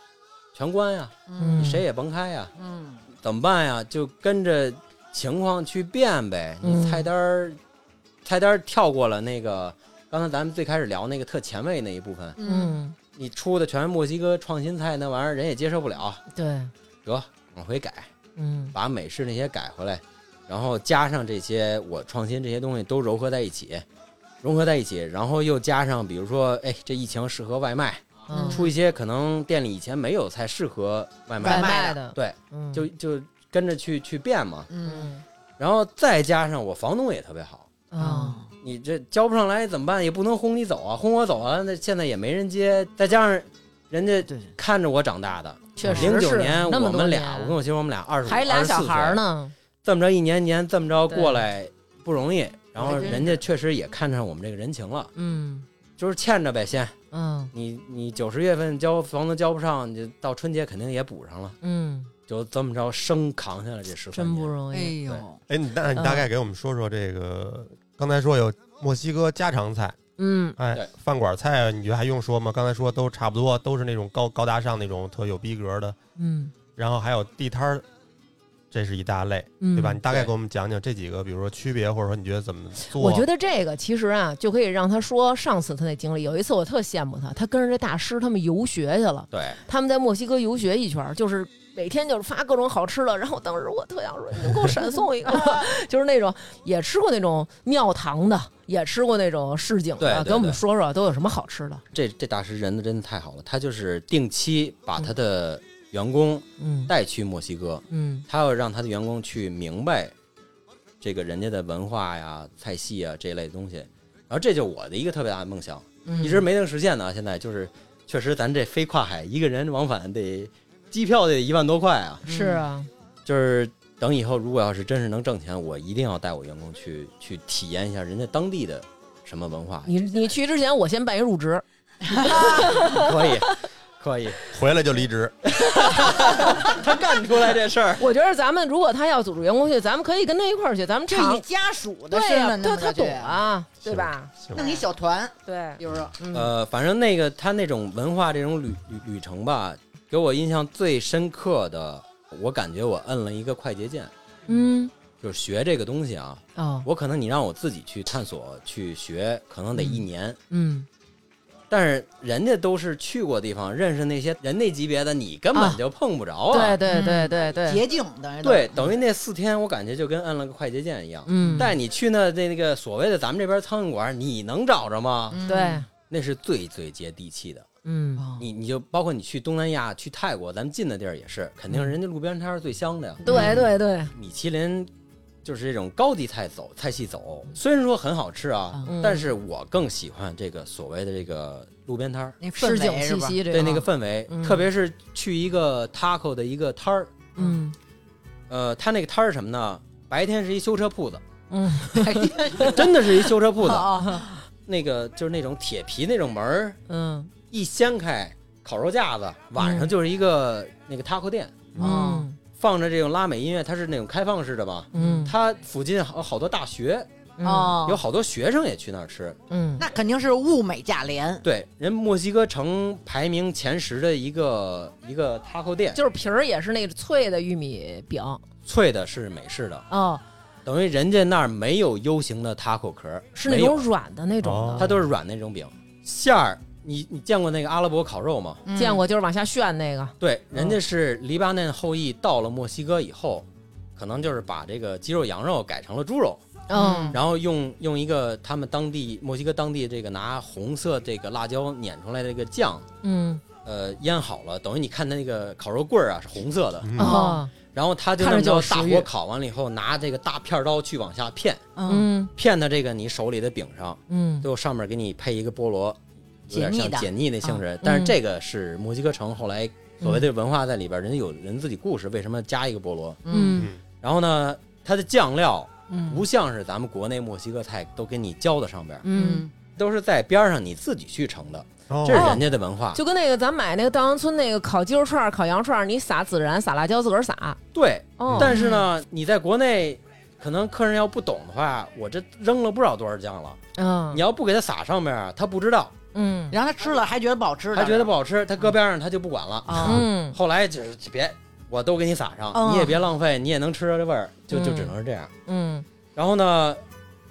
[SPEAKER 3] 全关呀，
[SPEAKER 1] 嗯，
[SPEAKER 3] 谁也甭开呀，
[SPEAKER 5] 嗯，
[SPEAKER 3] 怎么办呀？就跟着情况去变呗。
[SPEAKER 1] 嗯
[SPEAKER 3] 你菜单儿，菜单儿跳过了那个，刚才咱们最开始聊那个特前卫那一部分，
[SPEAKER 5] 嗯
[SPEAKER 1] 嗯，
[SPEAKER 3] 你出的全是墨西哥创新菜，那玩意儿人也接受不了，
[SPEAKER 1] 对，
[SPEAKER 3] 得往回改，
[SPEAKER 1] 嗯
[SPEAKER 3] 把美式那些改回来，然后加上这些我创新这些东西都糅合在一起。融合在一起，然后又加上，比如说，哎，这疫情适合外卖，
[SPEAKER 1] 嗯
[SPEAKER 3] 出一些可能店里以前没有菜适合外卖，
[SPEAKER 5] 卖
[SPEAKER 1] 外卖
[SPEAKER 5] 的
[SPEAKER 1] 的，
[SPEAKER 3] 对，
[SPEAKER 1] 嗯
[SPEAKER 3] 就就跟着去去变嘛。
[SPEAKER 5] 嗯
[SPEAKER 1] 嗯
[SPEAKER 3] 然后再加上我房东也特别好，
[SPEAKER 1] 啊，
[SPEAKER 5] 嗯
[SPEAKER 3] 你这交不上来怎么办？也不能轰你走啊，轰我走啊，那现在也没人接。再加上人家
[SPEAKER 5] 对
[SPEAKER 3] 看着我长大的，
[SPEAKER 1] 确实
[SPEAKER 3] 零九
[SPEAKER 1] 是
[SPEAKER 3] 年
[SPEAKER 1] 那
[SPEAKER 3] 我
[SPEAKER 1] 么多
[SPEAKER 3] 们俩，我
[SPEAKER 1] 年
[SPEAKER 3] 跟我媳妇我们俩二十，
[SPEAKER 1] 还俩小孩儿
[SPEAKER 3] 呢，
[SPEAKER 1] 呢，
[SPEAKER 3] 这么着一年年这么着
[SPEAKER 1] 对
[SPEAKER 3] 过来不容易。然后
[SPEAKER 5] 还真是
[SPEAKER 3] 人家确实也看上我们这个人情了，
[SPEAKER 1] 嗯
[SPEAKER 3] 就是欠着呗，先
[SPEAKER 1] 嗯
[SPEAKER 3] 你你九十月份交房子交不上，你就到春节肯定也补上了。
[SPEAKER 1] 嗯，
[SPEAKER 3] 就这么着生扛下来这十三
[SPEAKER 1] 真
[SPEAKER 3] 年，
[SPEAKER 1] 不容
[SPEAKER 5] 哎
[SPEAKER 1] 易。
[SPEAKER 5] 呦，
[SPEAKER 2] 哎，你大你大
[SPEAKER 1] 嗯
[SPEAKER 2] 概给我们说说这个，刚才说有墨西哥家常菜，
[SPEAKER 1] 嗯
[SPEAKER 2] 哎
[SPEAKER 3] 对，
[SPEAKER 2] 饭馆菜你觉得还用说吗？刚才说都差不多，都是那种高高大上那种特有逼格的，
[SPEAKER 1] 嗯
[SPEAKER 2] 然后还有地摊儿，这是一大类，
[SPEAKER 1] 嗯，
[SPEAKER 2] 对吧？你大概
[SPEAKER 3] 对
[SPEAKER 2] 给我们讲讲这几个，比如说区别，或者说你觉得怎么做？
[SPEAKER 1] 我觉得这个其实啊，就可以让他说上次他那经历。有一次我特羡慕他，他跟着这大师他们游学去了，
[SPEAKER 3] 对，
[SPEAKER 1] 他们在墨西哥游学一圈儿，就是每天就是发各种好吃的。然后当时我特想说，你能给我闪送一个吗， 就是那种也吃过那种庙堂的，也吃过那种市井
[SPEAKER 3] 对
[SPEAKER 1] 的，
[SPEAKER 3] 对
[SPEAKER 1] 给我们
[SPEAKER 3] 对
[SPEAKER 1] 说说都有什么好吃的。
[SPEAKER 3] 这这大师人真的太好了，他就是定期把他的员工
[SPEAKER 1] 嗯
[SPEAKER 3] 带去墨西哥，
[SPEAKER 1] 嗯
[SPEAKER 3] 他要让他的员工去明白这个人家的文化呀、菜系啊这一类东西。然后这就是我的一个特别大的梦想，
[SPEAKER 1] 嗯，
[SPEAKER 3] 一直没能实现呢。现在就是确实，咱这飞跨海，一个人往返得机票得一万多块啊。
[SPEAKER 1] 是啊，
[SPEAKER 3] 就是等以后如果要是真是能挣钱，我一定要带我员工去去体验一下人家当地的什么文化。
[SPEAKER 1] 你你去之前我先办一入职，
[SPEAKER 3] 可以，可以，
[SPEAKER 2] 回来就 离职，
[SPEAKER 3] 他干出来这事儿。
[SPEAKER 1] 我觉得咱们如果他要组织员工去，咱们可以跟他一块儿去，咱们
[SPEAKER 5] 这
[SPEAKER 1] 尝
[SPEAKER 5] 以家属的
[SPEAKER 1] 对
[SPEAKER 5] 身
[SPEAKER 1] 呀、
[SPEAKER 5] 份，
[SPEAKER 1] 他
[SPEAKER 5] 弄
[SPEAKER 1] 他
[SPEAKER 5] 过去
[SPEAKER 1] 懂，啊，对吧？
[SPEAKER 2] 行
[SPEAKER 5] 弄一小团，
[SPEAKER 1] 对，
[SPEAKER 5] 比如说，
[SPEAKER 1] 嗯
[SPEAKER 3] 呃，反正那个他那种文化这种旅旅旅程吧，给我印象最深刻的，我感觉我摁了一个快捷键，
[SPEAKER 1] 嗯
[SPEAKER 3] 就是学这个东西啊。
[SPEAKER 1] 哦
[SPEAKER 3] 我可能你让我自己去探索去学，可能得一年，
[SPEAKER 1] 嗯，
[SPEAKER 3] 但是人家都是去过地方，认识那些人那级别的，你根本
[SPEAKER 1] 啊
[SPEAKER 3] 就碰不着
[SPEAKER 1] 对
[SPEAKER 3] 啊。
[SPEAKER 1] 对对对对，
[SPEAKER 5] 捷径等于
[SPEAKER 3] 对，等于那四天，我感觉就跟摁了个快捷键一样。
[SPEAKER 1] 嗯，
[SPEAKER 3] 带你去那那那个所谓的咱们这边苍蝇馆，你能找着吗？
[SPEAKER 5] 嗯
[SPEAKER 1] 对，
[SPEAKER 3] 那是最最接地气的。
[SPEAKER 1] 嗯，
[SPEAKER 5] 哦
[SPEAKER 3] 你你就包括你去东南亚、去泰国，咱们近的地儿也是，肯定人家路边摊儿最香的呀。
[SPEAKER 1] 对对对，
[SPEAKER 3] 米其林就是这种高级菜走菜系走，虽然说很好吃啊，
[SPEAKER 1] 嗯
[SPEAKER 3] 但是我更喜欢这个所谓的这个路边摊儿。
[SPEAKER 5] 那氛
[SPEAKER 1] 市井
[SPEAKER 5] 围是
[SPEAKER 1] 气
[SPEAKER 5] 吧？
[SPEAKER 1] 息这
[SPEAKER 3] 对那个，氛围，
[SPEAKER 1] 嗯
[SPEAKER 3] 特别是去一个 taco 的一个摊儿，
[SPEAKER 1] 嗯
[SPEAKER 3] 呃，他那个摊儿是什么呢？白天是一修车铺子，
[SPEAKER 1] 嗯
[SPEAKER 3] 真的是一修车铺子，
[SPEAKER 5] 哦
[SPEAKER 3] 那个就是那种铁皮那种门儿，
[SPEAKER 1] 嗯
[SPEAKER 3] 一掀开烤肉架子，晚上就是一个那个 taco 店，
[SPEAKER 1] 嗯
[SPEAKER 3] 放着这种拉美音乐，它是那种开放式的嘛。
[SPEAKER 1] 嗯，
[SPEAKER 3] 它附近好好多大学，
[SPEAKER 5] 哦，
[SPEAKER 3] 有好多学生也去那儿吃。
[SPEAKER 1] 嗯
[SPEAKER 5] 那肯定是物美价廉，
[SPEAKER 3] 对，人墨西哥城排名前十的一个一个 taco 店，
[SPEAKER 1] 就是皮儿也是那个脆的玉米饼
[SPEAKER 3] 脆的是美式的，
[SPEAKER 1] 哦，
[SPEAKER 3] 等于人家那儿没有 U 型的 taco 壳，
[SPEAKER 1] 是那
[SPEAKER 3] 没有
[SPEAKER 1] 种软的那种
[SPEAKER 2] 哦
[SPEAKER 3] 它
[SPEAKER 1] 的，
[SPEAKER 3] 都是软那种饼。馅儿，你你见过那个阿拉伯烤肉吗？
[SPEAKER 5] 嗯
[SPEAKER 1] 见过就是往下旋那个，
[SPEAKER 3] 对，人家是黎巴嫩后裔到了墨西哥以后，可能就是把这个鸡肉、羊肉改成了猪肉，
[SPEAKER 1] 嗯，
[SPEAKER 3] 然后用用一个他们当地墨西哥当地这个拿红色这个辣椒碾出来的这个酱，
[SPEAKER 1] 嗯
[SPEAKER 3] 呃，腌好了，等于你看它那个烤肉棍儿啊是红色的，
[SPEAKER 2] 嗯
[SPEAKER 1] 哦，
[SPEAKER 3] 然后它就那
[SPEAKER 1] 看
[SPEAKER 3] 么
[SPEAKER 1] 着就有
[SPEAKER 3] 着
[SPEAKER 1] 食
[SPEAKER 3] 大
[SPEAKER 1] 欲
[SPEAKER 3] 火烤完了以后，拿这个大片刀去往下片，
[SPEAKER 5] 嗯，
[SPEAKER 1] 嗯
[SPEAKER 3] 片到这个你手里的饼上，
[SPEAKER 1] 嗯
[SPEAKER 3] 最后上面给你配一个菠萝，有点
[SPEAKER 5] 解腻
[SPEAKER 3] 像
[SPEAKER 5] 的
[SPEAKER 3] 解腻那
[SPEAKER 1] 嗯
[SPEAKER 3] 性质。但是这个是墨西哥城后来所谓的文化在里边，人家有人自己故事，为什么加一个菠萝？
[SPEAKER 1] 嗯
[SPEAKER 2] 嗯
[SPEAKER 3] 然后呢，它的酱料
[SPEAKER 1] 嗯
[SPEAKER 3] 不像是咱们国内墨西哥菜都给你浇在上边，
[SPEAKER 1] 嗯，
[SPEAKER 3] 都是在边上你自己去盛的，
[SPEAKER 2] 哦
[SPEAKER 3] 这是人家的文化。
[SPEAKER 1] 就跟那个咱买那个稻香村那个烤鸡肉串儿、烤羊串儿，你撒孜然、撒辣椒，自个儿撒。
[SPEAKER 3] 对，
[SPEAKER 1] 哦，
[SPEAKER 3] 但是呢，你在国内。可能客人要不懂的话，我这扔了不知道多少酱了。
[SPEAKER 1] 嗯
[SPEAKER 3] 你要不给他撒上面，他不知道，
[SPEAKER 1] 嗯
[SPEAKER 5] 然后他吃了还觉得不好吃，
[SPEAKER 3] 他觉得不好吃，他搁边上他就不管了。
[SPEAKER 5] 啊，
[SPEAKER 1] 嗯
[SPEAKER 3] 后来就是别，我都给你撒上，
[SPEAKER 1] 哦
[SPEAKER 5] 嗯
[SPEAKER 3] 你也别浪费，你也能吃着这味儿，就就只能是这样。
[SPEAKER 1] 嗯
[SPEAKER 3] 然后呢，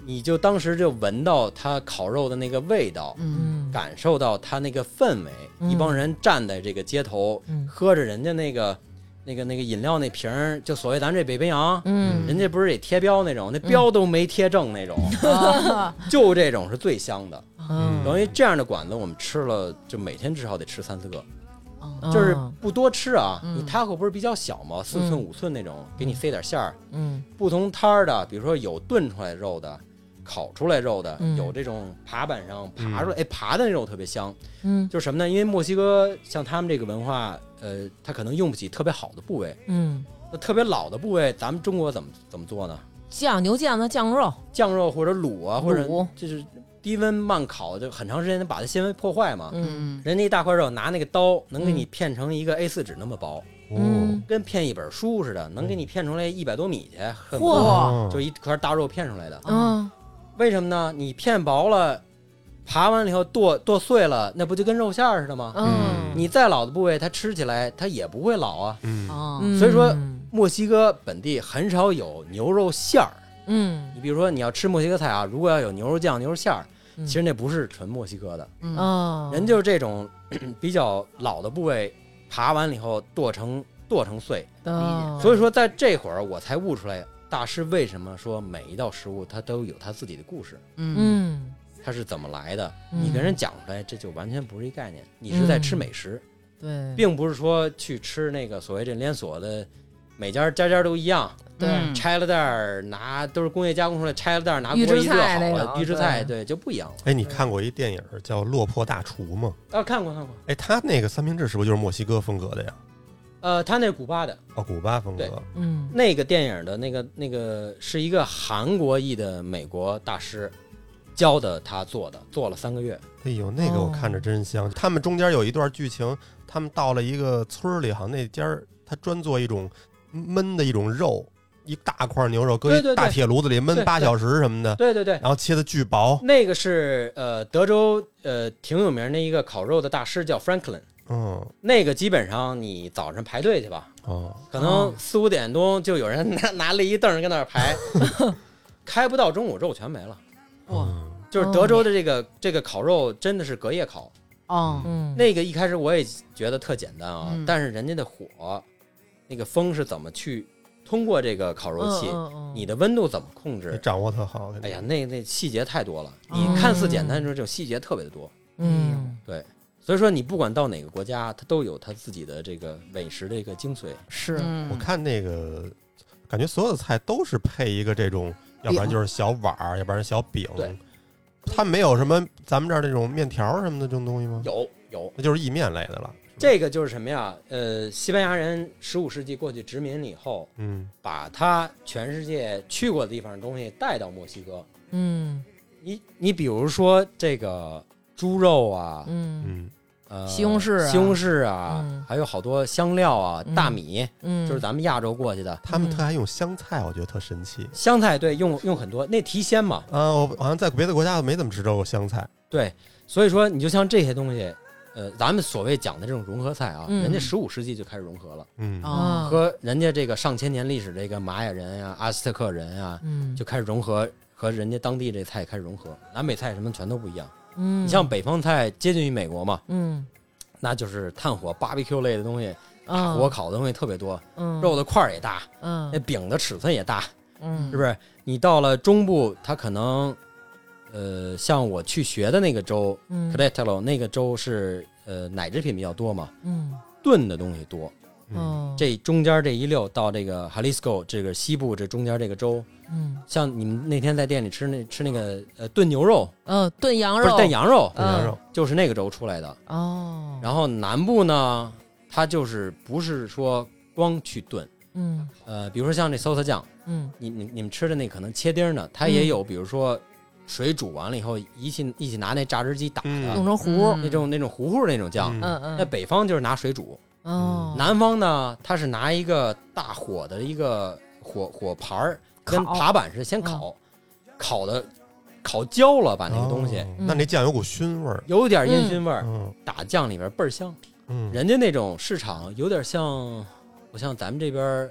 [SPEAKER 3] 你就当时就闻到它烤肉的那个味道，
[SPEAKER 5] 嗯，
[SPEAKER 1] 嗯
[SPEAKER 3] 感受到它那个氛围，
[SPEAKER 1] 嗯
[SPEAKER 3] 一帮人站在这个街头，
[SPEAKER 1] 嗯
[SPEAKER 3] 喝着人家那个那个那个饮料那瓶儿，就所谓咱这北冰洋。
[SPEAKER 1] 嗯
[SPEAKER 3] 人家不是也贴标那种，那标都没贴正 那种，
[SPEAKER 5] 啊
[SPEAKER 3] 就这种是最香的。
[SPEAKER 1] 哦嗯
[SPEAKER 3] 等于这样的馆子，我们吃了就每天至少得吃三四个。
[SPEAKER 1] 嗯
[SPEAKER 3] 就是不多吃啊。
[SPEAKER 5] 嗯
[SPEAKER 3] 你 taco 不是比较小吗？四寸
[SPEAKER 1] 嗯
[SPEAKER 3] 五寸那种，给你塞点馅儿。
[SPEAKER 1] 嗯
[SPEAKER 3] 不同摊儿的，比如说有炖出来肉的，烤出来肉的，
[SPEAKER 1] 嗯
[SPEAKER 3] 有这种爬板上爬出来，哎，爬的那肉特别香。
[SPEAKER 1] 嗯
[SPEAKER 3] 就是什么呢？因为墨西哥像他们这个文化，呃，他可能用不起特别好的部位，
[SPEAKER 1] 嗯，
[SPEAKER 3] 那特别老的部位，咱们中国怎么怎么做呢？
[SPEAKER 1] 酱牛腱子酱肉，
[SPEAKER 3] 酱肉或者卤啊，或者
[SPEAKER 1] 卤
[SPEAKER 3] 就是低温慢烤，就很长时间能把它纤维破坏嘛。
[SPEAKER 1] 嗯
[SPEAKER 3] 人家一大块肉拿那个刀能给你
[SPEAKER 1] 嗯
[SPEAKER 3] 片成一个 A 4纸那么薄，
[SPEAKER 2] 哦
[SPEAKER 3] 跟片一本书似的，能给你片出来一百多米去，恨不得
[SPEAKER 5] 嚯，
[SPEAKER 2] 哦
[SPEAKER 3] 就一块大肉片出来的。
[SPEAKER 1] 嗯
[SPEAKER 3] 为什么呢？你片薄了，爬完了以后剁剁碎了，那不就跟肉馅儿似的吗？
[SPEAKER 1] 嗯，
[SPEAKER 3] 你再老的部位，它吃起来它也不会老啊。
[SPEAKER 2] 嗯
[SPEAKER 5] 啊，
[SPEAKER 1] 嗯
[SPEAKER 3] 所以说墨西哥本地很少有牛肉馅儿，
[SPEAKER 1] 嗯
[SPEAKER 3] 你比如说你要吃墨西哥菜啊，如果要有牛肉酱、牛肉馅儿，
[SPEAKER 1] 嗯
[SPEAKER 3] 其实那不是纯墨西哥的，
[SPEAKER 1] 哦，
[SPEAKER 3] 人就是这种 咳咳比较老的部位，爬完了以后剁成剁成碎，
[SPEAKER 1] 哦
[SPEAKER 3] 所以说，在这会儿我才悟出来，大师为什么说每一道食物它都有它自己的故事，
[SPEAKER 5] 嗯
[SPEAKER 1] 嗯
[SPEAKER 3] 它是怎么来的。
[SPEAKER 1] 嗯
[SPEAKER 3] 你跟人讲出来，这就完全不是一概念。你是在吃美食，
[SPEAKER 1] 嗯对
[SPEAKER 3] 并不是说去吃那个所谓这连锁的，每家家家都一样，
[SPEAKER 1] 对
[SPEAKER 3] 拆了袋儿拿都是工业加工出来，拆了袋儿拿
[SPEAKER 1] 预
[SPEAKER 3] 锅
[SPEAKER 1] 制
[SPEAKER 3] 一热
[SPEAKER 1] 菜
[SPEAKER 3] 好
[SPEAKER 1] 那
[SPEAKER 3] 了，
[SPEAKER 1] 种
[SPEAKER 3] 预制菜
[SPEAKER 1] 对
[SPEAKER 3] 对就不一样了。
[SPEAKER 2] 哎，你看过一电影叫《落魄大厨》吗？
[SPEAKER 1] 哦
[SPEAKER 3] 啊，看过看过，
[SPEAKER 2] 哎，他那个三明治是不是就是墨西哥风格的呀？
[SPEAKER 3] 呃，他那古巴的
[SPEAKER 2] 哦，古巴风格
[SPEAKER 3] 对。
[SPEAKER 1] 嗯
[SPEAKER 3] 那个电影的那个那个是一个韩国裔的美国大师教的他做的，做了三个月。
[SPEAKER 2] 哎呦，那
[SPEAKER 3] 哦
[SPEAKER 2] 个我看着真香。他们中间有一段剧情，他们到了一个村儿里，好像那家儿他专做一种焖的一种肉，一大块牛肉搁
[SPEAKER 3] 对
[SPEAKER 2] 一
[SPEAKER 3] 对对
[SPEAKER 2] 大铁炉子里焖
[SPEAKER 3] 对
[SPEAKER 2] 八
[SPEAKER 3] 对
[SPEAKER 2] 小时什么的，
[SPEAKER 3] 对对对，
[SPEAKER 2] 然后切的巨薄。
[SPEAKER 3] 那个是呃德州呃挺有名的一个烤肉的大师叫 Franklin，
[SPEAKER 2] 嗯，
[SPEAKER 3] 那个基本上你早上排队去吧，
[SPEAKER 2] 哦，
[SPEAKER 3] 可能四五点钟就有人拿 拿了一凳儿跟那儿 排，开不到中午肉全没了。
[SPEAKER 5] 哇
[SPEAKER 2] 嗯
[SPEAKER 3] 就是德州的这个、这个烤肉真的是隔夜烤，
[SPEAKER 5] 哦，
[SPEAKER 1] 嗯
[SPEAKER 3] 那个一开始我也觉得特简单啊，
[SPEAKER 5] 嗯
[SPEAKER 3] 但是人家的火，那个风是怎么去通过这个烤肉
[SPEAKER 5] 嗯
[SPEAKER 3] 器，你的温度怎么控
[SPEAKER 2] 你
[SPEAKER 3] 制？
[SPEAKER 2] 掌握特好。
[SPEAKER 3] 哎呀，，那那细节太多了，
[SPEAKER 5] 哦
[SPEAKER 3] 你看似简单，就是这种细节特别的多。
[SPEAKER 1] 嗯
[SPEAKER 3] 所以说，你不管到哪个国家，它都有它自己的这个美食的一个精髓。
[SPEAKER 1] 是
[SPEAKER 2] 我
[SPEAKER 5] 我
[SPEAKER 2] 看那个，感觉所有的菜都是配一个这种，要不然就是小碗儿，要不然小饼。
[SPEAKER 3] 对，
[SPEAKER 2] 它没有什么咱们这儿这种面条儿什么的这种东西吗？
[SPEAKER 3] 有有，
[SPEAKER 2] 那就是意面类的了。是吧
[SPEAKER 3] 这个就是什么呀？呃，西班牙人十五世纪过去殖民了以后，
[SPEAKER 2] 嗯
[SPEAKER 3] 把他全世界去过的地方的东西带到墨西哥。
[SPEAKER 1] 嗯
[SPEAKER 3] 你你比如说这个猪肉啊，
[SPEAKER 1] 嗯
[SPEAKER 2] 嗯
[SPEAKER 3] 呃，
[SPEAKER 1] 西红柿啊
[SPEAKER 3] 西红柿啊，
[SPEAKER 1] 嗯
[SPEAKER 3] 还有好多香料啊，
[SPEAKER 1] 嗯
[SPEAKER 3] 大米，
[SPEAKER 1] 嗯，
[SPEAKER 3] 就是咱们亚洲过去的，
[SPEAKER 2] 他们特
[SPEAKER 1] 嗯
[SPEAKER 2] 爱用香菜，我觉得特神奇。
[SPEAKER 3] 香菜，对，用用很多，那提鲜嘛，
[SPEAKER 2] 啊，我好像在别的国家没怎么吃到过香菜。
[SPEAKER 3] 对，所以说你就像这些东西，呃，咱们所谓讲的这种融合菜啊，
[SPEAKER 1] 嗯
[SPEAKER 3] 人家十五世纪就开始融合了，
[SPEAKER 1] 哦
[SPEAKER 2] 嗯
[SPEAKER 5] 啊，
[SPEAKER 3] 和人家这个上千年历史这个玛雅人呀、阿斯特克人啊，
[SPEAKER 1] 嗯
[SPEAKER 3] 就开始融合，和人家当地这菜开始融合，南北菜什么全都不一样。
[SPEAKER 1] 嗯
[SPEAKER 3] 你像北方菜接近于美国嘛，
[SPEAKER 1] 嗯
[SPEAKER 3] 那就是炭火 barbecue 类的东西，
[SPEAKER 1] 啊
[SPEAKER 3] 火烤的东西特别多，
[SPEAKER 1] 嗯
[SPEAKER 3] 肉的块儿也大，
[SPEAKER 1] 嗯
[SPEAKER 3] 那饼的尺寸也大，
[SPEAKER 1] 嗯
[SPEAKER 3] 是不是？你到了中部，它可能，呃，像我去学的那个州 c
[SPEAKER 1] 嗯
[SPEAKER 3] r e t e l o 那个州是呃奶制品比较多嘛，
[SPEAKER 1] 嗯
[SPEAKER 3] 炖的东西多。
[SPEAKER 1] 嗯，
[SPEAKER 3] 这中间这一溜到这个 Jalisco 这个西部这中间这个州，
[SPEAKER 1] 嗯
[SPEAKER 3] 像你们那天在店里吃那吃那个呃炖牛肉，
[SPEAKER 1] 呃炖羊
[SPEAKER 3] 不是
[SPEAKER 1] 肉
[SPEAKER 3] 炖羊肉，
[SPEAKER 1] 嗯
[SPEAKER 2] 炖羊肉，
[SPEAKER 3] 就是那个州出来的。
[SPEAKER 1] 哦，
[SPEAKER 3] 然后南部呢，它就是不是说光去炖，
[SPEAKER 1] 嗯
[SPEAKER 3] 呃，比如说像这 salsa 酱，
[SPEAKER 1] 嗯
[SPEAKER 3] 你你你们吃的那可能切丁儿呢，它也有，比如说水煮完了以后一起一起拿那榨汁机打
[SPEAKER 2] 嗯
[SPEAKER 1] 弄
[SPEAKER 3] 的
[SPEAKER 1] 成糊
[SPEAKER 3] 那种那种糊糊那种酱。
[SPEAKER 1] 嗯
[SPEAKER 3] 那
[SPEAKER 1] 嗯
[SPEAKER 3] 北方就是拿水煮，
[SPEAKER 1] 哦
[SPEAKER 3] 南方呢，它是拿一个大火的一个火火盘儿，跟
[SPEAKER 1] 烤嗯
[SPEAKER 3] 爬板似的，先烤，烤的烤焦了，把那个东西
[SPEAKER 2] 哦那那酱有股熏味儿，
[SPEAKER 3] 有点烟熏味儿，
[SPEAKER 2] 嗯
[SPEAKER 3] 打酱里边倍儿香。
[SPEAKER 2] 嗯，
[SPEAKER 3] 人家那种市场有点像，不像咱们这边儿，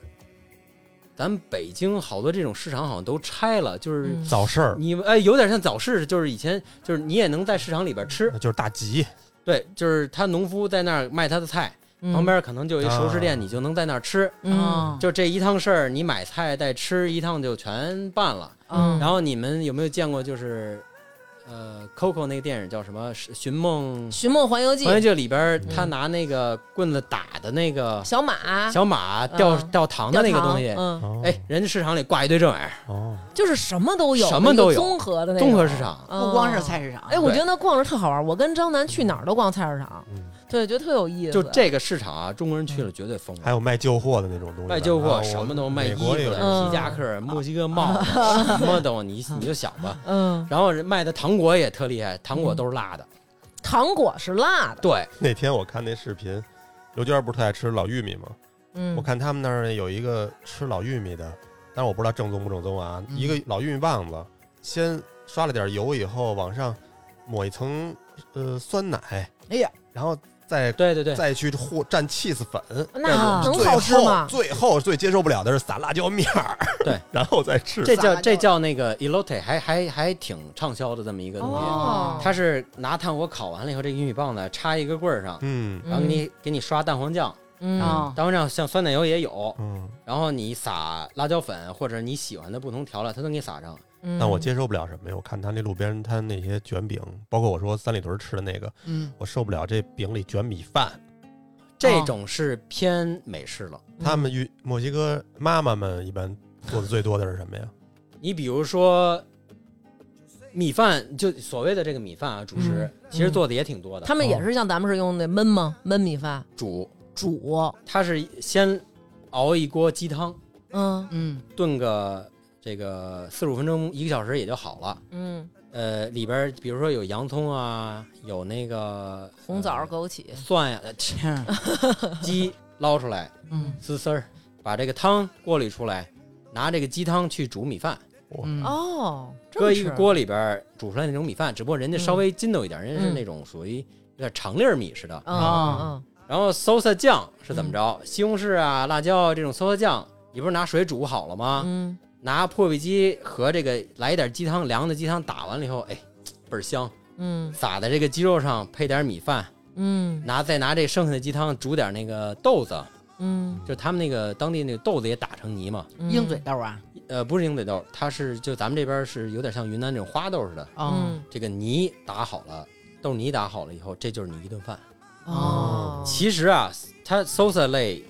[SPEAKER 3] 咱们北京好多这种市场好像都拆了，就是
[SPEAKER 1] 嗯
[SPEAKER 2] 早市儿
[SPEAKER 3] 你哎，有点像早市，就是以前就是你也能在市场里边吃
[SPEAKER 1] 嗯
[SPEAKER 2] 那，就是大集，
[SPEAKER 3] 对，就是他农夫在那儿卖他的菜，
[SPEAKER 1] 嗯
[SPEAKER 3] 旁边啊可能就有一熟食
[SPEAKER 2] 啊
[SPEAKER 3] 店，你就能在那儿吃。
[SPEAKER 1] 嗯
[SPEAKER 3] 就这一趟事儿，你买菜再吃一趟就全办了。
[SPEAKER 1] 嗯
[SPEAKER 3] 然后你们有没有见过就是，呃，Coco 那个电影叫什么《寻寻梦
[SPEAKER 1] 《寻梦环游记
[SPEAKER 3] 环游》记》里边儿，他拿那个棍子打的那个
[SPEAKER 1] 小马
[SPEAKER 3] 小马掉
[SPEAKER 1] 嗯
[SPEAKER 3] 掉糖
[SPEAKER 1] 教
[SPEAKER 3] 的那个
[SPEAKER 1] 堂
[SPEAKER 3] 东西，
[SPEAKER 1] 嗯，
[SPEAKER 3] 哎，人家市场里挂一堆这玩意儿，
[SPEAKER 2] 哦，
[SPEAKER 1] 就是什么都有，
[SPEAKER 3] 什么都有
[SPEAKER 1] 一个综合的那种
[SPEAKER 3] 综合市，场。
[SPEAKER 1] 嗯
[SPEAKER 4] 不光是菜。市场，
[SPEAKER 1] 哎，我
[SPEAKER 3] 对
[SPEAKER 1] 觉得逛着特好玩，我跟张楠去哪儿都逛菜市场，
[SPEAKER 2] 嗯
[SPEAKER 1] 对，觉得特有意思。
[SPEAKER 3] 就，这个市场啊，中国人去了绝对疯了。
[SPEAKER 2] 还有卖旧货的那种东西吧，
[SPEAKER 3] 卖旧
[SPEAKER 2] 啊
[SPEAKER 3] 货
[SPEAKER 2] 我
[SPEAKER 3] 什么都卖，衣
[SPEAKER 2] 美
[SPEAKER 3] 服、
[SPEAKER 2] 国也有
[SPEAKER 1] 嗯
[SPEAKER 3] 皮夹克、墨西哥 帽子，什么都你你就想吧。
[SPEAKER 1] 嗯，
[SPEAKER 3] 然后人卖的糖果也特厉害，糖果都是辣的。
[SPEAKER 1] 糖果是辣的，
[SPEAKER 3] 对，
[SPEAKER 2] 那天我看那视频，刘娟不是特爱吃老玉米吗？
[SPEAKER 1] 嗯，
[SPEAKER 2] 我看他们那儿有一个吃老玉米的，但是我不知道正宗不正宗啊。
[SPEAKER 1] 嗯
[SPEAKER 2] 一个老玉米棒子，先刷了点油以后，往上抹一层呃酸奶，
[SPEAKER 4] 哎呀，
[SPEAKER 2] 然后再
[SPEAKER 3] 对对对，
[SPEAKER 2] 再去和蘸 cheese 粉。
[SPEAKER 1] 那嗯能
[SPEAKER 2] 最
[SPEAKER 1] 好吃
[SPEAKER 2] 后
[SPEAKER 1] 吗？
[SPEAKER 2] 最后最接受不了的是撒辣椒面 儿，
[SPEAKER 3] 对，
[SPEAKER 2] 然后再吃。
[SPEAKER 3] 这叫
[SPEAKER 4] 撒
[SPEAKER 3] 这叫那个 elote，还还还挺畅销的这么一个东西。
[SPEAKER 1] 哦，
[SPEAKER 3] 它是拿炭火烤完了以后，这个玉米棒呢插一个棍儿上，
[SPEAKER 2] 嗯
[SPEAKER 3] 然后给你给你刷蛋黄酱，
[SPEAKER 1] 嗯
[SPEAKER 4] 啊，
[SPEAKER 3] 蛋黄酱像酸奶油也有，
[SPEAKER 2] 嗯，
[SPEAKER 3] 然后你撒辣椒粉或者你喜欢的不同调料，它都给你撒上。
[SPEAKER 1] 嗯，
[SPEAKER 2] 但我接受不了什么呀？我看他那路边摊那些卷饼，包括我说三里屯吃的那个，
[SPEAKER 4] 嗯，
[SPEAKER 2] 我受不了这饼里卷米饭。
[SPEAKER 3] 这种是偏美式了。
[SPEAKER 2] 他们与墨西哥妈妈们一般做的最多的是什么呀？
[SPEAKER 3] 你比如说米饭，就所谓的这个米饭啊，主食、其实做的也挺多的。
[SPEAKER 1] 他们也是像咱们是用那焖吗？焖米饭
[SPEAKER 3] 煮，
[SPEAKER 1] 煮，
[SPEAKER 3] 它是先熬一锅鸡汤，
[SPEAKER 1] 嗯
[SPEAKER 4] 嗯，
[SPEAKER 3] 炖个这个四十五分钟一个小时也就好了。
[SPEAKER 1] 嗯，
[SPEAKER 3] 呃，里边儿比如说有洋葱啊，有那个
[SPEAKER 1] 红枣、
[SPEAKER 3] 呃
[SPEAKER 1] 枸杞，
[SPEAKER 3] 蒜 呀、呃切
[SPEAKER 4] 天，
[SPEAKER 3] 鸡捞出来
[SPEAKER 4] 嗯
[SPEAKER 3] 撕丝儿，把这个汤过滤出来，拿这个鸡汤去煮米饭。
[SPEAKER 4] 嗯，
[SPEAKER 1] 哦，这么
[SPEAKER 3] 搁一个
[SPEAKER 1] 吃，
[SPEAKER 3] 锅里边儿煮出来那种米饭，只不过人家稍微筋斗一点，人家是
[SPEAKER 1] 嗯
[SPEAKER 3] 那种属于有点长粒儿米似的。
[SPEAKER 1] 嗯嗯
[SPEAKER 3] 然后 salsa 酱是怎么着？西红柿啊、辣椒啊这种 salsa 酱，你不是拿水煮好了吗？
[SPEAKER 1] 嗯
[SPEAKER 3] 拿破壁机和这个来一点鸡汤，凉的鸡汤打完了以后，哎，倍儿香，
[SPEAKER 1] 嗯
[SPEAKER 3] 撒在这个鸡肉上，配点米饭，
[SPEAKER 1] 嗯
[SPEAKER 3] 拿再拿这剩下的鸡汤煮点那个豆子，
[SPEAKER 1] 嗯
[SPEAKER 3] 就是他们那个当地那个豆子也打成泥嘛，
[SPEAKER 1] 嗯，
[SPEAKER 4] 鹰嘴豆啊，
[SPEAKER 3] 呃，不是鹰嘴豆，它是就咱们这边是有点像云南那种花豆似的，
[SPEAKER 4] 哦，
[SPEAKER 1] 嗯
[SPEAKER 3] 这个泥打好了，豆泥打好了以后，这就是你一顿饭。啊
[SPEAKER 1] 哦，
[SPEAKER 3] 其实啊，它 salsa 类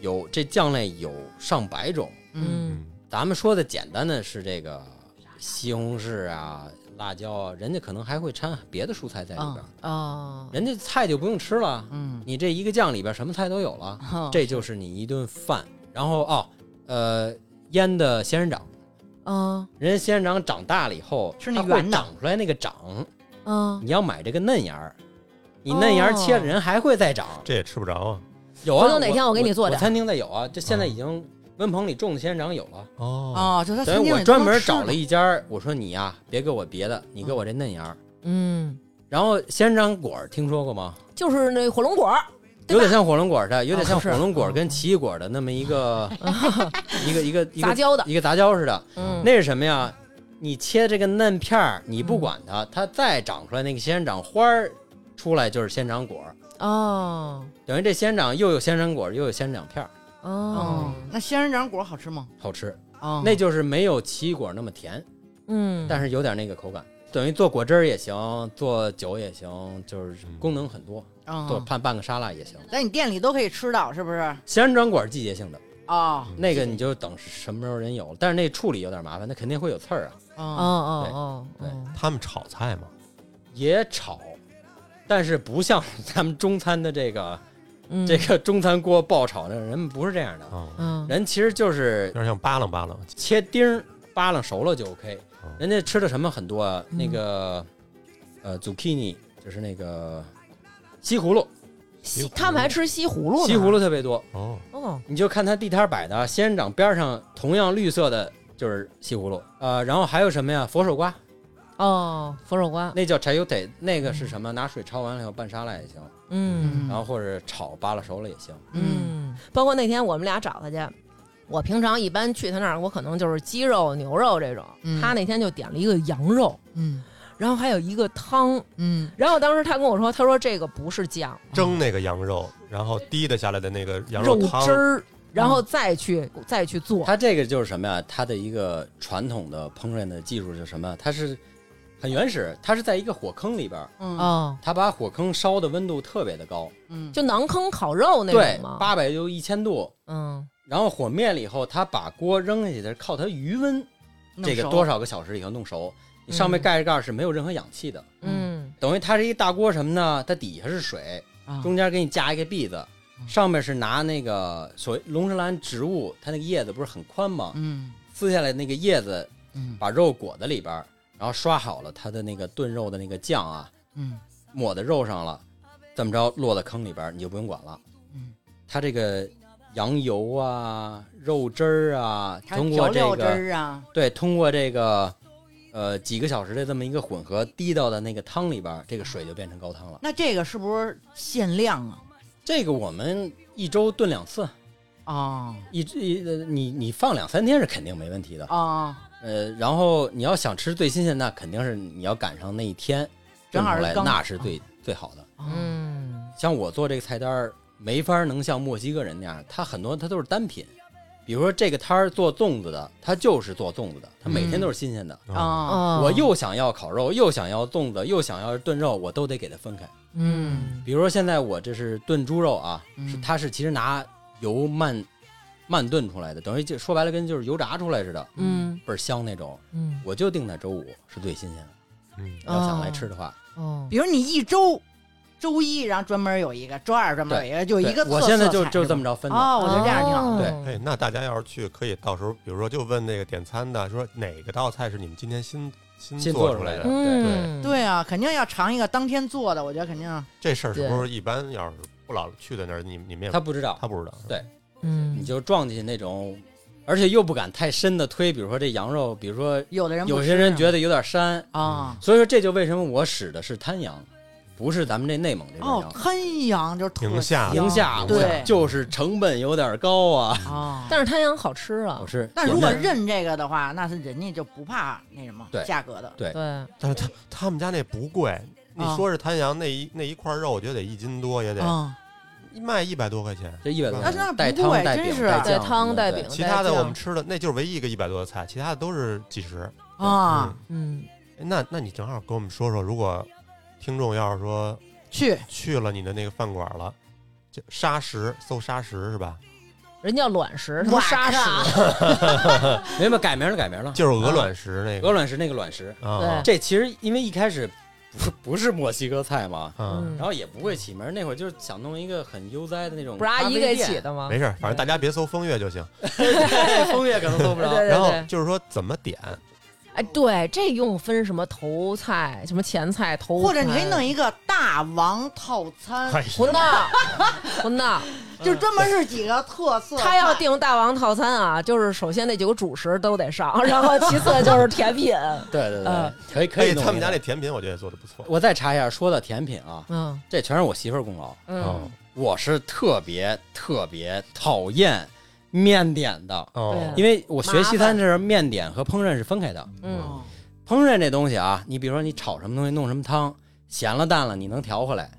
[SPEAKER 3] 有这酱类有上百种，
[SPEAKER 4] 嗯，
[SPEAKER 1] 嗯
[SPEAKER 3] 咱们说的简单的是这个西红柿啊、辣椒啊，人家可能还会掺别的蔬菜在里边，
[SPEAKER 1] 哦，
[SPEAKER 3] 嗯人家菜就不用吃了，
[SPEAKER 4] 嗯，
[SPEAKER 3] 你这一个酱里边什么菜都有了，
[SPEAKER 1] 嗯
[SPEAKER 4] 哦
[SPEAKER 3] 这就是你一顿饭。然后哦，呃，腌的仙人掌，
[SPEAKER 1] 嗯
[SPEAKER 3] 人家仙人掌长大了以后，
[SPEAKER 4] 吃那
[SPEAKER 3] 它会
[SPEAKER 4] 圆的
[SPEAKER 3] 长出来那个掌。
[SPEAKER 1] 嗯，
[SPEAKER 3] 你要买这个嫩芽儿，你嫩芽儿
[SPEAKER 1] 哦
[SPEAKER 3] 切了，人还会再长。
[SPEAKER 2] 这也吃不着啊。
[SPEAKER 3] 有啊，
[SPEAKER 1] 回头哪天我给你做点嗯
[SPEAKER 3] 我餐厅再有啊，这现在已经温棚里种的仙人掌有了。
[SPEAKER 2] 哦，
[SPEAKER 4] 哦，就他
[SPEAKER 3] 所以
[SPEAKER 4] 曾经
[SPEAKER 3] 我
[SPEAKER 4] 也
[SPEAKER 3] 专
[SPEAKER 4] 都
[SPEAKER 3] 门
[SPEAKER 4] 吃
[SPEAKER 3] 找
[SPEAKER 4] 的
[SPEAKER 3] 了一家儿，我说你呀、别给我别的，你给我这嫩芽儿。
[SPEAKER 1] 嗯，
[SPEAKER 3] 然后仙人掌果儿听说过吗？
[SPEAKER 1] 就是那火龙果儿，对
[SPEAKER 3] 有
[SPEAKER 1] 吧
[SPEAKER 3] 点像火龙果儿的，有点
[SPEAKER 1] 哦
[SPEAKER 3] 像
[SPEAKER 1] 是
[SPEAKER 3] 火龙果儿跟奇异果儿的那么 一个一个一个一
[SPEAKER 1] 杂
[SPEAKER 3] 个
[SPEAKER 1] 交的，
[SPEAKER 3] 一个杂交似的。
[SPEAKER 1] 嗯，
[SPEAKER 3] 那是什么呀？你切这个嫩片儿，你不管它，它再长出来那个仙人掌花儿出来就是仙人掌果儿，
[SPEAKER 1] 哦
[SPEAKER 3] 等于这仙人掌又有仙人掌果儿又有仙人掌片儿，
[SPEAKER 1] 哦
[SPEAKER 4] 哦，那仙人掌果好吃吗？
[SPEAKER 3] 好吃。
[SPEAKER 4] 哦
[SPEAKER 3] 嗯那就是没有奇异果那么甜，
[SPEAKER 1] 嗯，
[SPEAKER 3] 但
[SPEAKER 1] 是
[SPEAKER 3] 是有点那个口感。等于做果汁儿也行，做酒也行，就是功能很多，做
[SPEAKER 4] 嗯，
[SPEAKER 3] 拌拌个沙拉也行。
[SPEAKER 4] 在你店里都可以吃到，是不是？
[SPEAKER 3] 仙人掌管季节性的，
[SPEAKER 4] 哦，
[SPEAKER 3] 那个你就等什么时候人有，但是那处理有点麻烦，那肯定会有刺儿啊。
[SPEAKER 1] 哦
[SPEAKER 4] 哦，
[SPEAKER 1] 哦哦
[SPEAKER 3] 对
[SPEAKER 1] 哦，
[SPEAKER 2] 他们炒菜嘛，
[SPEAKER 3] 也炒，但是不像咱们中餐的这个、
[SPEAKER 1] 嗯
[SPEAKER 3] 这个中餐锅爆炒的，人们不是这样的，
[SPEAKER 2] 啊，
[SPEAKER 1] 嗯
[SPEAKER 3] 人其实就是
[SPEAKER 2] 有点像扒拉扒拉，
[SPEAKER 3] 切丁儿扒拉熟了就 OK
[SPEAKER 2] 哦。
[SPEAKER 3] 人家吃的什么很多啊，
[SPEAKER 1] 嗯
[SPEAKER 3] 那个呃 zucchini 就是那个西葫芦，
[SPEAKER 1] 西他们还吃西葫芦呢，
[SPEAKER 3] 西葫芦特别多。
[SPEAKER 2] 哦，
[SPEAKER 1] 哦，
[SPEAKER 3] 你就看它地摊儿摆的啊仙人掌边上同样绿色的就是西葫芦，呃，然后还有什么呀？佛手瓜，
[SPEAKER 1] 啊哦，佛手瓜，
[SPEAKER 3] 那叫柴油得，那个是什么？拿水焯完了以后拌沙拉也行，
[SPEAKER 1] 嗯
[SPEAKER 3] 然后或者炒扒拉熟了也行。
[SPEAKER 1] 嗯，包括那天我们俩找他去。我平常一般去他那儿，我可能就是鸡肉、牛肉这种。
[SPEAKER 4] 嗯
[SPEAKER 1] 他那天就点了一个羊肉，
[SPEAKER 4] 嗯
[SPEAKER 1] 然后还有一个汤。
[SPEAKER 4] 嗯，
[SPEAKER 1] 然后当时他跟我说，他说这个不是酱，
[SPEAKER 2] 蒸那个羊肉，然后滴的下来的那个羊
[SPEAKER 1] 肉
[SPEAKER 2] 汤
[SPEAKER 1] 汁，儿，然后再去再去做。
[SPEAKER 3] 它这个就是什么呀？它的一个传统的烹饪的技术是什么？它是很原始，它是在一个火坑里边儿，
[SPEAKER 5] 嗯
[SPEAKER 1] 哦，
[SPEAKER 3] 它把火坑烧的温度特别的高，
[SPEAKER 5] 嗯，
[SPEAKER 1] 就馕坑烤肉那
[SPEAKER 3] 对
[SPEAKER 1] 种，吗？
[SPEAKER 3] 八百就一千度，
[SPEAKER 1] 嗯
[SPEAKER 3] 然后火灭了以后，它把锅扔下去的是靠它余温这个多
[SPEAKER 5] 少？
[SPEAKER 3] 少个小时以后弄熟，你上面盖着盖儿是没有任何氧气的，
[SPEAKER 1] 嗯
[SPEAKER 3] 等于它是一大锅什么呢？它底下是水，
[SPEAKER 4] 啊
[SPEAKER 3] 中间给你架一个篦子，
[SPEAKER 4] 嗯
[SPEAKER 3] 上面是拿那个所谓龙舌兰植物，它那个叶子不是很宽吗？
[SPEAKER 4] 嗯
[SPEAKER 3] 撕下来那个叶子，
[SPEAKER 4] 嗯
[SPEAKER 3] 把肉裹在里边儿，然后刷好了它的那个炖肉的那个酱啊，
[SPEAKER 4] 嗯
[SPEAKER 3] 抹在肉上了，这么着落在坑里边儿，你就不用管了。
[SPEAKER 4] 嗯，
[SPEAKER 3] 它这个羊油啊、肉汁儿啊，
[SPEAKER 4] 还
[SPEAKER 3] 通
[SPEAKER 4] 有
[SPEAKER 3] 过
[SPEAKER 4] 调
[SPEAKER 3] 这
[SPEAKER 4] 料汁
[SPEAKER 3] 个
[SPEAKER 4] 儿啊，
[SPEAKER 3] 对，通过这个呃几个小时的这么一个混合滴到的那个汤里边儿，这个水就变成高汤了。
[SPEAKER 4] 那这个是不是限量啊？
[SPEAKER 3] 这个我们一周炖两次，
[SPEAKER 4] 哦
[SPEAKER 3] 一一呃你你放两三天是肯定没问题的。
[SPEAKER 4] 哦，
[SPEAKER 3] 呃，然后你要想吃最新鲜的，肯定是你要赶上那一天
[SPEAKER 4] 正好
[SPEAKER 3] 炖出来
[SPEAKER 4] 是刚
[SPEAKER 3] 那是最最好的。
[SPEAKER 4] 嗯
[SPEAKER 1] 嗯
[SPEAKER 3] 像我做这个菜单儿，没法儿能像墨西哥人那样，他很多他都是单品。比如说这个摊儿做粽子的，他就是做粽子的，他每天都是新鲜的。
[SPEAKER 2] 啊，
[SPEAKER 4] 啊
[SPEAKER 1] 哦，
[SPEAKER 3] 我又想要烤肉，又想要粽子，又想要炖肉，我都得给它分开。
[SPEAKER 1] 嗯
[SPEAKER 3] 比如说现在我这是炖猪肉啊，
[SPEAKER 4] 嗯
[SPEAKER 3] 是它是其实拿油慢慢炖出来的，等于就说白了跟就是油炸出来似的，
[SPEAKER 1] 嗯
[SPEAKER 3] 倍儿香那种。
[SPEAKER 1] 嗯
[SPEAKER 3] 我就定在周五是最新鲜的，
[SPEAKER 2] 嗯，
[SPEAKER 3] 要想来吃的话，
[SPEAKER 1] 哦
[SPEAKER 4] 比如你一周周一，然后专门有一个，周二专门有一个，就一
[SPEAKER 3] 对
[SPEAKER 4] 个特色
[SPEAKER 3] 我现在就
[SPEAKER 4] 菜
[SPEAKER 3] 就是这
[SPEAKER 4] 吧
[SPEAKER 3] 么着分的。
[SPEAKER 4] 哦，我觉得这样挺好的。
[SPEAKER 3] 对
[SPEAKER 2] 哎，那大家要是去，可以到时候，比如说就问那个点餐的，说哪个道菜是你们今天新新
[SPEAKER 3] 新
[SPEAKER 2] 做
[SPEAKER 3] 做出来
[SPEAKER 2] 的？
[SPEAKER 3] 的
[SPEAKER 1] 嗯，
[SPEAKER 4] 对啊，肯定要尝一个当天做的，我觉得肯定
[SPEAKER 2] 这事儿是不是一般要是不老去的那儿，你你们也
[SPEAKER 3] 他不知道，
[SPEAKER 2] 他不知道？
[SPEAKER 3] 对
[SPEAKER 1] 嗯，
[SPEAKER 3] 你就撞进去那种，而且又不敢太深的推，比如说这羊肉，比如说
[SPEAKER 4] 有的人
[SPEAKER 3] 有些人觉
[SPEAKER 4] 得
[SPEAKER 3] 得有点膻，
[SPEAKER 4] 啊，
[SPEAKER 3] 所以说这就为什么我使的是滩羊，不是咱们这内蒙这种
[SPEAKER 4] 哦，
[SPEAKER 3] 羊。
[SPEAKER 4] 滩羊就是特
[SPEAKER 2] 宁夏
[SPEAKER 3] 宁夏
[SPEAKER 2] 宁
[SPEAKER 4] 对
[SPEAKER 3] 就是成本有点高啊，
[SPEAKER 4] 啊。
[SPEAKER 1] 但是滩羊好吃啊
[SPEAKER 3] 我，是。
[SPEAKER 4] 但如果
[SPEAKER 3] 我们
[SPEAKER 4] 认这个的话，那是人家就不怕那什么
[SPEAKER 3] 对
[SPEAKER 4] 价格的。
[SPEAKER 3] 对
[SPEAKER 1] 对，
[SPEAKER 2] 但是他他们家那不贵，你说是滩羊那一那一块肉，我觉得得一斤多，也得
[SPEAKER 4] 啊，
[SPEAKER 2] 卖一百多块钱。
[SPEAKER 3] 这一百多块
[SPEAKER 4] 但是那
[SPEAKER 3] 钱，
[SPEAKER 4] 不
[SPEAKER 3] 带汤
[SPEAKER 4] 贵
[SPEAKER 3] 带
[SPEAKER 4] 真
[SPEAKER 3] 饼
[SPEAKER 4] 是
[SPEAKER 3] 带
[SPEAKER 1] 带
[SPEAKER 3] 酱什
[SPEAKER 1] 汤
[SPEAKER 3] 么
[SPEAKER 1] 带
[SPEAKER 3] 的
[SPEAKER 1] 饼，
[SPEAKER 2] 其他的
[SPEAKER 1] 带酱
[SPEAKER 2] 我们吃的那就是唯一一个一百多的菜，其他的都是几十
[SPEAKER 4] 啊，
[SPEAKER 2] 嗯
[SPEAKER 1] 嗯
[SPEAKER 2] 哎那那你正好给我们说说，如果听众要是说
[SPEAKER 4] 去
[SPEAKER 2] 去了你的那个饭馆了，就沙石搜沙石是吧？
[SPEAKER 1] 人叫卵石，什
[SPEAKER 4] 哇
[SPEAKER 1] 么沙石，
[SPEAKER 3] 对没有改名了，改名了，
[SPEAKER 2] 就是鹅卵石那个
[SPEAKER 3] 鹅卵石那个卵石。
[SPEAKER 2] 啊
[SPEAKER 3] 这其实因为一开始不是不是墨西哥菜嘛，
[SPEAKER 2] 啊，
[SPEAKER 1] 嗯
[SPEAKER 3] 然后也不会起名，那会儿就是想弄一个很悠哉的那种
[SPEAKER 1] 不是阿
[SPEAKER 3] 咖啡
[SPEAKER 1] 姨给
[SPEAKER 3] 店
[SPEAKER 1] 起，的吗？
[SPEAKER 2] 没事儿，反正大家别搜风月就行。
[SPEAKER 3] 对风月可能搜不
[SPEAKER 1] 对
[SPEAKER 3] 着。
[SPEAKER 1] 对
[SPEAKER 2] 然后
[SPEAKER 1] 对，
[SPEAKER 2] 就是说怎么点，
[SPEAKER 1] 哎，对，这用分什么头菜、什么前菜、头
[SPEAKER 4] 或者你可以
[SPEAKER 1] 盘
[SPEAKER 4] 弄一个大王套餐，
[SPEAKER 2] 哎
[SPEAKER 1] 混蛋，混 蛋！
[SPEAKER 3] 嗯
[SPEAKER 4] 就是专门是几个特色菜。
[SPEAKER 1] 他要订大王套餐啊，就是首先那几个主食都得 上，然后其次就是甜品。
[SPEAKER 3] 对对对
[SPEAKER 1] 嗯，
[SPEAKER 3] 可以可
[SPEAKER 2] 哎
[SPEAKER 3] 以弄一个。
[SPEAKER 2] 他们家那甜品我觉得也做的不错。
[SPEAKER 3] 我再查一下，说到甜品啊，
[SPEAKER 1] 嗯
[SPEAKER 3] 这全是我媳妇儿功劳。
[SPEAKER 2] 哦
[SPEAKER 1] 嗯，
[SPEAKER 3] 我是特别特别讨厌面点的，
[SPEAKER 2] 哦
[SPEAKER 1] 对
[SPEAKER 3] 因为我学西餐的时候，面点和烹饪是分开的。
[SPEAKER 1] 嗯，
[SPEAKER 3] 烹饪这东西啊，你比如说你炒什么东西，弄什么汤，咸了淡了，你能调回来。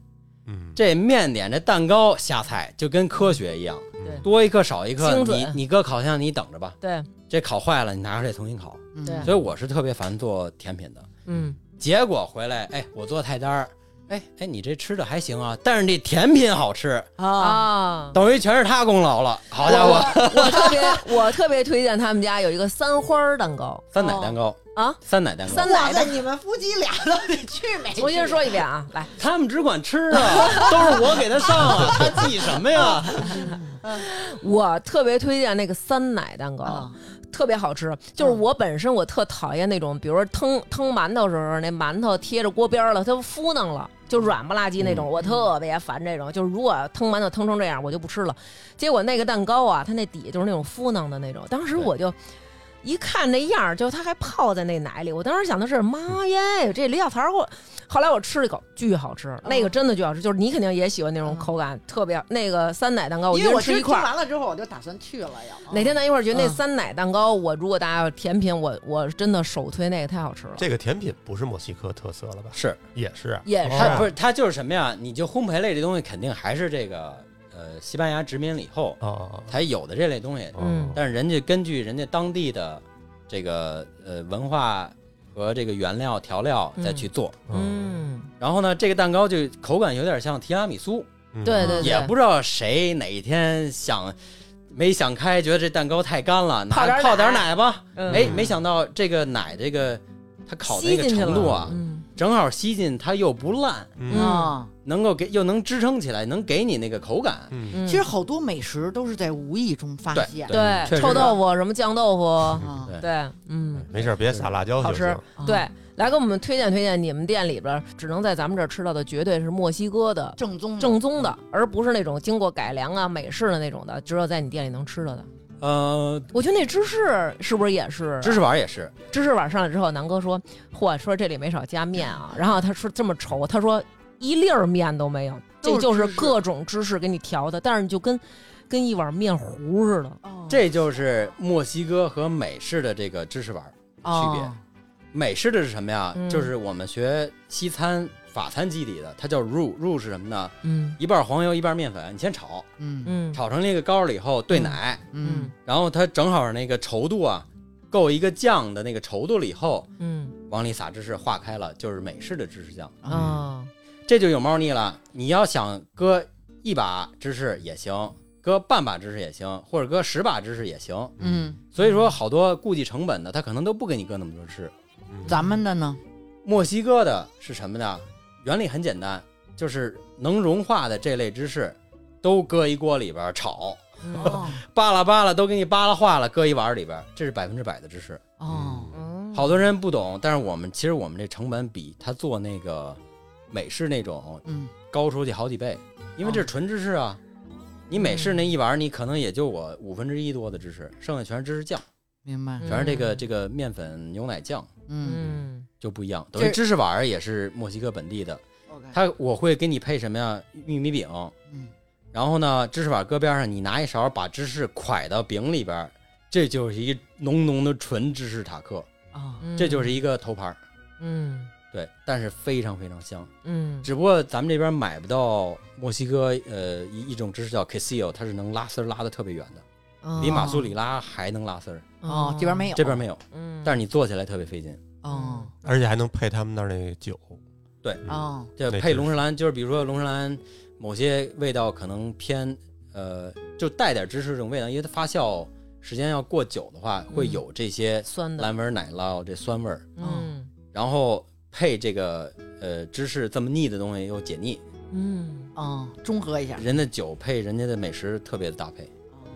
[SPEAKER 2] 嗯，
[SPEAKER 3] 这面点这蛋糕下菜就跟科学一样，
[SPEAKER 2] 嗯
[SPEAKER 1] 对
[SPEAKER 3] 多一克少一克，
[SPEAKER 1] 精准
[SPEAKER 3] 你你搁烤箱你等着吧。
[SPEAKER 1] 对，
[SPEAKER 3] 这烤坏了，你拿出来重新烤。
[SPEAKER 4] 嗯
[SPEAKER 1] 对
[SPEAKER 3] 所以我是特别烦做甜品的。
[SPEAKER 1] 嗯，
[SPEAKER 3] 结果回来，哎，我做菜单儿，哎哎，你这吃的还行啊，但是这甜品好吃，
[SPEAKER 5] 啊，
[SPEAKER 1] 啊，
[SPEAKER 3] 等于全是他功劳了。好家伙，
[SPEAKER 1] 我我特别 我特别推荐他们家有一个三花儿蛋糕
[SPEAKER 3] 酸奶蛋糕，
[SPEAKER 1] 啊，
[SPEAKER 3] 酸奶蛋糕
[SPEAKER 1] 三，奶
[SPEAKER 4] 哇
[SPEAKER 1] 的
[SPEAKER 4] 塞，你们夫妻俩都得去美。
[SPEAKER 1] 重新说一遍啊，来，
[SPEAKER 3] 他们只管吃啊，都是我给他上啊，他记什 么呀？
[SPEAKER 1] 我特别推荐那个三奶蛋糕。
[SPEAKER 4] 啊
[SPEAKER 1] 特别好吃，就是
[SPEAKER 4] 嗯
[SPEAKER 1] 我本身我特讨厌那种，比如说腾腾馒头时候，那馒头贴着锅边儿了，它敷弄了，就软不拉几那种，
[SPEAKER 4] 嗯
[SPEAKER 1] 我特别烦这种。就是如果腾馒头腾成这样，我就不吃了。结果那个蛋糕啊，它那底就是那种敷弄的那种，当时我就。一看那样儿，就它还泡在那奶里，我当时想的是，妈耶，这李小财儿我。后来我吃了一口，巨好吃，那
[SPEAKER 4] 嗯
[SPEAKER 1] 个真的巨好吃，就是你肯定也喜欢那种口感，特别那个三奶蛋糕，我一
[SPEAKER 4] 因为
[SPEAKER 1] 人
[SPEAKER 4] 我
[SPEAKER 1] 吃一
[SPEAKER 4] 今儿听
[SPEAKER 1] 块儿。
[SPEAKER 4] 完了之后，我就打算去了要。
[SPEAKER 1] 哪天咱一块儿去那
[SPEAKER 4] 嗯
[SPEAKER 1] 三奶蛋糕，我如果大家要甜品，我我真的首推那个太好吃了。
[SPEAKER 2] 这个甜品不是墨西哥特色了吧？
[SPEAKER 3] 是，
[SPEAKER 2] 也是啊，
[SPEAKER 1] 也
[SPEAKER 2] 哦
[SPEAKER 1] 是
[SPEAKER 3] 它不是它就是什么呀？你就烘焙类这东西肯定还是这个呃西班牙殖民了以后
[SPEAKER 2] 哦哦
[SPEAKER 3] 才有的这类东西，
[SPEAKER 2] 哦，
[SPEAKER 1] 嗯
[SPEAKER 3] 但是人家根据人家当地的这个呃文化和这个原料调料再去做。
[SPEAKER 2] 嗯，
[SPEAKER 1] 嗯，
[SPEAKER 3] 然后呢，这个蛋糕就口感有点像提拉米苏，
[SPEAKER 2] 嗯
[SPEAKER 1] 对对对
[SPEAKER 3] 也不知道谁哪一天想没想开，觉得这蛋糕太干了，拿
[SPEAKER 1] 泡点奶
[SPEAKER 3] 泡点奶吧。
[SPEAKER 1] 嗯
[SPEAKER 3] 哎，没想到这个奶这个它烤的
[SPEAKER 1] 吸
[SPEAKER 3] 那个
[SPEAKER 1] 进去
[SPEAKER 3] 程度
[SPEAKER 1] 了
[SPEAKER 3] 啊，
[SPEAKER 1] 嗯
[SPEAKER 3] 正好吸进它又不烂，
[SPEAKER 2] 嗯
[SPEAKER 4] 啊，
[SPEAKER 3] 能够给又能支撑起来，能给你那个口感。
[SPEAKER 2] 嗯，
[SPEAKER 1] 嗯
[SPEAKER 4] 其实好多美食都是在无意中发现。
[SPEAKER 1] 对
[SPEAKER 3] 确实
[SPEAKER 1] 臭
[SPEAKER 3] 是
[SPEAKER 1] 豆腐什么酱豆腐，
[SPEAKER 4] 啊，
[SPEAKER 3] 对
[SPEAKER 1] 对，嗯，
[SPEAKER 2] 没事儿，别撒辣椒
[SPEAKER 1] 好
[SPEAKER 2] 就
[SPEAKER 1] 吃
[SPEAKER 2] 行。
[SPEAKER 4] 啊
[SPEAKER 1] 对，来给我们推荐推荐你们店里边儿只能在咱们这儿吃到的，绝对是墨西哥的
[SPEAKER 4] 正宗的
[SPEAKER 1] 正宗的，而不是那种经过改良啊、美式的那种的，只有在你店里能吃到的。
[SPEAKER 3] 呃，
[SPEAKER 1] 我觉得那芝士是不是也是
[SPEAKER 3] 芝士碗也是，
[SPEAKER 1] 芝士碗上来之后，南哥说：“嚯，说这里没少加面啊。”然后他说这么稠，他说一粒儿面都没有，这
[SPEAKER 4] 都
[SPEAKER 1] 就是是
[SPEAKER 4] 芝士
[SPEAKER 1] 各种芝士给你调的，但是你就跟跟一碗面糊似的。
[SPEAKER 4] 哦
[SPEAKER 3] 这就是墨西哥和美式的这个芝士碗
[SPEAKER 4] 哦
[SPEAKER 3] 区别。美式的是什么呀？
[SPEAKER 1] 嗯
[SPEAKER 3] 就是我们学西餐、法餐基底的，它叫 roux。roux 是什么呢？
[SPEAKER 1] 嗯
[SPEAKER 3] 一半黄油，一半面粉，你先炒，
[SPEAKER 4] 嗯
[SPEAKER 1] 嗯
[SPEAKER 3] 炒成那个膏了以后兑奶，
[SPEAKER 4] 嗯
[SPEAKER 3] 然后它正好那个稠度啊，够一个酱的那个稠度了以后，
[SPEAKER 1] 嗯
[SPEAKER 3] 往里撒芝士化开了，就是美式的芝士酱，
[SPEAKER 1] 啊、哦
[SPEAKER 3] 这就有猫腻了。你要想搁一把芝士也行，搁半把芝士也行，或者搁十把芝士也行。
[SPEAKER 4] 嗯，
[SPEAKER 3] 所以说，好多顾及成本的，他可能都不给你搁那么多芝士。
[SPEAKER 2] 嗯
[SPEAKER 4] 咱们的呢？
[SPEAKER 3] 墨西哥的是什么呢？原理很简单，就是能融化的这类芝士，都搁一锅里边儿炒，
[SPEAKER 1] 嗯
[SPEAKER 4] 哦
[SPEAKER 3] 扒拉扒拉都给你扒拉化了，搁一碗里边儿，这是百分之百的芝士。
[SPEAKER 4] 哦，
[SPEAKER 1] 嗯
[SPEAKER 3] 好多人不懂，但是我们其实我们这成本比他做那个美式那种
[SPEAKER 4] 嗯
[SPEAKER 3] 高出去好几倍，因为这是纯芝士啊。你美式那一碗，你可能也就我五分之一多的芝士，剩下全是芝士酱，
[SPEAKER 4] 明白。
[SPEAKER 3] 全是这个
[SPEAKER 1] 嗯
[SPEAKER 3] 这个面粉牛奶酱
[SPEAKER 4] 嗯
[SPEAKER 1] 嗯
[SPEAKER 3] 就不一样。
[SPEAKER 4] 这
[SPEAKER 3] 等于芝士碗儿也是墨西哥本地的，
[SPEAKER 1] 哎
[SPEAKER 4] ，OK，
[SPEAKER 3] 它我会给你配什么呀？玉米饼，
[SPEAKER 4] 嗯
[SPEAKER 3] 然后呢，芝士碗搁边上，你拿一勺把芝士蒯到饼里边儿，这就是一浓浓的纯芝士塔克，
[SPEAKER 4] 啊，
[SPEAKER 1] 嗯
[SPEAKER 3] 这就是一个头牌儿。
[SPEAKER 1] 嗯
[SPEAKER 3] 对，但是非常非常香。
[SPEAKER 1] 嗯
[SPEAKER 3] 只不过咱们这边买不到墨西哥呃一一种芝士叫 quesillo，它是能拉丝儿拉的特别远的，
[SPEAKER 1] 哦
[SPEAKER 3] 比马苏里拉还能拉丝儿，
[SPEAKER 4] 嗯哦，这边没
[SPEAKER 1] 有，
[SPEAKER 4] 有，
[SPEAKER 3] 这边没有，
[SPEAKER 1] 嗯，
[SPEAKER 3] 但是你做起来特别费劲。
[SPEAKER 4] 哦
[SPEAKER 2] 而且还能配他们那儿那酒。
[SPEAKER 3] 对
[SPEAKER 2] 嗯，
[SPEAKER 4] 哦，
[SPEAKER 3] 这
[SPEAKER 2] 那
[SPEAKER 3] 配
[SPEAKER 2] 芝
[SPEAKER 3] 龙舌兰，就是比如说龙舌兰某些味道可能偏呃，就带点芝士这种味道，因为它发酵时间要过久的话，会
[SPEAKER 1] 嗯
[SPEAKER 3] 有这些
[SPEAKER 1] 酸的，
[SPEAKER 3] 蓝纹奶酪这酸味儿，
[SPEAKER 1] 嗯
[SPEAKER 3] 然后配这个呃芝士这么腻的东西又解腻，
[SPEAKER 1] 嗯
[SPEAKER 4] 哦，中和
[SPEAKER 5] 嗯
[SPEAKER 4] 一下，
[SPEAKER 3] 人的酒配人家的美食特别的搭配，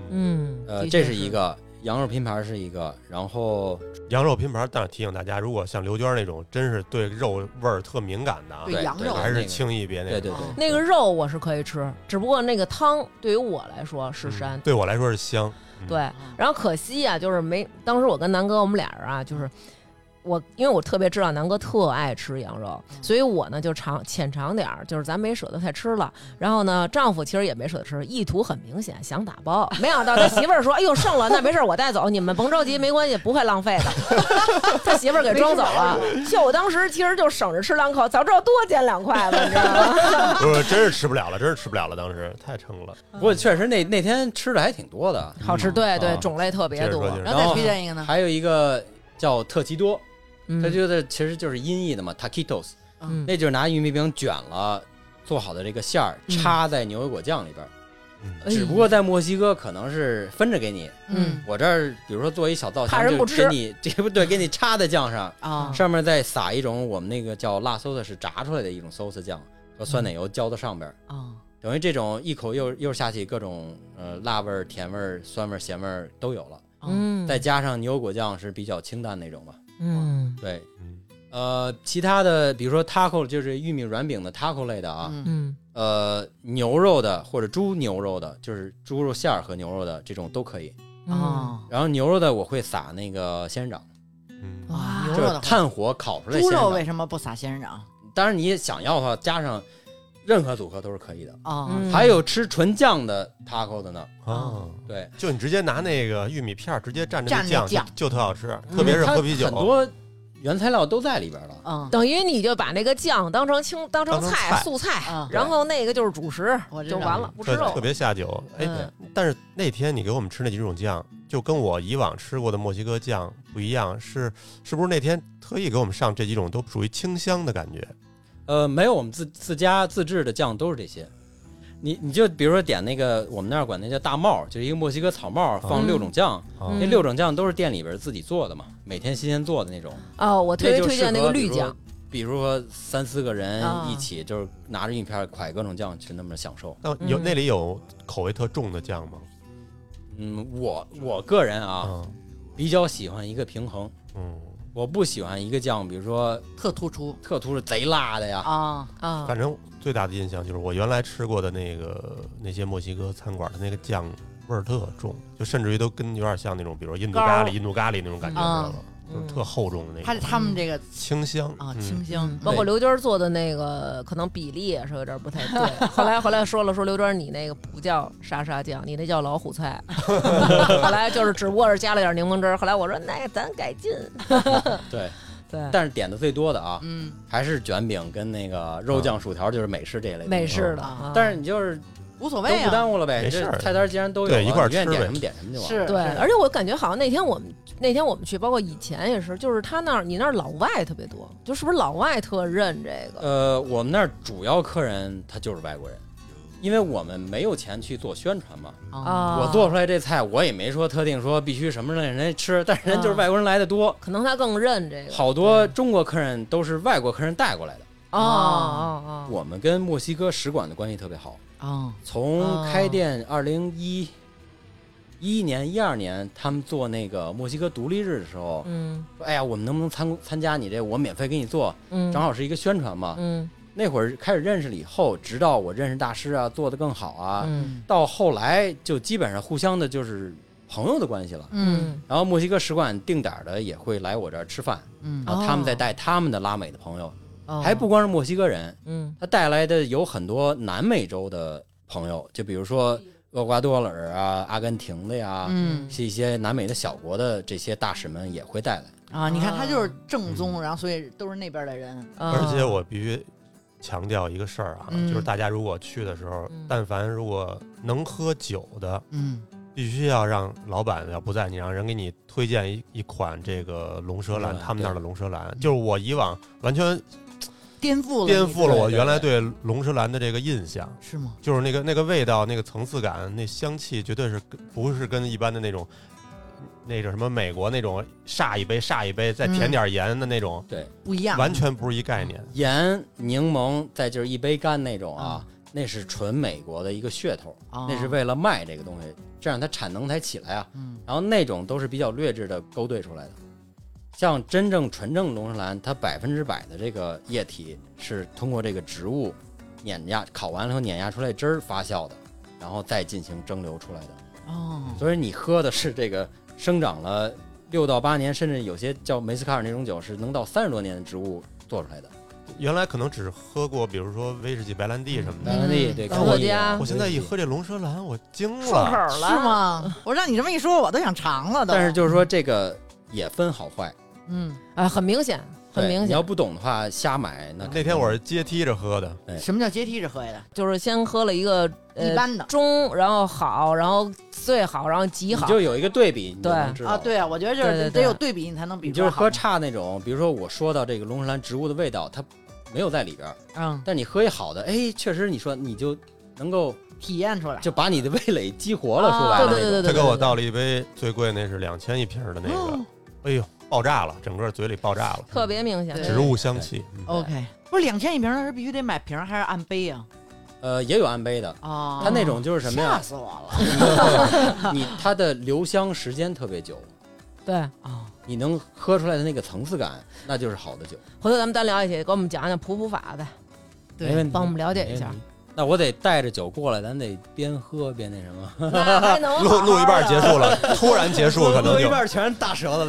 [SPEAKER 1] 嗯，
[SPEAKER 3] 呃，
[SPEAKER 1] 的
[SPEAKER 3] 这
[SPEAKER 1] 确
[SPEAKER 3] 是一个羊肉拼盘是一个，然后
[SPEAKER 2] 羊肉拼盘，但是提醒大家，如果像刘娟那种真是对肉味儿特敏感的啊，
[SPEAKER 4] 对羊肉
[SPEAKER 2] 还
[SPEAKER 3] 那
[SPEAKER 2] 是
[SPEAKER 3] 个
[SPEAKER 2] 轻易别那个。
[SPEAKER 3] 对对对
[SPEAKER 4] 哦
[SPEAKER 1] 那个肉我是可以吃，只不过那个汤对于我来说是山
[SPEAKER 2] 嗯，对我来说是香。嗯
[SPEAKER 1] 对，然后可惜呀、就是没当时我跟南哥我们俩人啊，就是我因为我特别知道南哥特爱吃羊肉，
[SPEAKER 3] 嗯
[SPEAKER 1] 所以我呢就尝浅尝点儿，就是咱没舍得太吃了。
[SPEAKER 3] 嗯
[SPEAKER 1] 然后呢，丈夫其实也没舍得吃，意图很明显，想打包。没想到他媳妇儿说：“哎呦，剩了，那没事儿，我带走，你们甭着急，没关系，不会浪费的。”他媳妇儿给装走了。就我当时其实就省着吃两口，早知道多捡两筷子，你知道吗？
[SPEAKER 2] 不是，真是吃不了了，真是吃不了了，当时太撑了。
[SPEAKER 3] 不过确实那那天吃的还挺多的，
[SPEAKER 1] 好吃，对对
[SPEAKER 2] 啊，
[SPEAKER 1] 种类特别
[SPEAKER 2] 接着说
[SPEAKER 1] 多
[SPEAKER 2] 接。着
[SPEAKER 5] 然
[SPEAKER 2] 说
[SPEAKER 5] 后再
[SPEAKER 3] 然后
[SPEAKER 5] 推荐一个
[SPEAKER 4] 嗯
[SPEAKER 5] 呢，
[SPEAKER 3] 还有一个叫特奇多，
[SPEAKER 1] 嗯
[SPEAKER 3] 他觉得其实就是音译的嘛，taquitos，
[SPEAKER 1] 嗯
[SPEAKER 3] 那就是拿玉米饼卷了做好的这个馅儿
[SPEAKER 1] 嗯
[SPEAKER 3] 插在牛油果酱里边儿，
[SPEAKER 2] 嗯
[SPEAKER 1] 哎
[SPEAKER 3] 只不过在墨西哥可能是分着给你，
[SPEAKER 1] 嗯
[SPEAKER 3] 我这儿比如说做一小造型，
[SPEAKER 1] 怕人不
[SPEAKER 3] 就
[SPEAKER 1] 吃
[SPEAKER 3] 给你 这不对，给你插在酱上，
[SPEAKER 5] 啊，
[SPEAKER 3] 上面再撒一种我们那个叫辣搜的，是炸出来的一种搜丝酱和酸奶油浇到上边儿，
[SPEAKER 1] 啊，
[SPEAKER 3] 等于这种一口又又下去各种呃辣味儿、甜味儿、酸味儿、咸味儿都有了，
[SPEAKER 5] 啊
[SPEAKER 1] 嗯，
[SPEAKER 3] 再加上牛油果酱是比较清淡那种吧，
[SPEAKER 1] 嗯
[SPEAKER 3] 对。
[SPEAKER 2] 嗯，
[SPEAKER 3] 呃，其他的，比如说 taco 就是玉米软饼的 taco 类的啊，
[SPEAKER 5] 嗯，
[SPEAKER 1] 嗯
[SPEAKER 3] 呃，牛肉的或者猪牛肉的，就是猪肉馅儿和牛肉的这种都可以。
[SPEAKER 1] 啊，
[SPEAKER 5] 哦，
[SPEAKER 3] 然后牛肉的我会撒那个仙人掌，
[SPEAKER 2] 嗯
[SPEAKER 5] 哇，牛
[SPEAKER 3] 就
[SPEAKER 5] 肉
[SPEAKER 3] 是
[SPEAKER 5] 的话，
[SPEAKER 3] 炭火烤出来的
[SPEAKER 5] 啊猪
[SPEAKER 3] 仙
[SPEAKER 5] 肉
[SPEAKER 3] 人
[SPEAKER 5] 为
[SPEAKER 3] 掌。
[SPEAKER 5] 什么不撒啊仙人掌？
[SPEAKER 3] 当然你想要的话，加上任何组合都是可以的。
[SPEAKER 4] 啊
[SPEAKER 5] 哦，
[SPEAKER 1] 嗯
[SPEAKER 3] 还有吃纯酱的 taco 的呢，
[SPEAKER 2] 啊，
[SPEAKER 3] 对，
[SPEAKER 2] 就你直接拿那个玉米片儿直接蘸着
[SPEAKER 5] 蘸
[SPEAKER 2] 那
[SPEAKER 5] 着
[SPEAKER 2] 酱，
[SPEAKER 5] 酱
[SPEAKER 2] 就就特好吃，特别是
[SPEAKER 3] 它
[SPEAKER 2] 喝啤酒，
[SPEAKER 3] 很多原材料都在里边了。
[SPEAKER 5] 嗯，
[SPEAKER 1] 等于你就把那个酱当成青当成
[SPEAKER 2] 当成菜
[SPEAKER 1] 素菜
[SPEAKER 5] 嗯，
[SPEAKER 1] 然后那个就是主食
[SPEAKER 4] 啊
[SPEAKER 5] 我，知
[SPEAKER 1] 就
[SPEAKER 5] 道
[SPEAKER 1] 完了，不吃
[SPEAKER 2] 特
[SPEAKER 1] 肉
[SPEAKER 2] 特。别下酒。哎，
[SPEAKER 1] 嗯
[SPEAKER 2] 但是那天你给我们吃那几种酱，就跟我以往吃过的墨西哥酱不一样，是是不是那天特意给我们上这几种都属于清香的感觉？
[SPEAKER 3] 呃，没有，我们自自家自制的酱都是这些。你你就比如说点那个我们那儿管那叫大帽，就是一个墨西哥草帽，放
[SPEAKER 1] 嗯
[SPEAKER 3] 六种酱，
[SPEAKER 2] 啊
[SPEAKER 3] 那
[SPEAKER 1] 嗯
[SPEAKER 3] 六种酱都是店里边自己做的嘛，每天新鲜做的那种。
[SPEAKER 1] 哦，我特别
[SPEAKER 3] 那就
[SPEAKER 1] 推
[SPEAKER 3] 适合
[SPEAKER 1] 荐那个
[SPEAKER 3] 比
[SPEAKER 1] 绿
[SPEAKER 3] 如
[SPEAKER 1] 酱，
[SPEAKER 3] 比如说三四个人
[SPEAKER 1] 啊
[SPEAKER 3] 一起，就是拿着一片儿蒯各种酱去那么享受。
[SPEAKER 2] 那有
[SPEAKER 1] 嗯
[SPEAKER 2] 那里有口味特重的酱吗？
[SPEAKER 3] 嗯，我我个人
[SPEAKER 1] 嗯
[SPEAKER 3] 啊
[SPEAKER 2] 啊，
[SPEAKER 3] 比较喜欢一个平衡，
[SPEAKER 2] 嗯，
[SPEAKER 3] 我不喜欢一个酱，比如说
[SPEAKER 5] 特突出
[SPEAKER 3] 特突是贼辣的呀，
[SPEAKER 5] 啊，
[SPEAKER 1] 啊，
[SPEAKER 2] 反正最大的印象就是我原来吃过的那个那些墨西哥餐馆的那个酱味儿特重，就甚至于都跟有点像那种，比如说印度
[SPEAKER 1] 膏儿
[SPEAKER 2] 咖喱、印度咖喱那种感觉，知
[SPEAKER 5] 嗯
[SPEAKER 2] 道吧？就是特厚重的那
[SPEAKER 5] 他
[SPEAKER 2] 种，
[SPEAKER 5] 他们这个
[SPEAKER 2] 清香
[SPEAKER 5] 啊，
[SPEAKER 2] 嗯
[SPEAKER 5] 清香
[SPEAKER 1] 嗯，包括刘娟做的那个，可能比例也是有点不太对。后来后来说了，说刘娟你那个不叫沙沙酱，你那叫老虎菜。后来就是只不过是加了点柠檬汁儿。后来我说那咱改进，
[SPEAKER 3] 对。
[SPEAKER 1] 对，
[SPEAKER 3] 但是点的最多的啊，
[SPEAKER 5] 嗯，
[SPEAKER 3] 还是卷饼跟那个肉酱薯条，就是美式这一类的
[SPEAKER 1] 美式的。
[SPEAKER 5] 嗯
[SPEAKER 1] 啊
[SPEAKER 3] 但是你就是
[SPEAKER 5] 无所
[SPEAKER 3] 都
[SPEAKER 5] 谓
[SPEAKER 3] 不
[SPEAKER 5] 啊，
[SPEAKER 3] 耽误了呗，
[SPEAKER 2] 没
[SPEAKER 3] 这
[SPEAKER 2] 事儿
[SPEAKER 3] 菜单既然都有了，
[SPEAKER 2] 对一块儿
[SPEAKER 3] 你愿意
[SPEAKER 2] 吃
[SPEAKER 3] 点
[SPEAKER 2] 呗
[SPEAKER 3] 什么点什么就完
[SPEAKER 5] 是
[SPEAKER 3] 了。
[SPEAKER 1] 对，而且我感觉好像那天我们那天我们去，包括以前也是，就是他那儿你那儿老外特别多，就是不是老外特认这个？
[SPEAKER 3] 呃，我们那儿主要客人他就是外国人，因为我们没有钱去做宣传嘛。
[SPEAKER 5] 啊，
[SPEAKER 1] 啊，
[SPEAKER 3] 我做出来这菜，我也没说特定说必须什么让人吃，但是人就是外国人来的
[SPEAKER 2] 啊
[SPEAKER 3] 多，
[SPEAKER 1] 可能他更认这个。
[SPEAKER 3] 好多中国客人都是外国客人带过来的。
[SPEAKER 1] 哦
[SPEAKER 2] 啊
[SPEAKER 1] 哦哦，
[SPEAKER 3] 啊我们跟墨西哥使馆的关系特别好，
[SPEAKER 5] 啊，
[SPEAKER 3] 从开店二零一一年、一二年，他们做那个墨西哥独立日的时候，
[SPEAKER 1] 嗯
[SPEAKER 3] 说：“哎呀，我们能不能参参加你这？我免费给你做，
[SPEAKER 1] 嗯，
[SPEAKER 3] 正好是一个宣传嘛。”
[SPEAKER 1] 嗯
[SPEAKER 3] 那会儿开始认识了以后，直到我认识大师啊，做得更好啊，
[SPEAKER 1] 嗯
[SPEAKER 3] 到后来就基本上互相的就是朋友的关系了。
[SPEAKER 5] 嗯
[SPEAKER 3] 然后墨西哥使馆定点儿的也会来我这儿吃饭，
[SPEAKER 5] 嗯
[SPEAKER 3] 然后他们再带他们的拉美的朋友，
[SPEAKER 1] 哦
[SPEAKER 3] 啊还不光是墨西哥人，
[SPEAKER 1] 嗯
[SPEAKER 3] 他带来的有很多南美洲的朋友，就比如说厄瓜多尔啊、阿根廷的呀，
[SPEAKER 5] 嗯
[SPEAKER 3] 是一些南美的小国的这些大使们也会带来。
[SPEAKER 5] 啊，你看他就是正宗，
[SPEAKER 2] 嗯
[SPEAKER 5] 然后所以都是那边的
[SPEAKER 3] 嗯
[SPEAKER 5] 人，
[SPEAKER 1] 啊
[SPEAKER 2] 而且我必须强调一个事儿啊，
[SPEAKER 5] 嗯
[SPEAKER 2] 就是大家如果去的时候
[SPEAKER 1] 嗯，
[SPEAKER 2] 但凡如果能喝酒的，
[SPEAKER 5] 嗯，
[SPEAKER 2] 必须要让老板要不在，你让人给你推荐一一款这个龙舌兰，
[SPEAKER 3] 嗯
[SPEAKER 2] 他们那儿的龙舌兰，就是我以往完全
[SPEAKER 5] 颠覆了
[SPEAKER 2] 颠
[SPEAKER 5] 你
[SPEAKER 2] 覆了我
[SPEAKER 3] 对对
[SPEAKER 2] 原来对龙舌兰的这个印象。
[SPEAKER 5] 是吗？
[SPEAKER 2] 就是那个那个味道、那个层次感、那香气，绝对是跟不是跟一般的那种，那个什么美国那种煞一杯煞一杯再
[SPEAKER 5] 嗯
[SPEAKER 2] 舔点盐的那种，
[SPEAKER 3] 对，
[SPEAKER 5] 不
[SPEAKER 4] 嗯
[SPEAKER 5] 一样，
[SPEAKER 2] 完全不是一概念。
[SPEAKER 3] 盐、柠檬，再就是一杯干那种啊，那是纯美国的一个噱头，
[SPEAKER 4] 哦
[SPEAKER 5] 啊，
[SPEAKER 3] 那是为了卖这个东西，这样它产能才起来啊。
[SPEAKER 5] 嗯
[SPEAKER 3] 然后那种都是比较劣质的勾兑出来的，像真正纯正龙舌兰，它百分之百的这个液体是通过这个植物碾压烤完了以后碾压出来汁儿发酵的，然后再进行蒸馏出来的。
[SPEAKER 5] 哦，
[SPEAKER 3] 所以你喝的是这个生长了六到八年，甚至有些叫梅斯卡尔那种酒是能到三十多年的植物做出来的。
[SPEAKER 2] 原来可能只喝过，比如说威士忌、白兰地什么的。
[SPEAKER 3] 白兰地对，
[SPEAKER 1] 嗯
[SPEAKER 3] 跟我
[SPEAKER 1] 伏特加
[SPEAKER 2] 我现在一喝这龙舌兰，我惊
[SPEAKER 1] 顺口
[SPEAKER 2] 了。
[SPEAKER 1] 了，
[SPEAKER 5] 是？吗？我让你这么一说，我都想尝了都。
[SPEAKER 3] 但是就是说这个也分好坏，
[SPEAKER 5] 嗯，
[SPEAKER 1] 啊，很明显，很
[SPEAKER 3] 对
[SPEAKER 1] 明
[SPEAKER 3] 你
[SPEAKER 1] 显
[SPEAKER 3] 要，不懂的话，瞎买那
[SPEAKER 2] 那天我是阶梯着喝的，
[SPEAKER 3] 哎
[SPEAKER 5] 什么叫阶梯式喝呀？
[SPEAKER 1] 就是先喝了一个
[SPEAKER 5] 一
[SPEAKER 1] 呃
[SPEAKER 5] 般的
[SPEAKER 1] 中，然后好，然后最好，然后极
[SPEAKER 3] 你
[SPEAKER 1] 好，
[SPEAKER 3] 就有一个对比，你就
[SPEAKER 1] 对
[SPEAKER 3] 能知道
[SPEAKER 5] 啊，，对啊，我觉得就
[SPEAKER 1] 对对
[SPEAKER 5] 是
[SPEAKER 1] 对
[SPEAKER 5] 得有对比，你才能比
[SPEAKER 3] 你
[SPEAKER 5] 出
[SPEAKER 3] 就
[SPEAKER 5] 来
[SPEAKER 3] 是
[SPEAKER 5] 好
[SPEAKER 3] 喝差那种，比如说我说到这个龙舌兰植物的味道，它没有在里边儿，
[SPEAKER 5] 嗯，
[SPEAKER 3] 但你喝一好的，哎，确实你说你就能够
[SPEAKER 5] 体验出来。
[SPEAKER 3] 嗯就把你的味蕾激活了出
[SPEAKER 1] 啊
[SPEAKER 3] 来
[SPEAKER 1] 对
[SPEAKER 3] 了那种。
[SPEAKER 1] 对对对对，
[SPEAKER 2] 他给
[SPEAKER 1] 对
[SPEAKER 2] 我倒了一杯最贵那是两千一瓶的那
[SPEAKER 5] 哦
[SPEAKER 2] 个，哎呦，爆炸了，整个嘴里爆炸了，
[SPEAKER 1] 特别明显，
[SPEAKER 5] 对
[SPEAKER 2] 植物香气。嗯
[SPEAKER 5] OK，不是两千一瓶，那是必须得买瓶儿还是按杯啊？
[SPEAKER 3] 呃，也有按杯的，
[SPEAKER 5] 啊，
[SPEAKER 1] 哦
[SPEAKER 3] 它那种就是什么
[SPEAKER 5] 吓
[SPEAKER 3] 呀？
[SPEAKER 5] 死我了！
[SPEAKER 3] 你它的留香时间特别久，
[SPEAKER 1] 对。
[SPEAKER 5] 啊，
[SPEAKER 3] 你能喝出来的那个层次感，那就是好的酒。
[SPEAKER 1] 回头咱们单聊一起，给我们讲讲普普法呗。
[SPEAKER 3] 没问
[SPEAKER 5] 对
[SPEAKER 3] 题，
[SPEAKER 1] 帮我们了解一下
[SPEAKER 3] 没问题。那我得带着酒过来，咱得边喝边那什么，
[SPEAKER 1] 那还能好啊
[SPEAKER 2] 录
[SPEAKER 1] 好
[SPEAKER 2] 录一半
[SPEAKER 1] 的
[SPEAKER 2] 结束 了，突然结束 可能就
[SPEAKER 3] 半全是大舌头。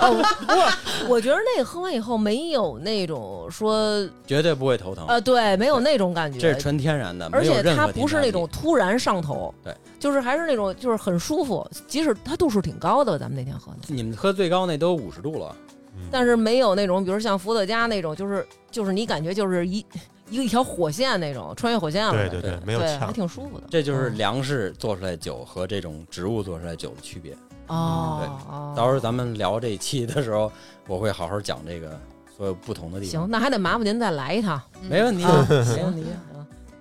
[SPEAKER 1] 哦，不，我觉得那喝完以后没有那种说，
[SPEAKER 3] 绝对不会头疼，
[SPEAKER 1] 呃，对，没有那种感觉。
[SPEAKER 3] 嗯这是纯天然的，
[SPEAKER 1] 而
[SPEAKER 3] 没有
[SPEAKER 1] 且
[SPEAKER 3] 任
[SPEAKER 1] 它
[SPEAKER 3] 何
[SPEAKER 1] 不是那种突然上头，
[SPEAKER 3] 对，
[SPEAKER 1] 就是还是那种就是很舒服，即使它度数挺高的，咱们那天喝的，
[SPEAKER 3] 添加剂。你们喝最高那都五十度了，
[SPEAKER 2] 嗯
[SPEAKER 1] 但是没有那种，比如像伏特加那种，就是就是你感觉就是一一个一条火线那种，穿越火线了，
[SPEAKER 2] 对对对
[SPEAKER 3] 对，
[SPEAKER 2] 没有
[SPEAKER 1] 还
[SPEAKER 2] 呛。
[SPEAKER 1] 挺舒服的。
[SPEAKER 3] 这就是粮食做出来的酒和这种植物做出来的酒的区别。嗯
[SPEAKER 5] 哦，
[SPEAKER 1] 哦
[SPEAKER 3] 到时候咱们聊这一期的时候，我会好好讲这个所有不同的地方。
[SPEAKER 1] 行，那还得麻烦您再来一趟。
[SPEAKER 5] 嗯
[SPEAKER 3] 没问题，
[SPEAKER 1] 啊
[SPEAKER 3] 没问题。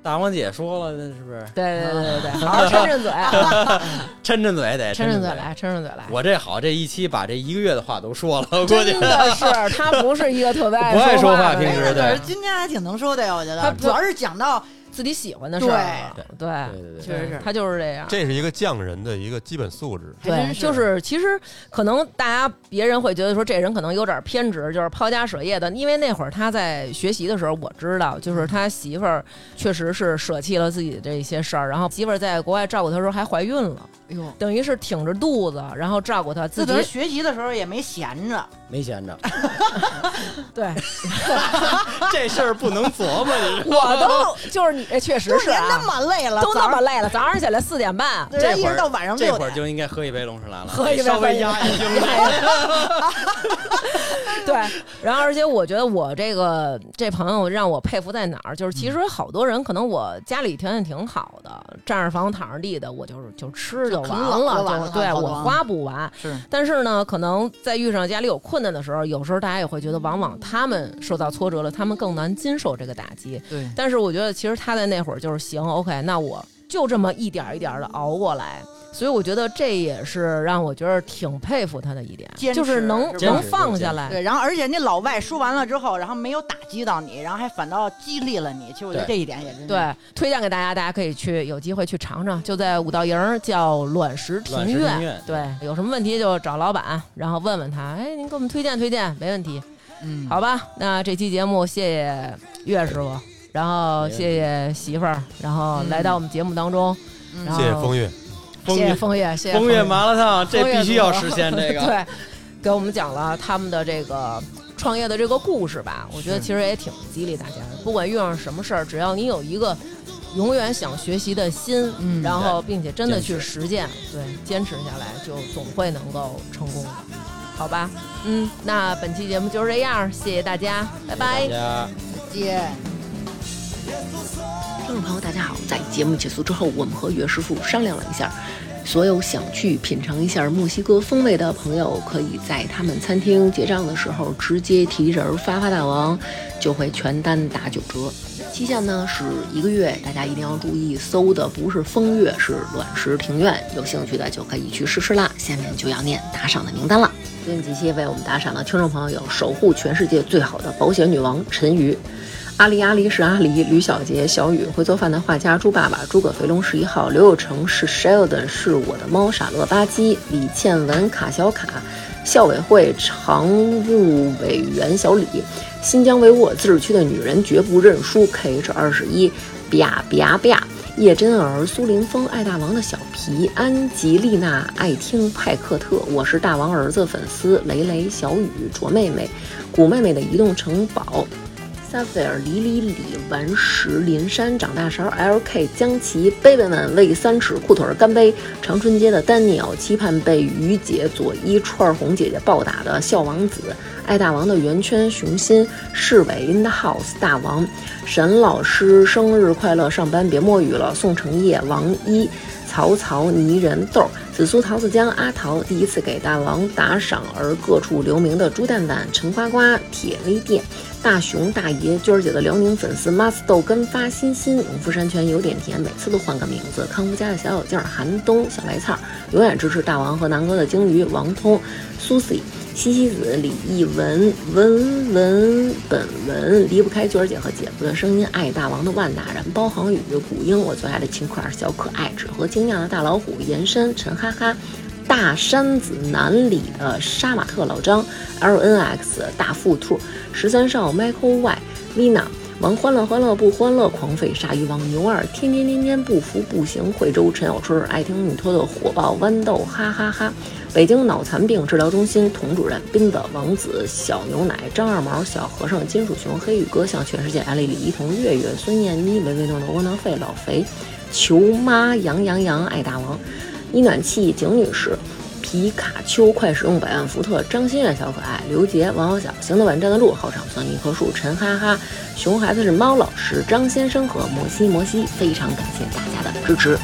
[SPEAKER 3] 大王姐说了，那是不是
[SPEAKER 1] 对对对对对，好好抻抻嘴，啊
[SPEAKER 3] 抻抻嘴得
[SPEAKER 1] 抻抻
[SPEAKER 3] 抻
[SPEAKER 1] 嘴
[SPEAKER 3] 嘴
[SPEAKER 1] 来，抻抻嘴来。
[SPEAKER 3] 我这好，这一期把这一个月的话都说 了，我估计
[SPEAKER 1] 真的是，他不是一个特别
[SPEAKER 3] 不爱
[SPEAKER 1] 说
[SPEAKER 3] 说话
[SPEAKER 1] 的
[SPEAKER 3] 平
[SPEAKER 1] 人
[SPEAKER 3] 时
[SPEAKER 5] 哎
[SPEAKER 3] 对
[SPEAKER 5] 那可是今天还挺能说的呀，我觉
[SPEAKER 1] 他
[SPEAKER 5] 得。
[SPEAKER 1] 不
[SPEAKER 5] 主要是讲到
[SPEAKER 1] 自己喜欢的事儿，对
[SPEAKER 3] 对对对，
[SPEAKER 5] 确实是
[SPEAKER 1] 他就是这样。
[SPEAKER 2] 这是一个匠人的一个基本素质，
[SPEAKER 5] 还
[SPEAKER 1] 对，
[SPEAKER 5] 真
[SPEAKER 1] 就是其实可能大家别人会觉得说这人可能有点偏执，就是抛家舍业的。因为那会儿他在学习的时候，我知道就是他媳妇儿确实是舍弃了自己的这些事儿，然后媳妇儿在国外照顾他的时候还怀孕了，
[SPEAKER 5] 哎呦，
[SPEAKER 1] 等于是挺着肚子，然后照顾他自
[SPEAKER 5] 自
[SPEAKER 1] 己
[SPEAKER 5] 个儿学习的时候也没闲着，
[SPEAKER 3] 没闲着，
[SPEAKER 1] 对，
[SPEAKER 3] 这事儿不能琢磨。你知道吗
[SPEAKER 1] 我都就是你这确实
[SPEAKER 5] 都
[SPEAKER 1] 是、
[SPEAKER 5] 人那
[SPEAKER 1] 啊、
[SPEAKER 5] 么累了，
[SPEAKER 1] 都那么
[SPEAKER 5] 累，
[SPEAKER 1] 累了，早上起来四点半，
[SPEAKER 5] 对人
[SPEAKER 3] 这
[SPEAKER 5] 一
[SPEAKER 3] 会儿
[SPEAKER 5] 直到晚上
[SPEAKER 3] 这
[SPEAKER 5] 六
[SPEAKER 3] 会儿
[SPEAKER 5] 点，
[SPEAKER 3] 就应该喝一杯龙舌兰了，
[SPEAKER 1] 喝一杯
[SPEAKER 3] 稍微压 抑精神。
[SPEAKER 1] 对，然后而且我觉得我这个这朋友让我佩服在哪儿，就
[SPEAKER 5] 嗯
[SPEAKER 1] 是其实好多人可能我家里条件挺好的，站着房躺着地的，我就是就吃就
[SPEAKER 5] 啃
[SPEAKER 1] 完
[SPEAKER 5] 老
[SPEAKER 1] 了，
[SPEAKER 5] 就完了
[SPEAKER 1] 就对
[SPEAKER 5] 好多
[SPEAKER 1] 我
[SPEAKER 5] 啊
[SPEAKER 1] 花不完。
[SPEAKER 5] 是
[SPEAKER 1] 但是呢，可能在遇上家里有困难的时候，有时候大家也会觉得，往往他们受到挫折了，他们更难经受这个打击。
[SPEAKER 5] 对，
[SPEAKER 1] 但是我觉得，其实他在那会儿就是行，OK，那我就这么一点儿一点儿的熬过来。所以我觉得这也是让我觉得挺佩服他的一点，
[SPEAKER 5] 坚持
[SPEAKER 1] 就是能
[SPEAKER 5] 是吧
[SPEAKER 1] 能放下来。
[SPEAKER 5] 对，然后而且那老外说完了之后，然后没有打击到你，然后还反倒激励了你。其实我觉得这
[SPEAKER 3] 对
[SPEAKER 5] 一点也真是，
[SPEAKER 1] 对，推荐给大家，大家可以去有机会去尝尝，就在五道营儿，叫卵石庭
[SPEAKER 3] 卵石庭院
[SPEAKER 1] 对，有什么问题就找老板，然后问问他，哎，您给我们推荐推荐，没问题。
[SPEAKER 5] 嗯，
[SPEAKER 1] 好吧，那这期节目谢谢岳师傅，然后谢谢媳妇儿，然后来到我们节目当中，
[SPEAKER 5] 嗯
[SPEAKER 1] 然后
[SPEAKER 2] 谢谢风月。
[SPEAKER 1] 谢谢
[SPEAKER 3] 月
[SPEAKER 1] 风月，谢谢
[SPEAKER 3] 风
[SPEAKER 1] 月
[SPEAKER 3] 月麻辣烫，这
[SPEAKER 1] 风月
[SPEAKER 3] 必须要
[SPEAKER 1] 组合
[SPEAKER 3] 实现这个。
[SPEAKER 1] 对，给我们讲了他们的这个创业的这个故事吧。我觉得其实也挺激励大家的，不管遇上什么事儿，只要你有一个永远想学习的心，
[SPEAKER 5] 嗯
[SPEAKER 1] 然后并且真的去
[SPEAKER 3] 坚
[SPEAKER 1] 实践，对，坚持下来就总会能够成功的，好吧？嗯，那本期节目就是这样，谢谢大家，拜拜。
[SPEAKER 3] 大家
[SPEAKER 5] 见。
[SPEAKER 8] 听众朋友，大家好！在节目结束之后，我们和岳师傅商量了一下，所有想去品尝一下墨西哥风味的朋友，可以在他们餐厅结账的时候直接提人儿发发大王，就会全单打九折。期限呢是一个月，大家一定要注意，搜的不是风月，是卵石庭院。有兴趣的就可以去试试啦。下面就要念打赏的名单了。最近几期为我们打赏的听众朋友有守护全世界最好的保险女王陈瑜，阿狸阿狸是阿狸，吕小杰、小雨，会做饭的画家猪爸爸，诸葛肥龙十一号，刘有成是 Sheldon，是我的猫傻乐吧唧，李倩文、卡小卡，校委会常务委员小李，新疆维吾尔自治区的女人绝不认输，KH 二十一，吧吧吧。叶真儿、苏凌峰、爱大王的小皮、安吉丽娜、爱听派克特，我是大王儿子粉丝，雷雷、小雨、卓妹妹、古妹妹的移动城堡。萨菲尔、李李李、顽石、林山、长大勺、LK、江奇、贝贝们、魏三尺、裤腿儿干杯、长春街的丹尼尔、期盼被于姐、左一、串儿红姐姐暴打的笑王子、爱大王的圆圈、熊心、市委 In the House、大王、沈老师生日快乐，上班别摸鱼了，宋承业、王一。曹操、泥人豆、紫苏、桃子江、阿桃，第一次给大王打赏而各处留名的猪蛋蛋、陈呱呱、铁微店、大熊、大爷、娟儿姐的辽宁粉丝 Must 豆根发欣欣、农夫山泉有点甜，每次都换个名字。康夫家的小小劲儿、寒冬、小白菜儿，永远支持大王和南哥的鲸鱼。王通、Susie。西西子、李艺文、文文本文离不开娟儿姐和姐夫的声音，爱大王的万大人，包航宇、古英，我最爱的秦块儿小可爱，纸和惊讶的大老虎，延伸陈哈哈。大山子南里的杀马特老张，LNX 大富兔，十三少 Michael Y Lina 王欢乐欢乐不欢乐狂吠鲨鱼王牛二天天天天不服不行惠州陈小春爱听女托的火爆豌豆哈哈哈北京脑残病治疗中心童主任斌子王子小牛奶张二毛小和尚金属熊黑羽哥向全世界安利李一桐月月孙燕妮唯唯诺诺窝囊废老肥球妈杨洋洋爱大王一暖气景女士皮卡丘快使用百万伏特，张馨月小可爱，刘杰、王小小，行得稳站得住，后场不算一棵树，陈哈哈，熊孩子是猫老师，张先生和摩西摩西，非常感谢大家的支持。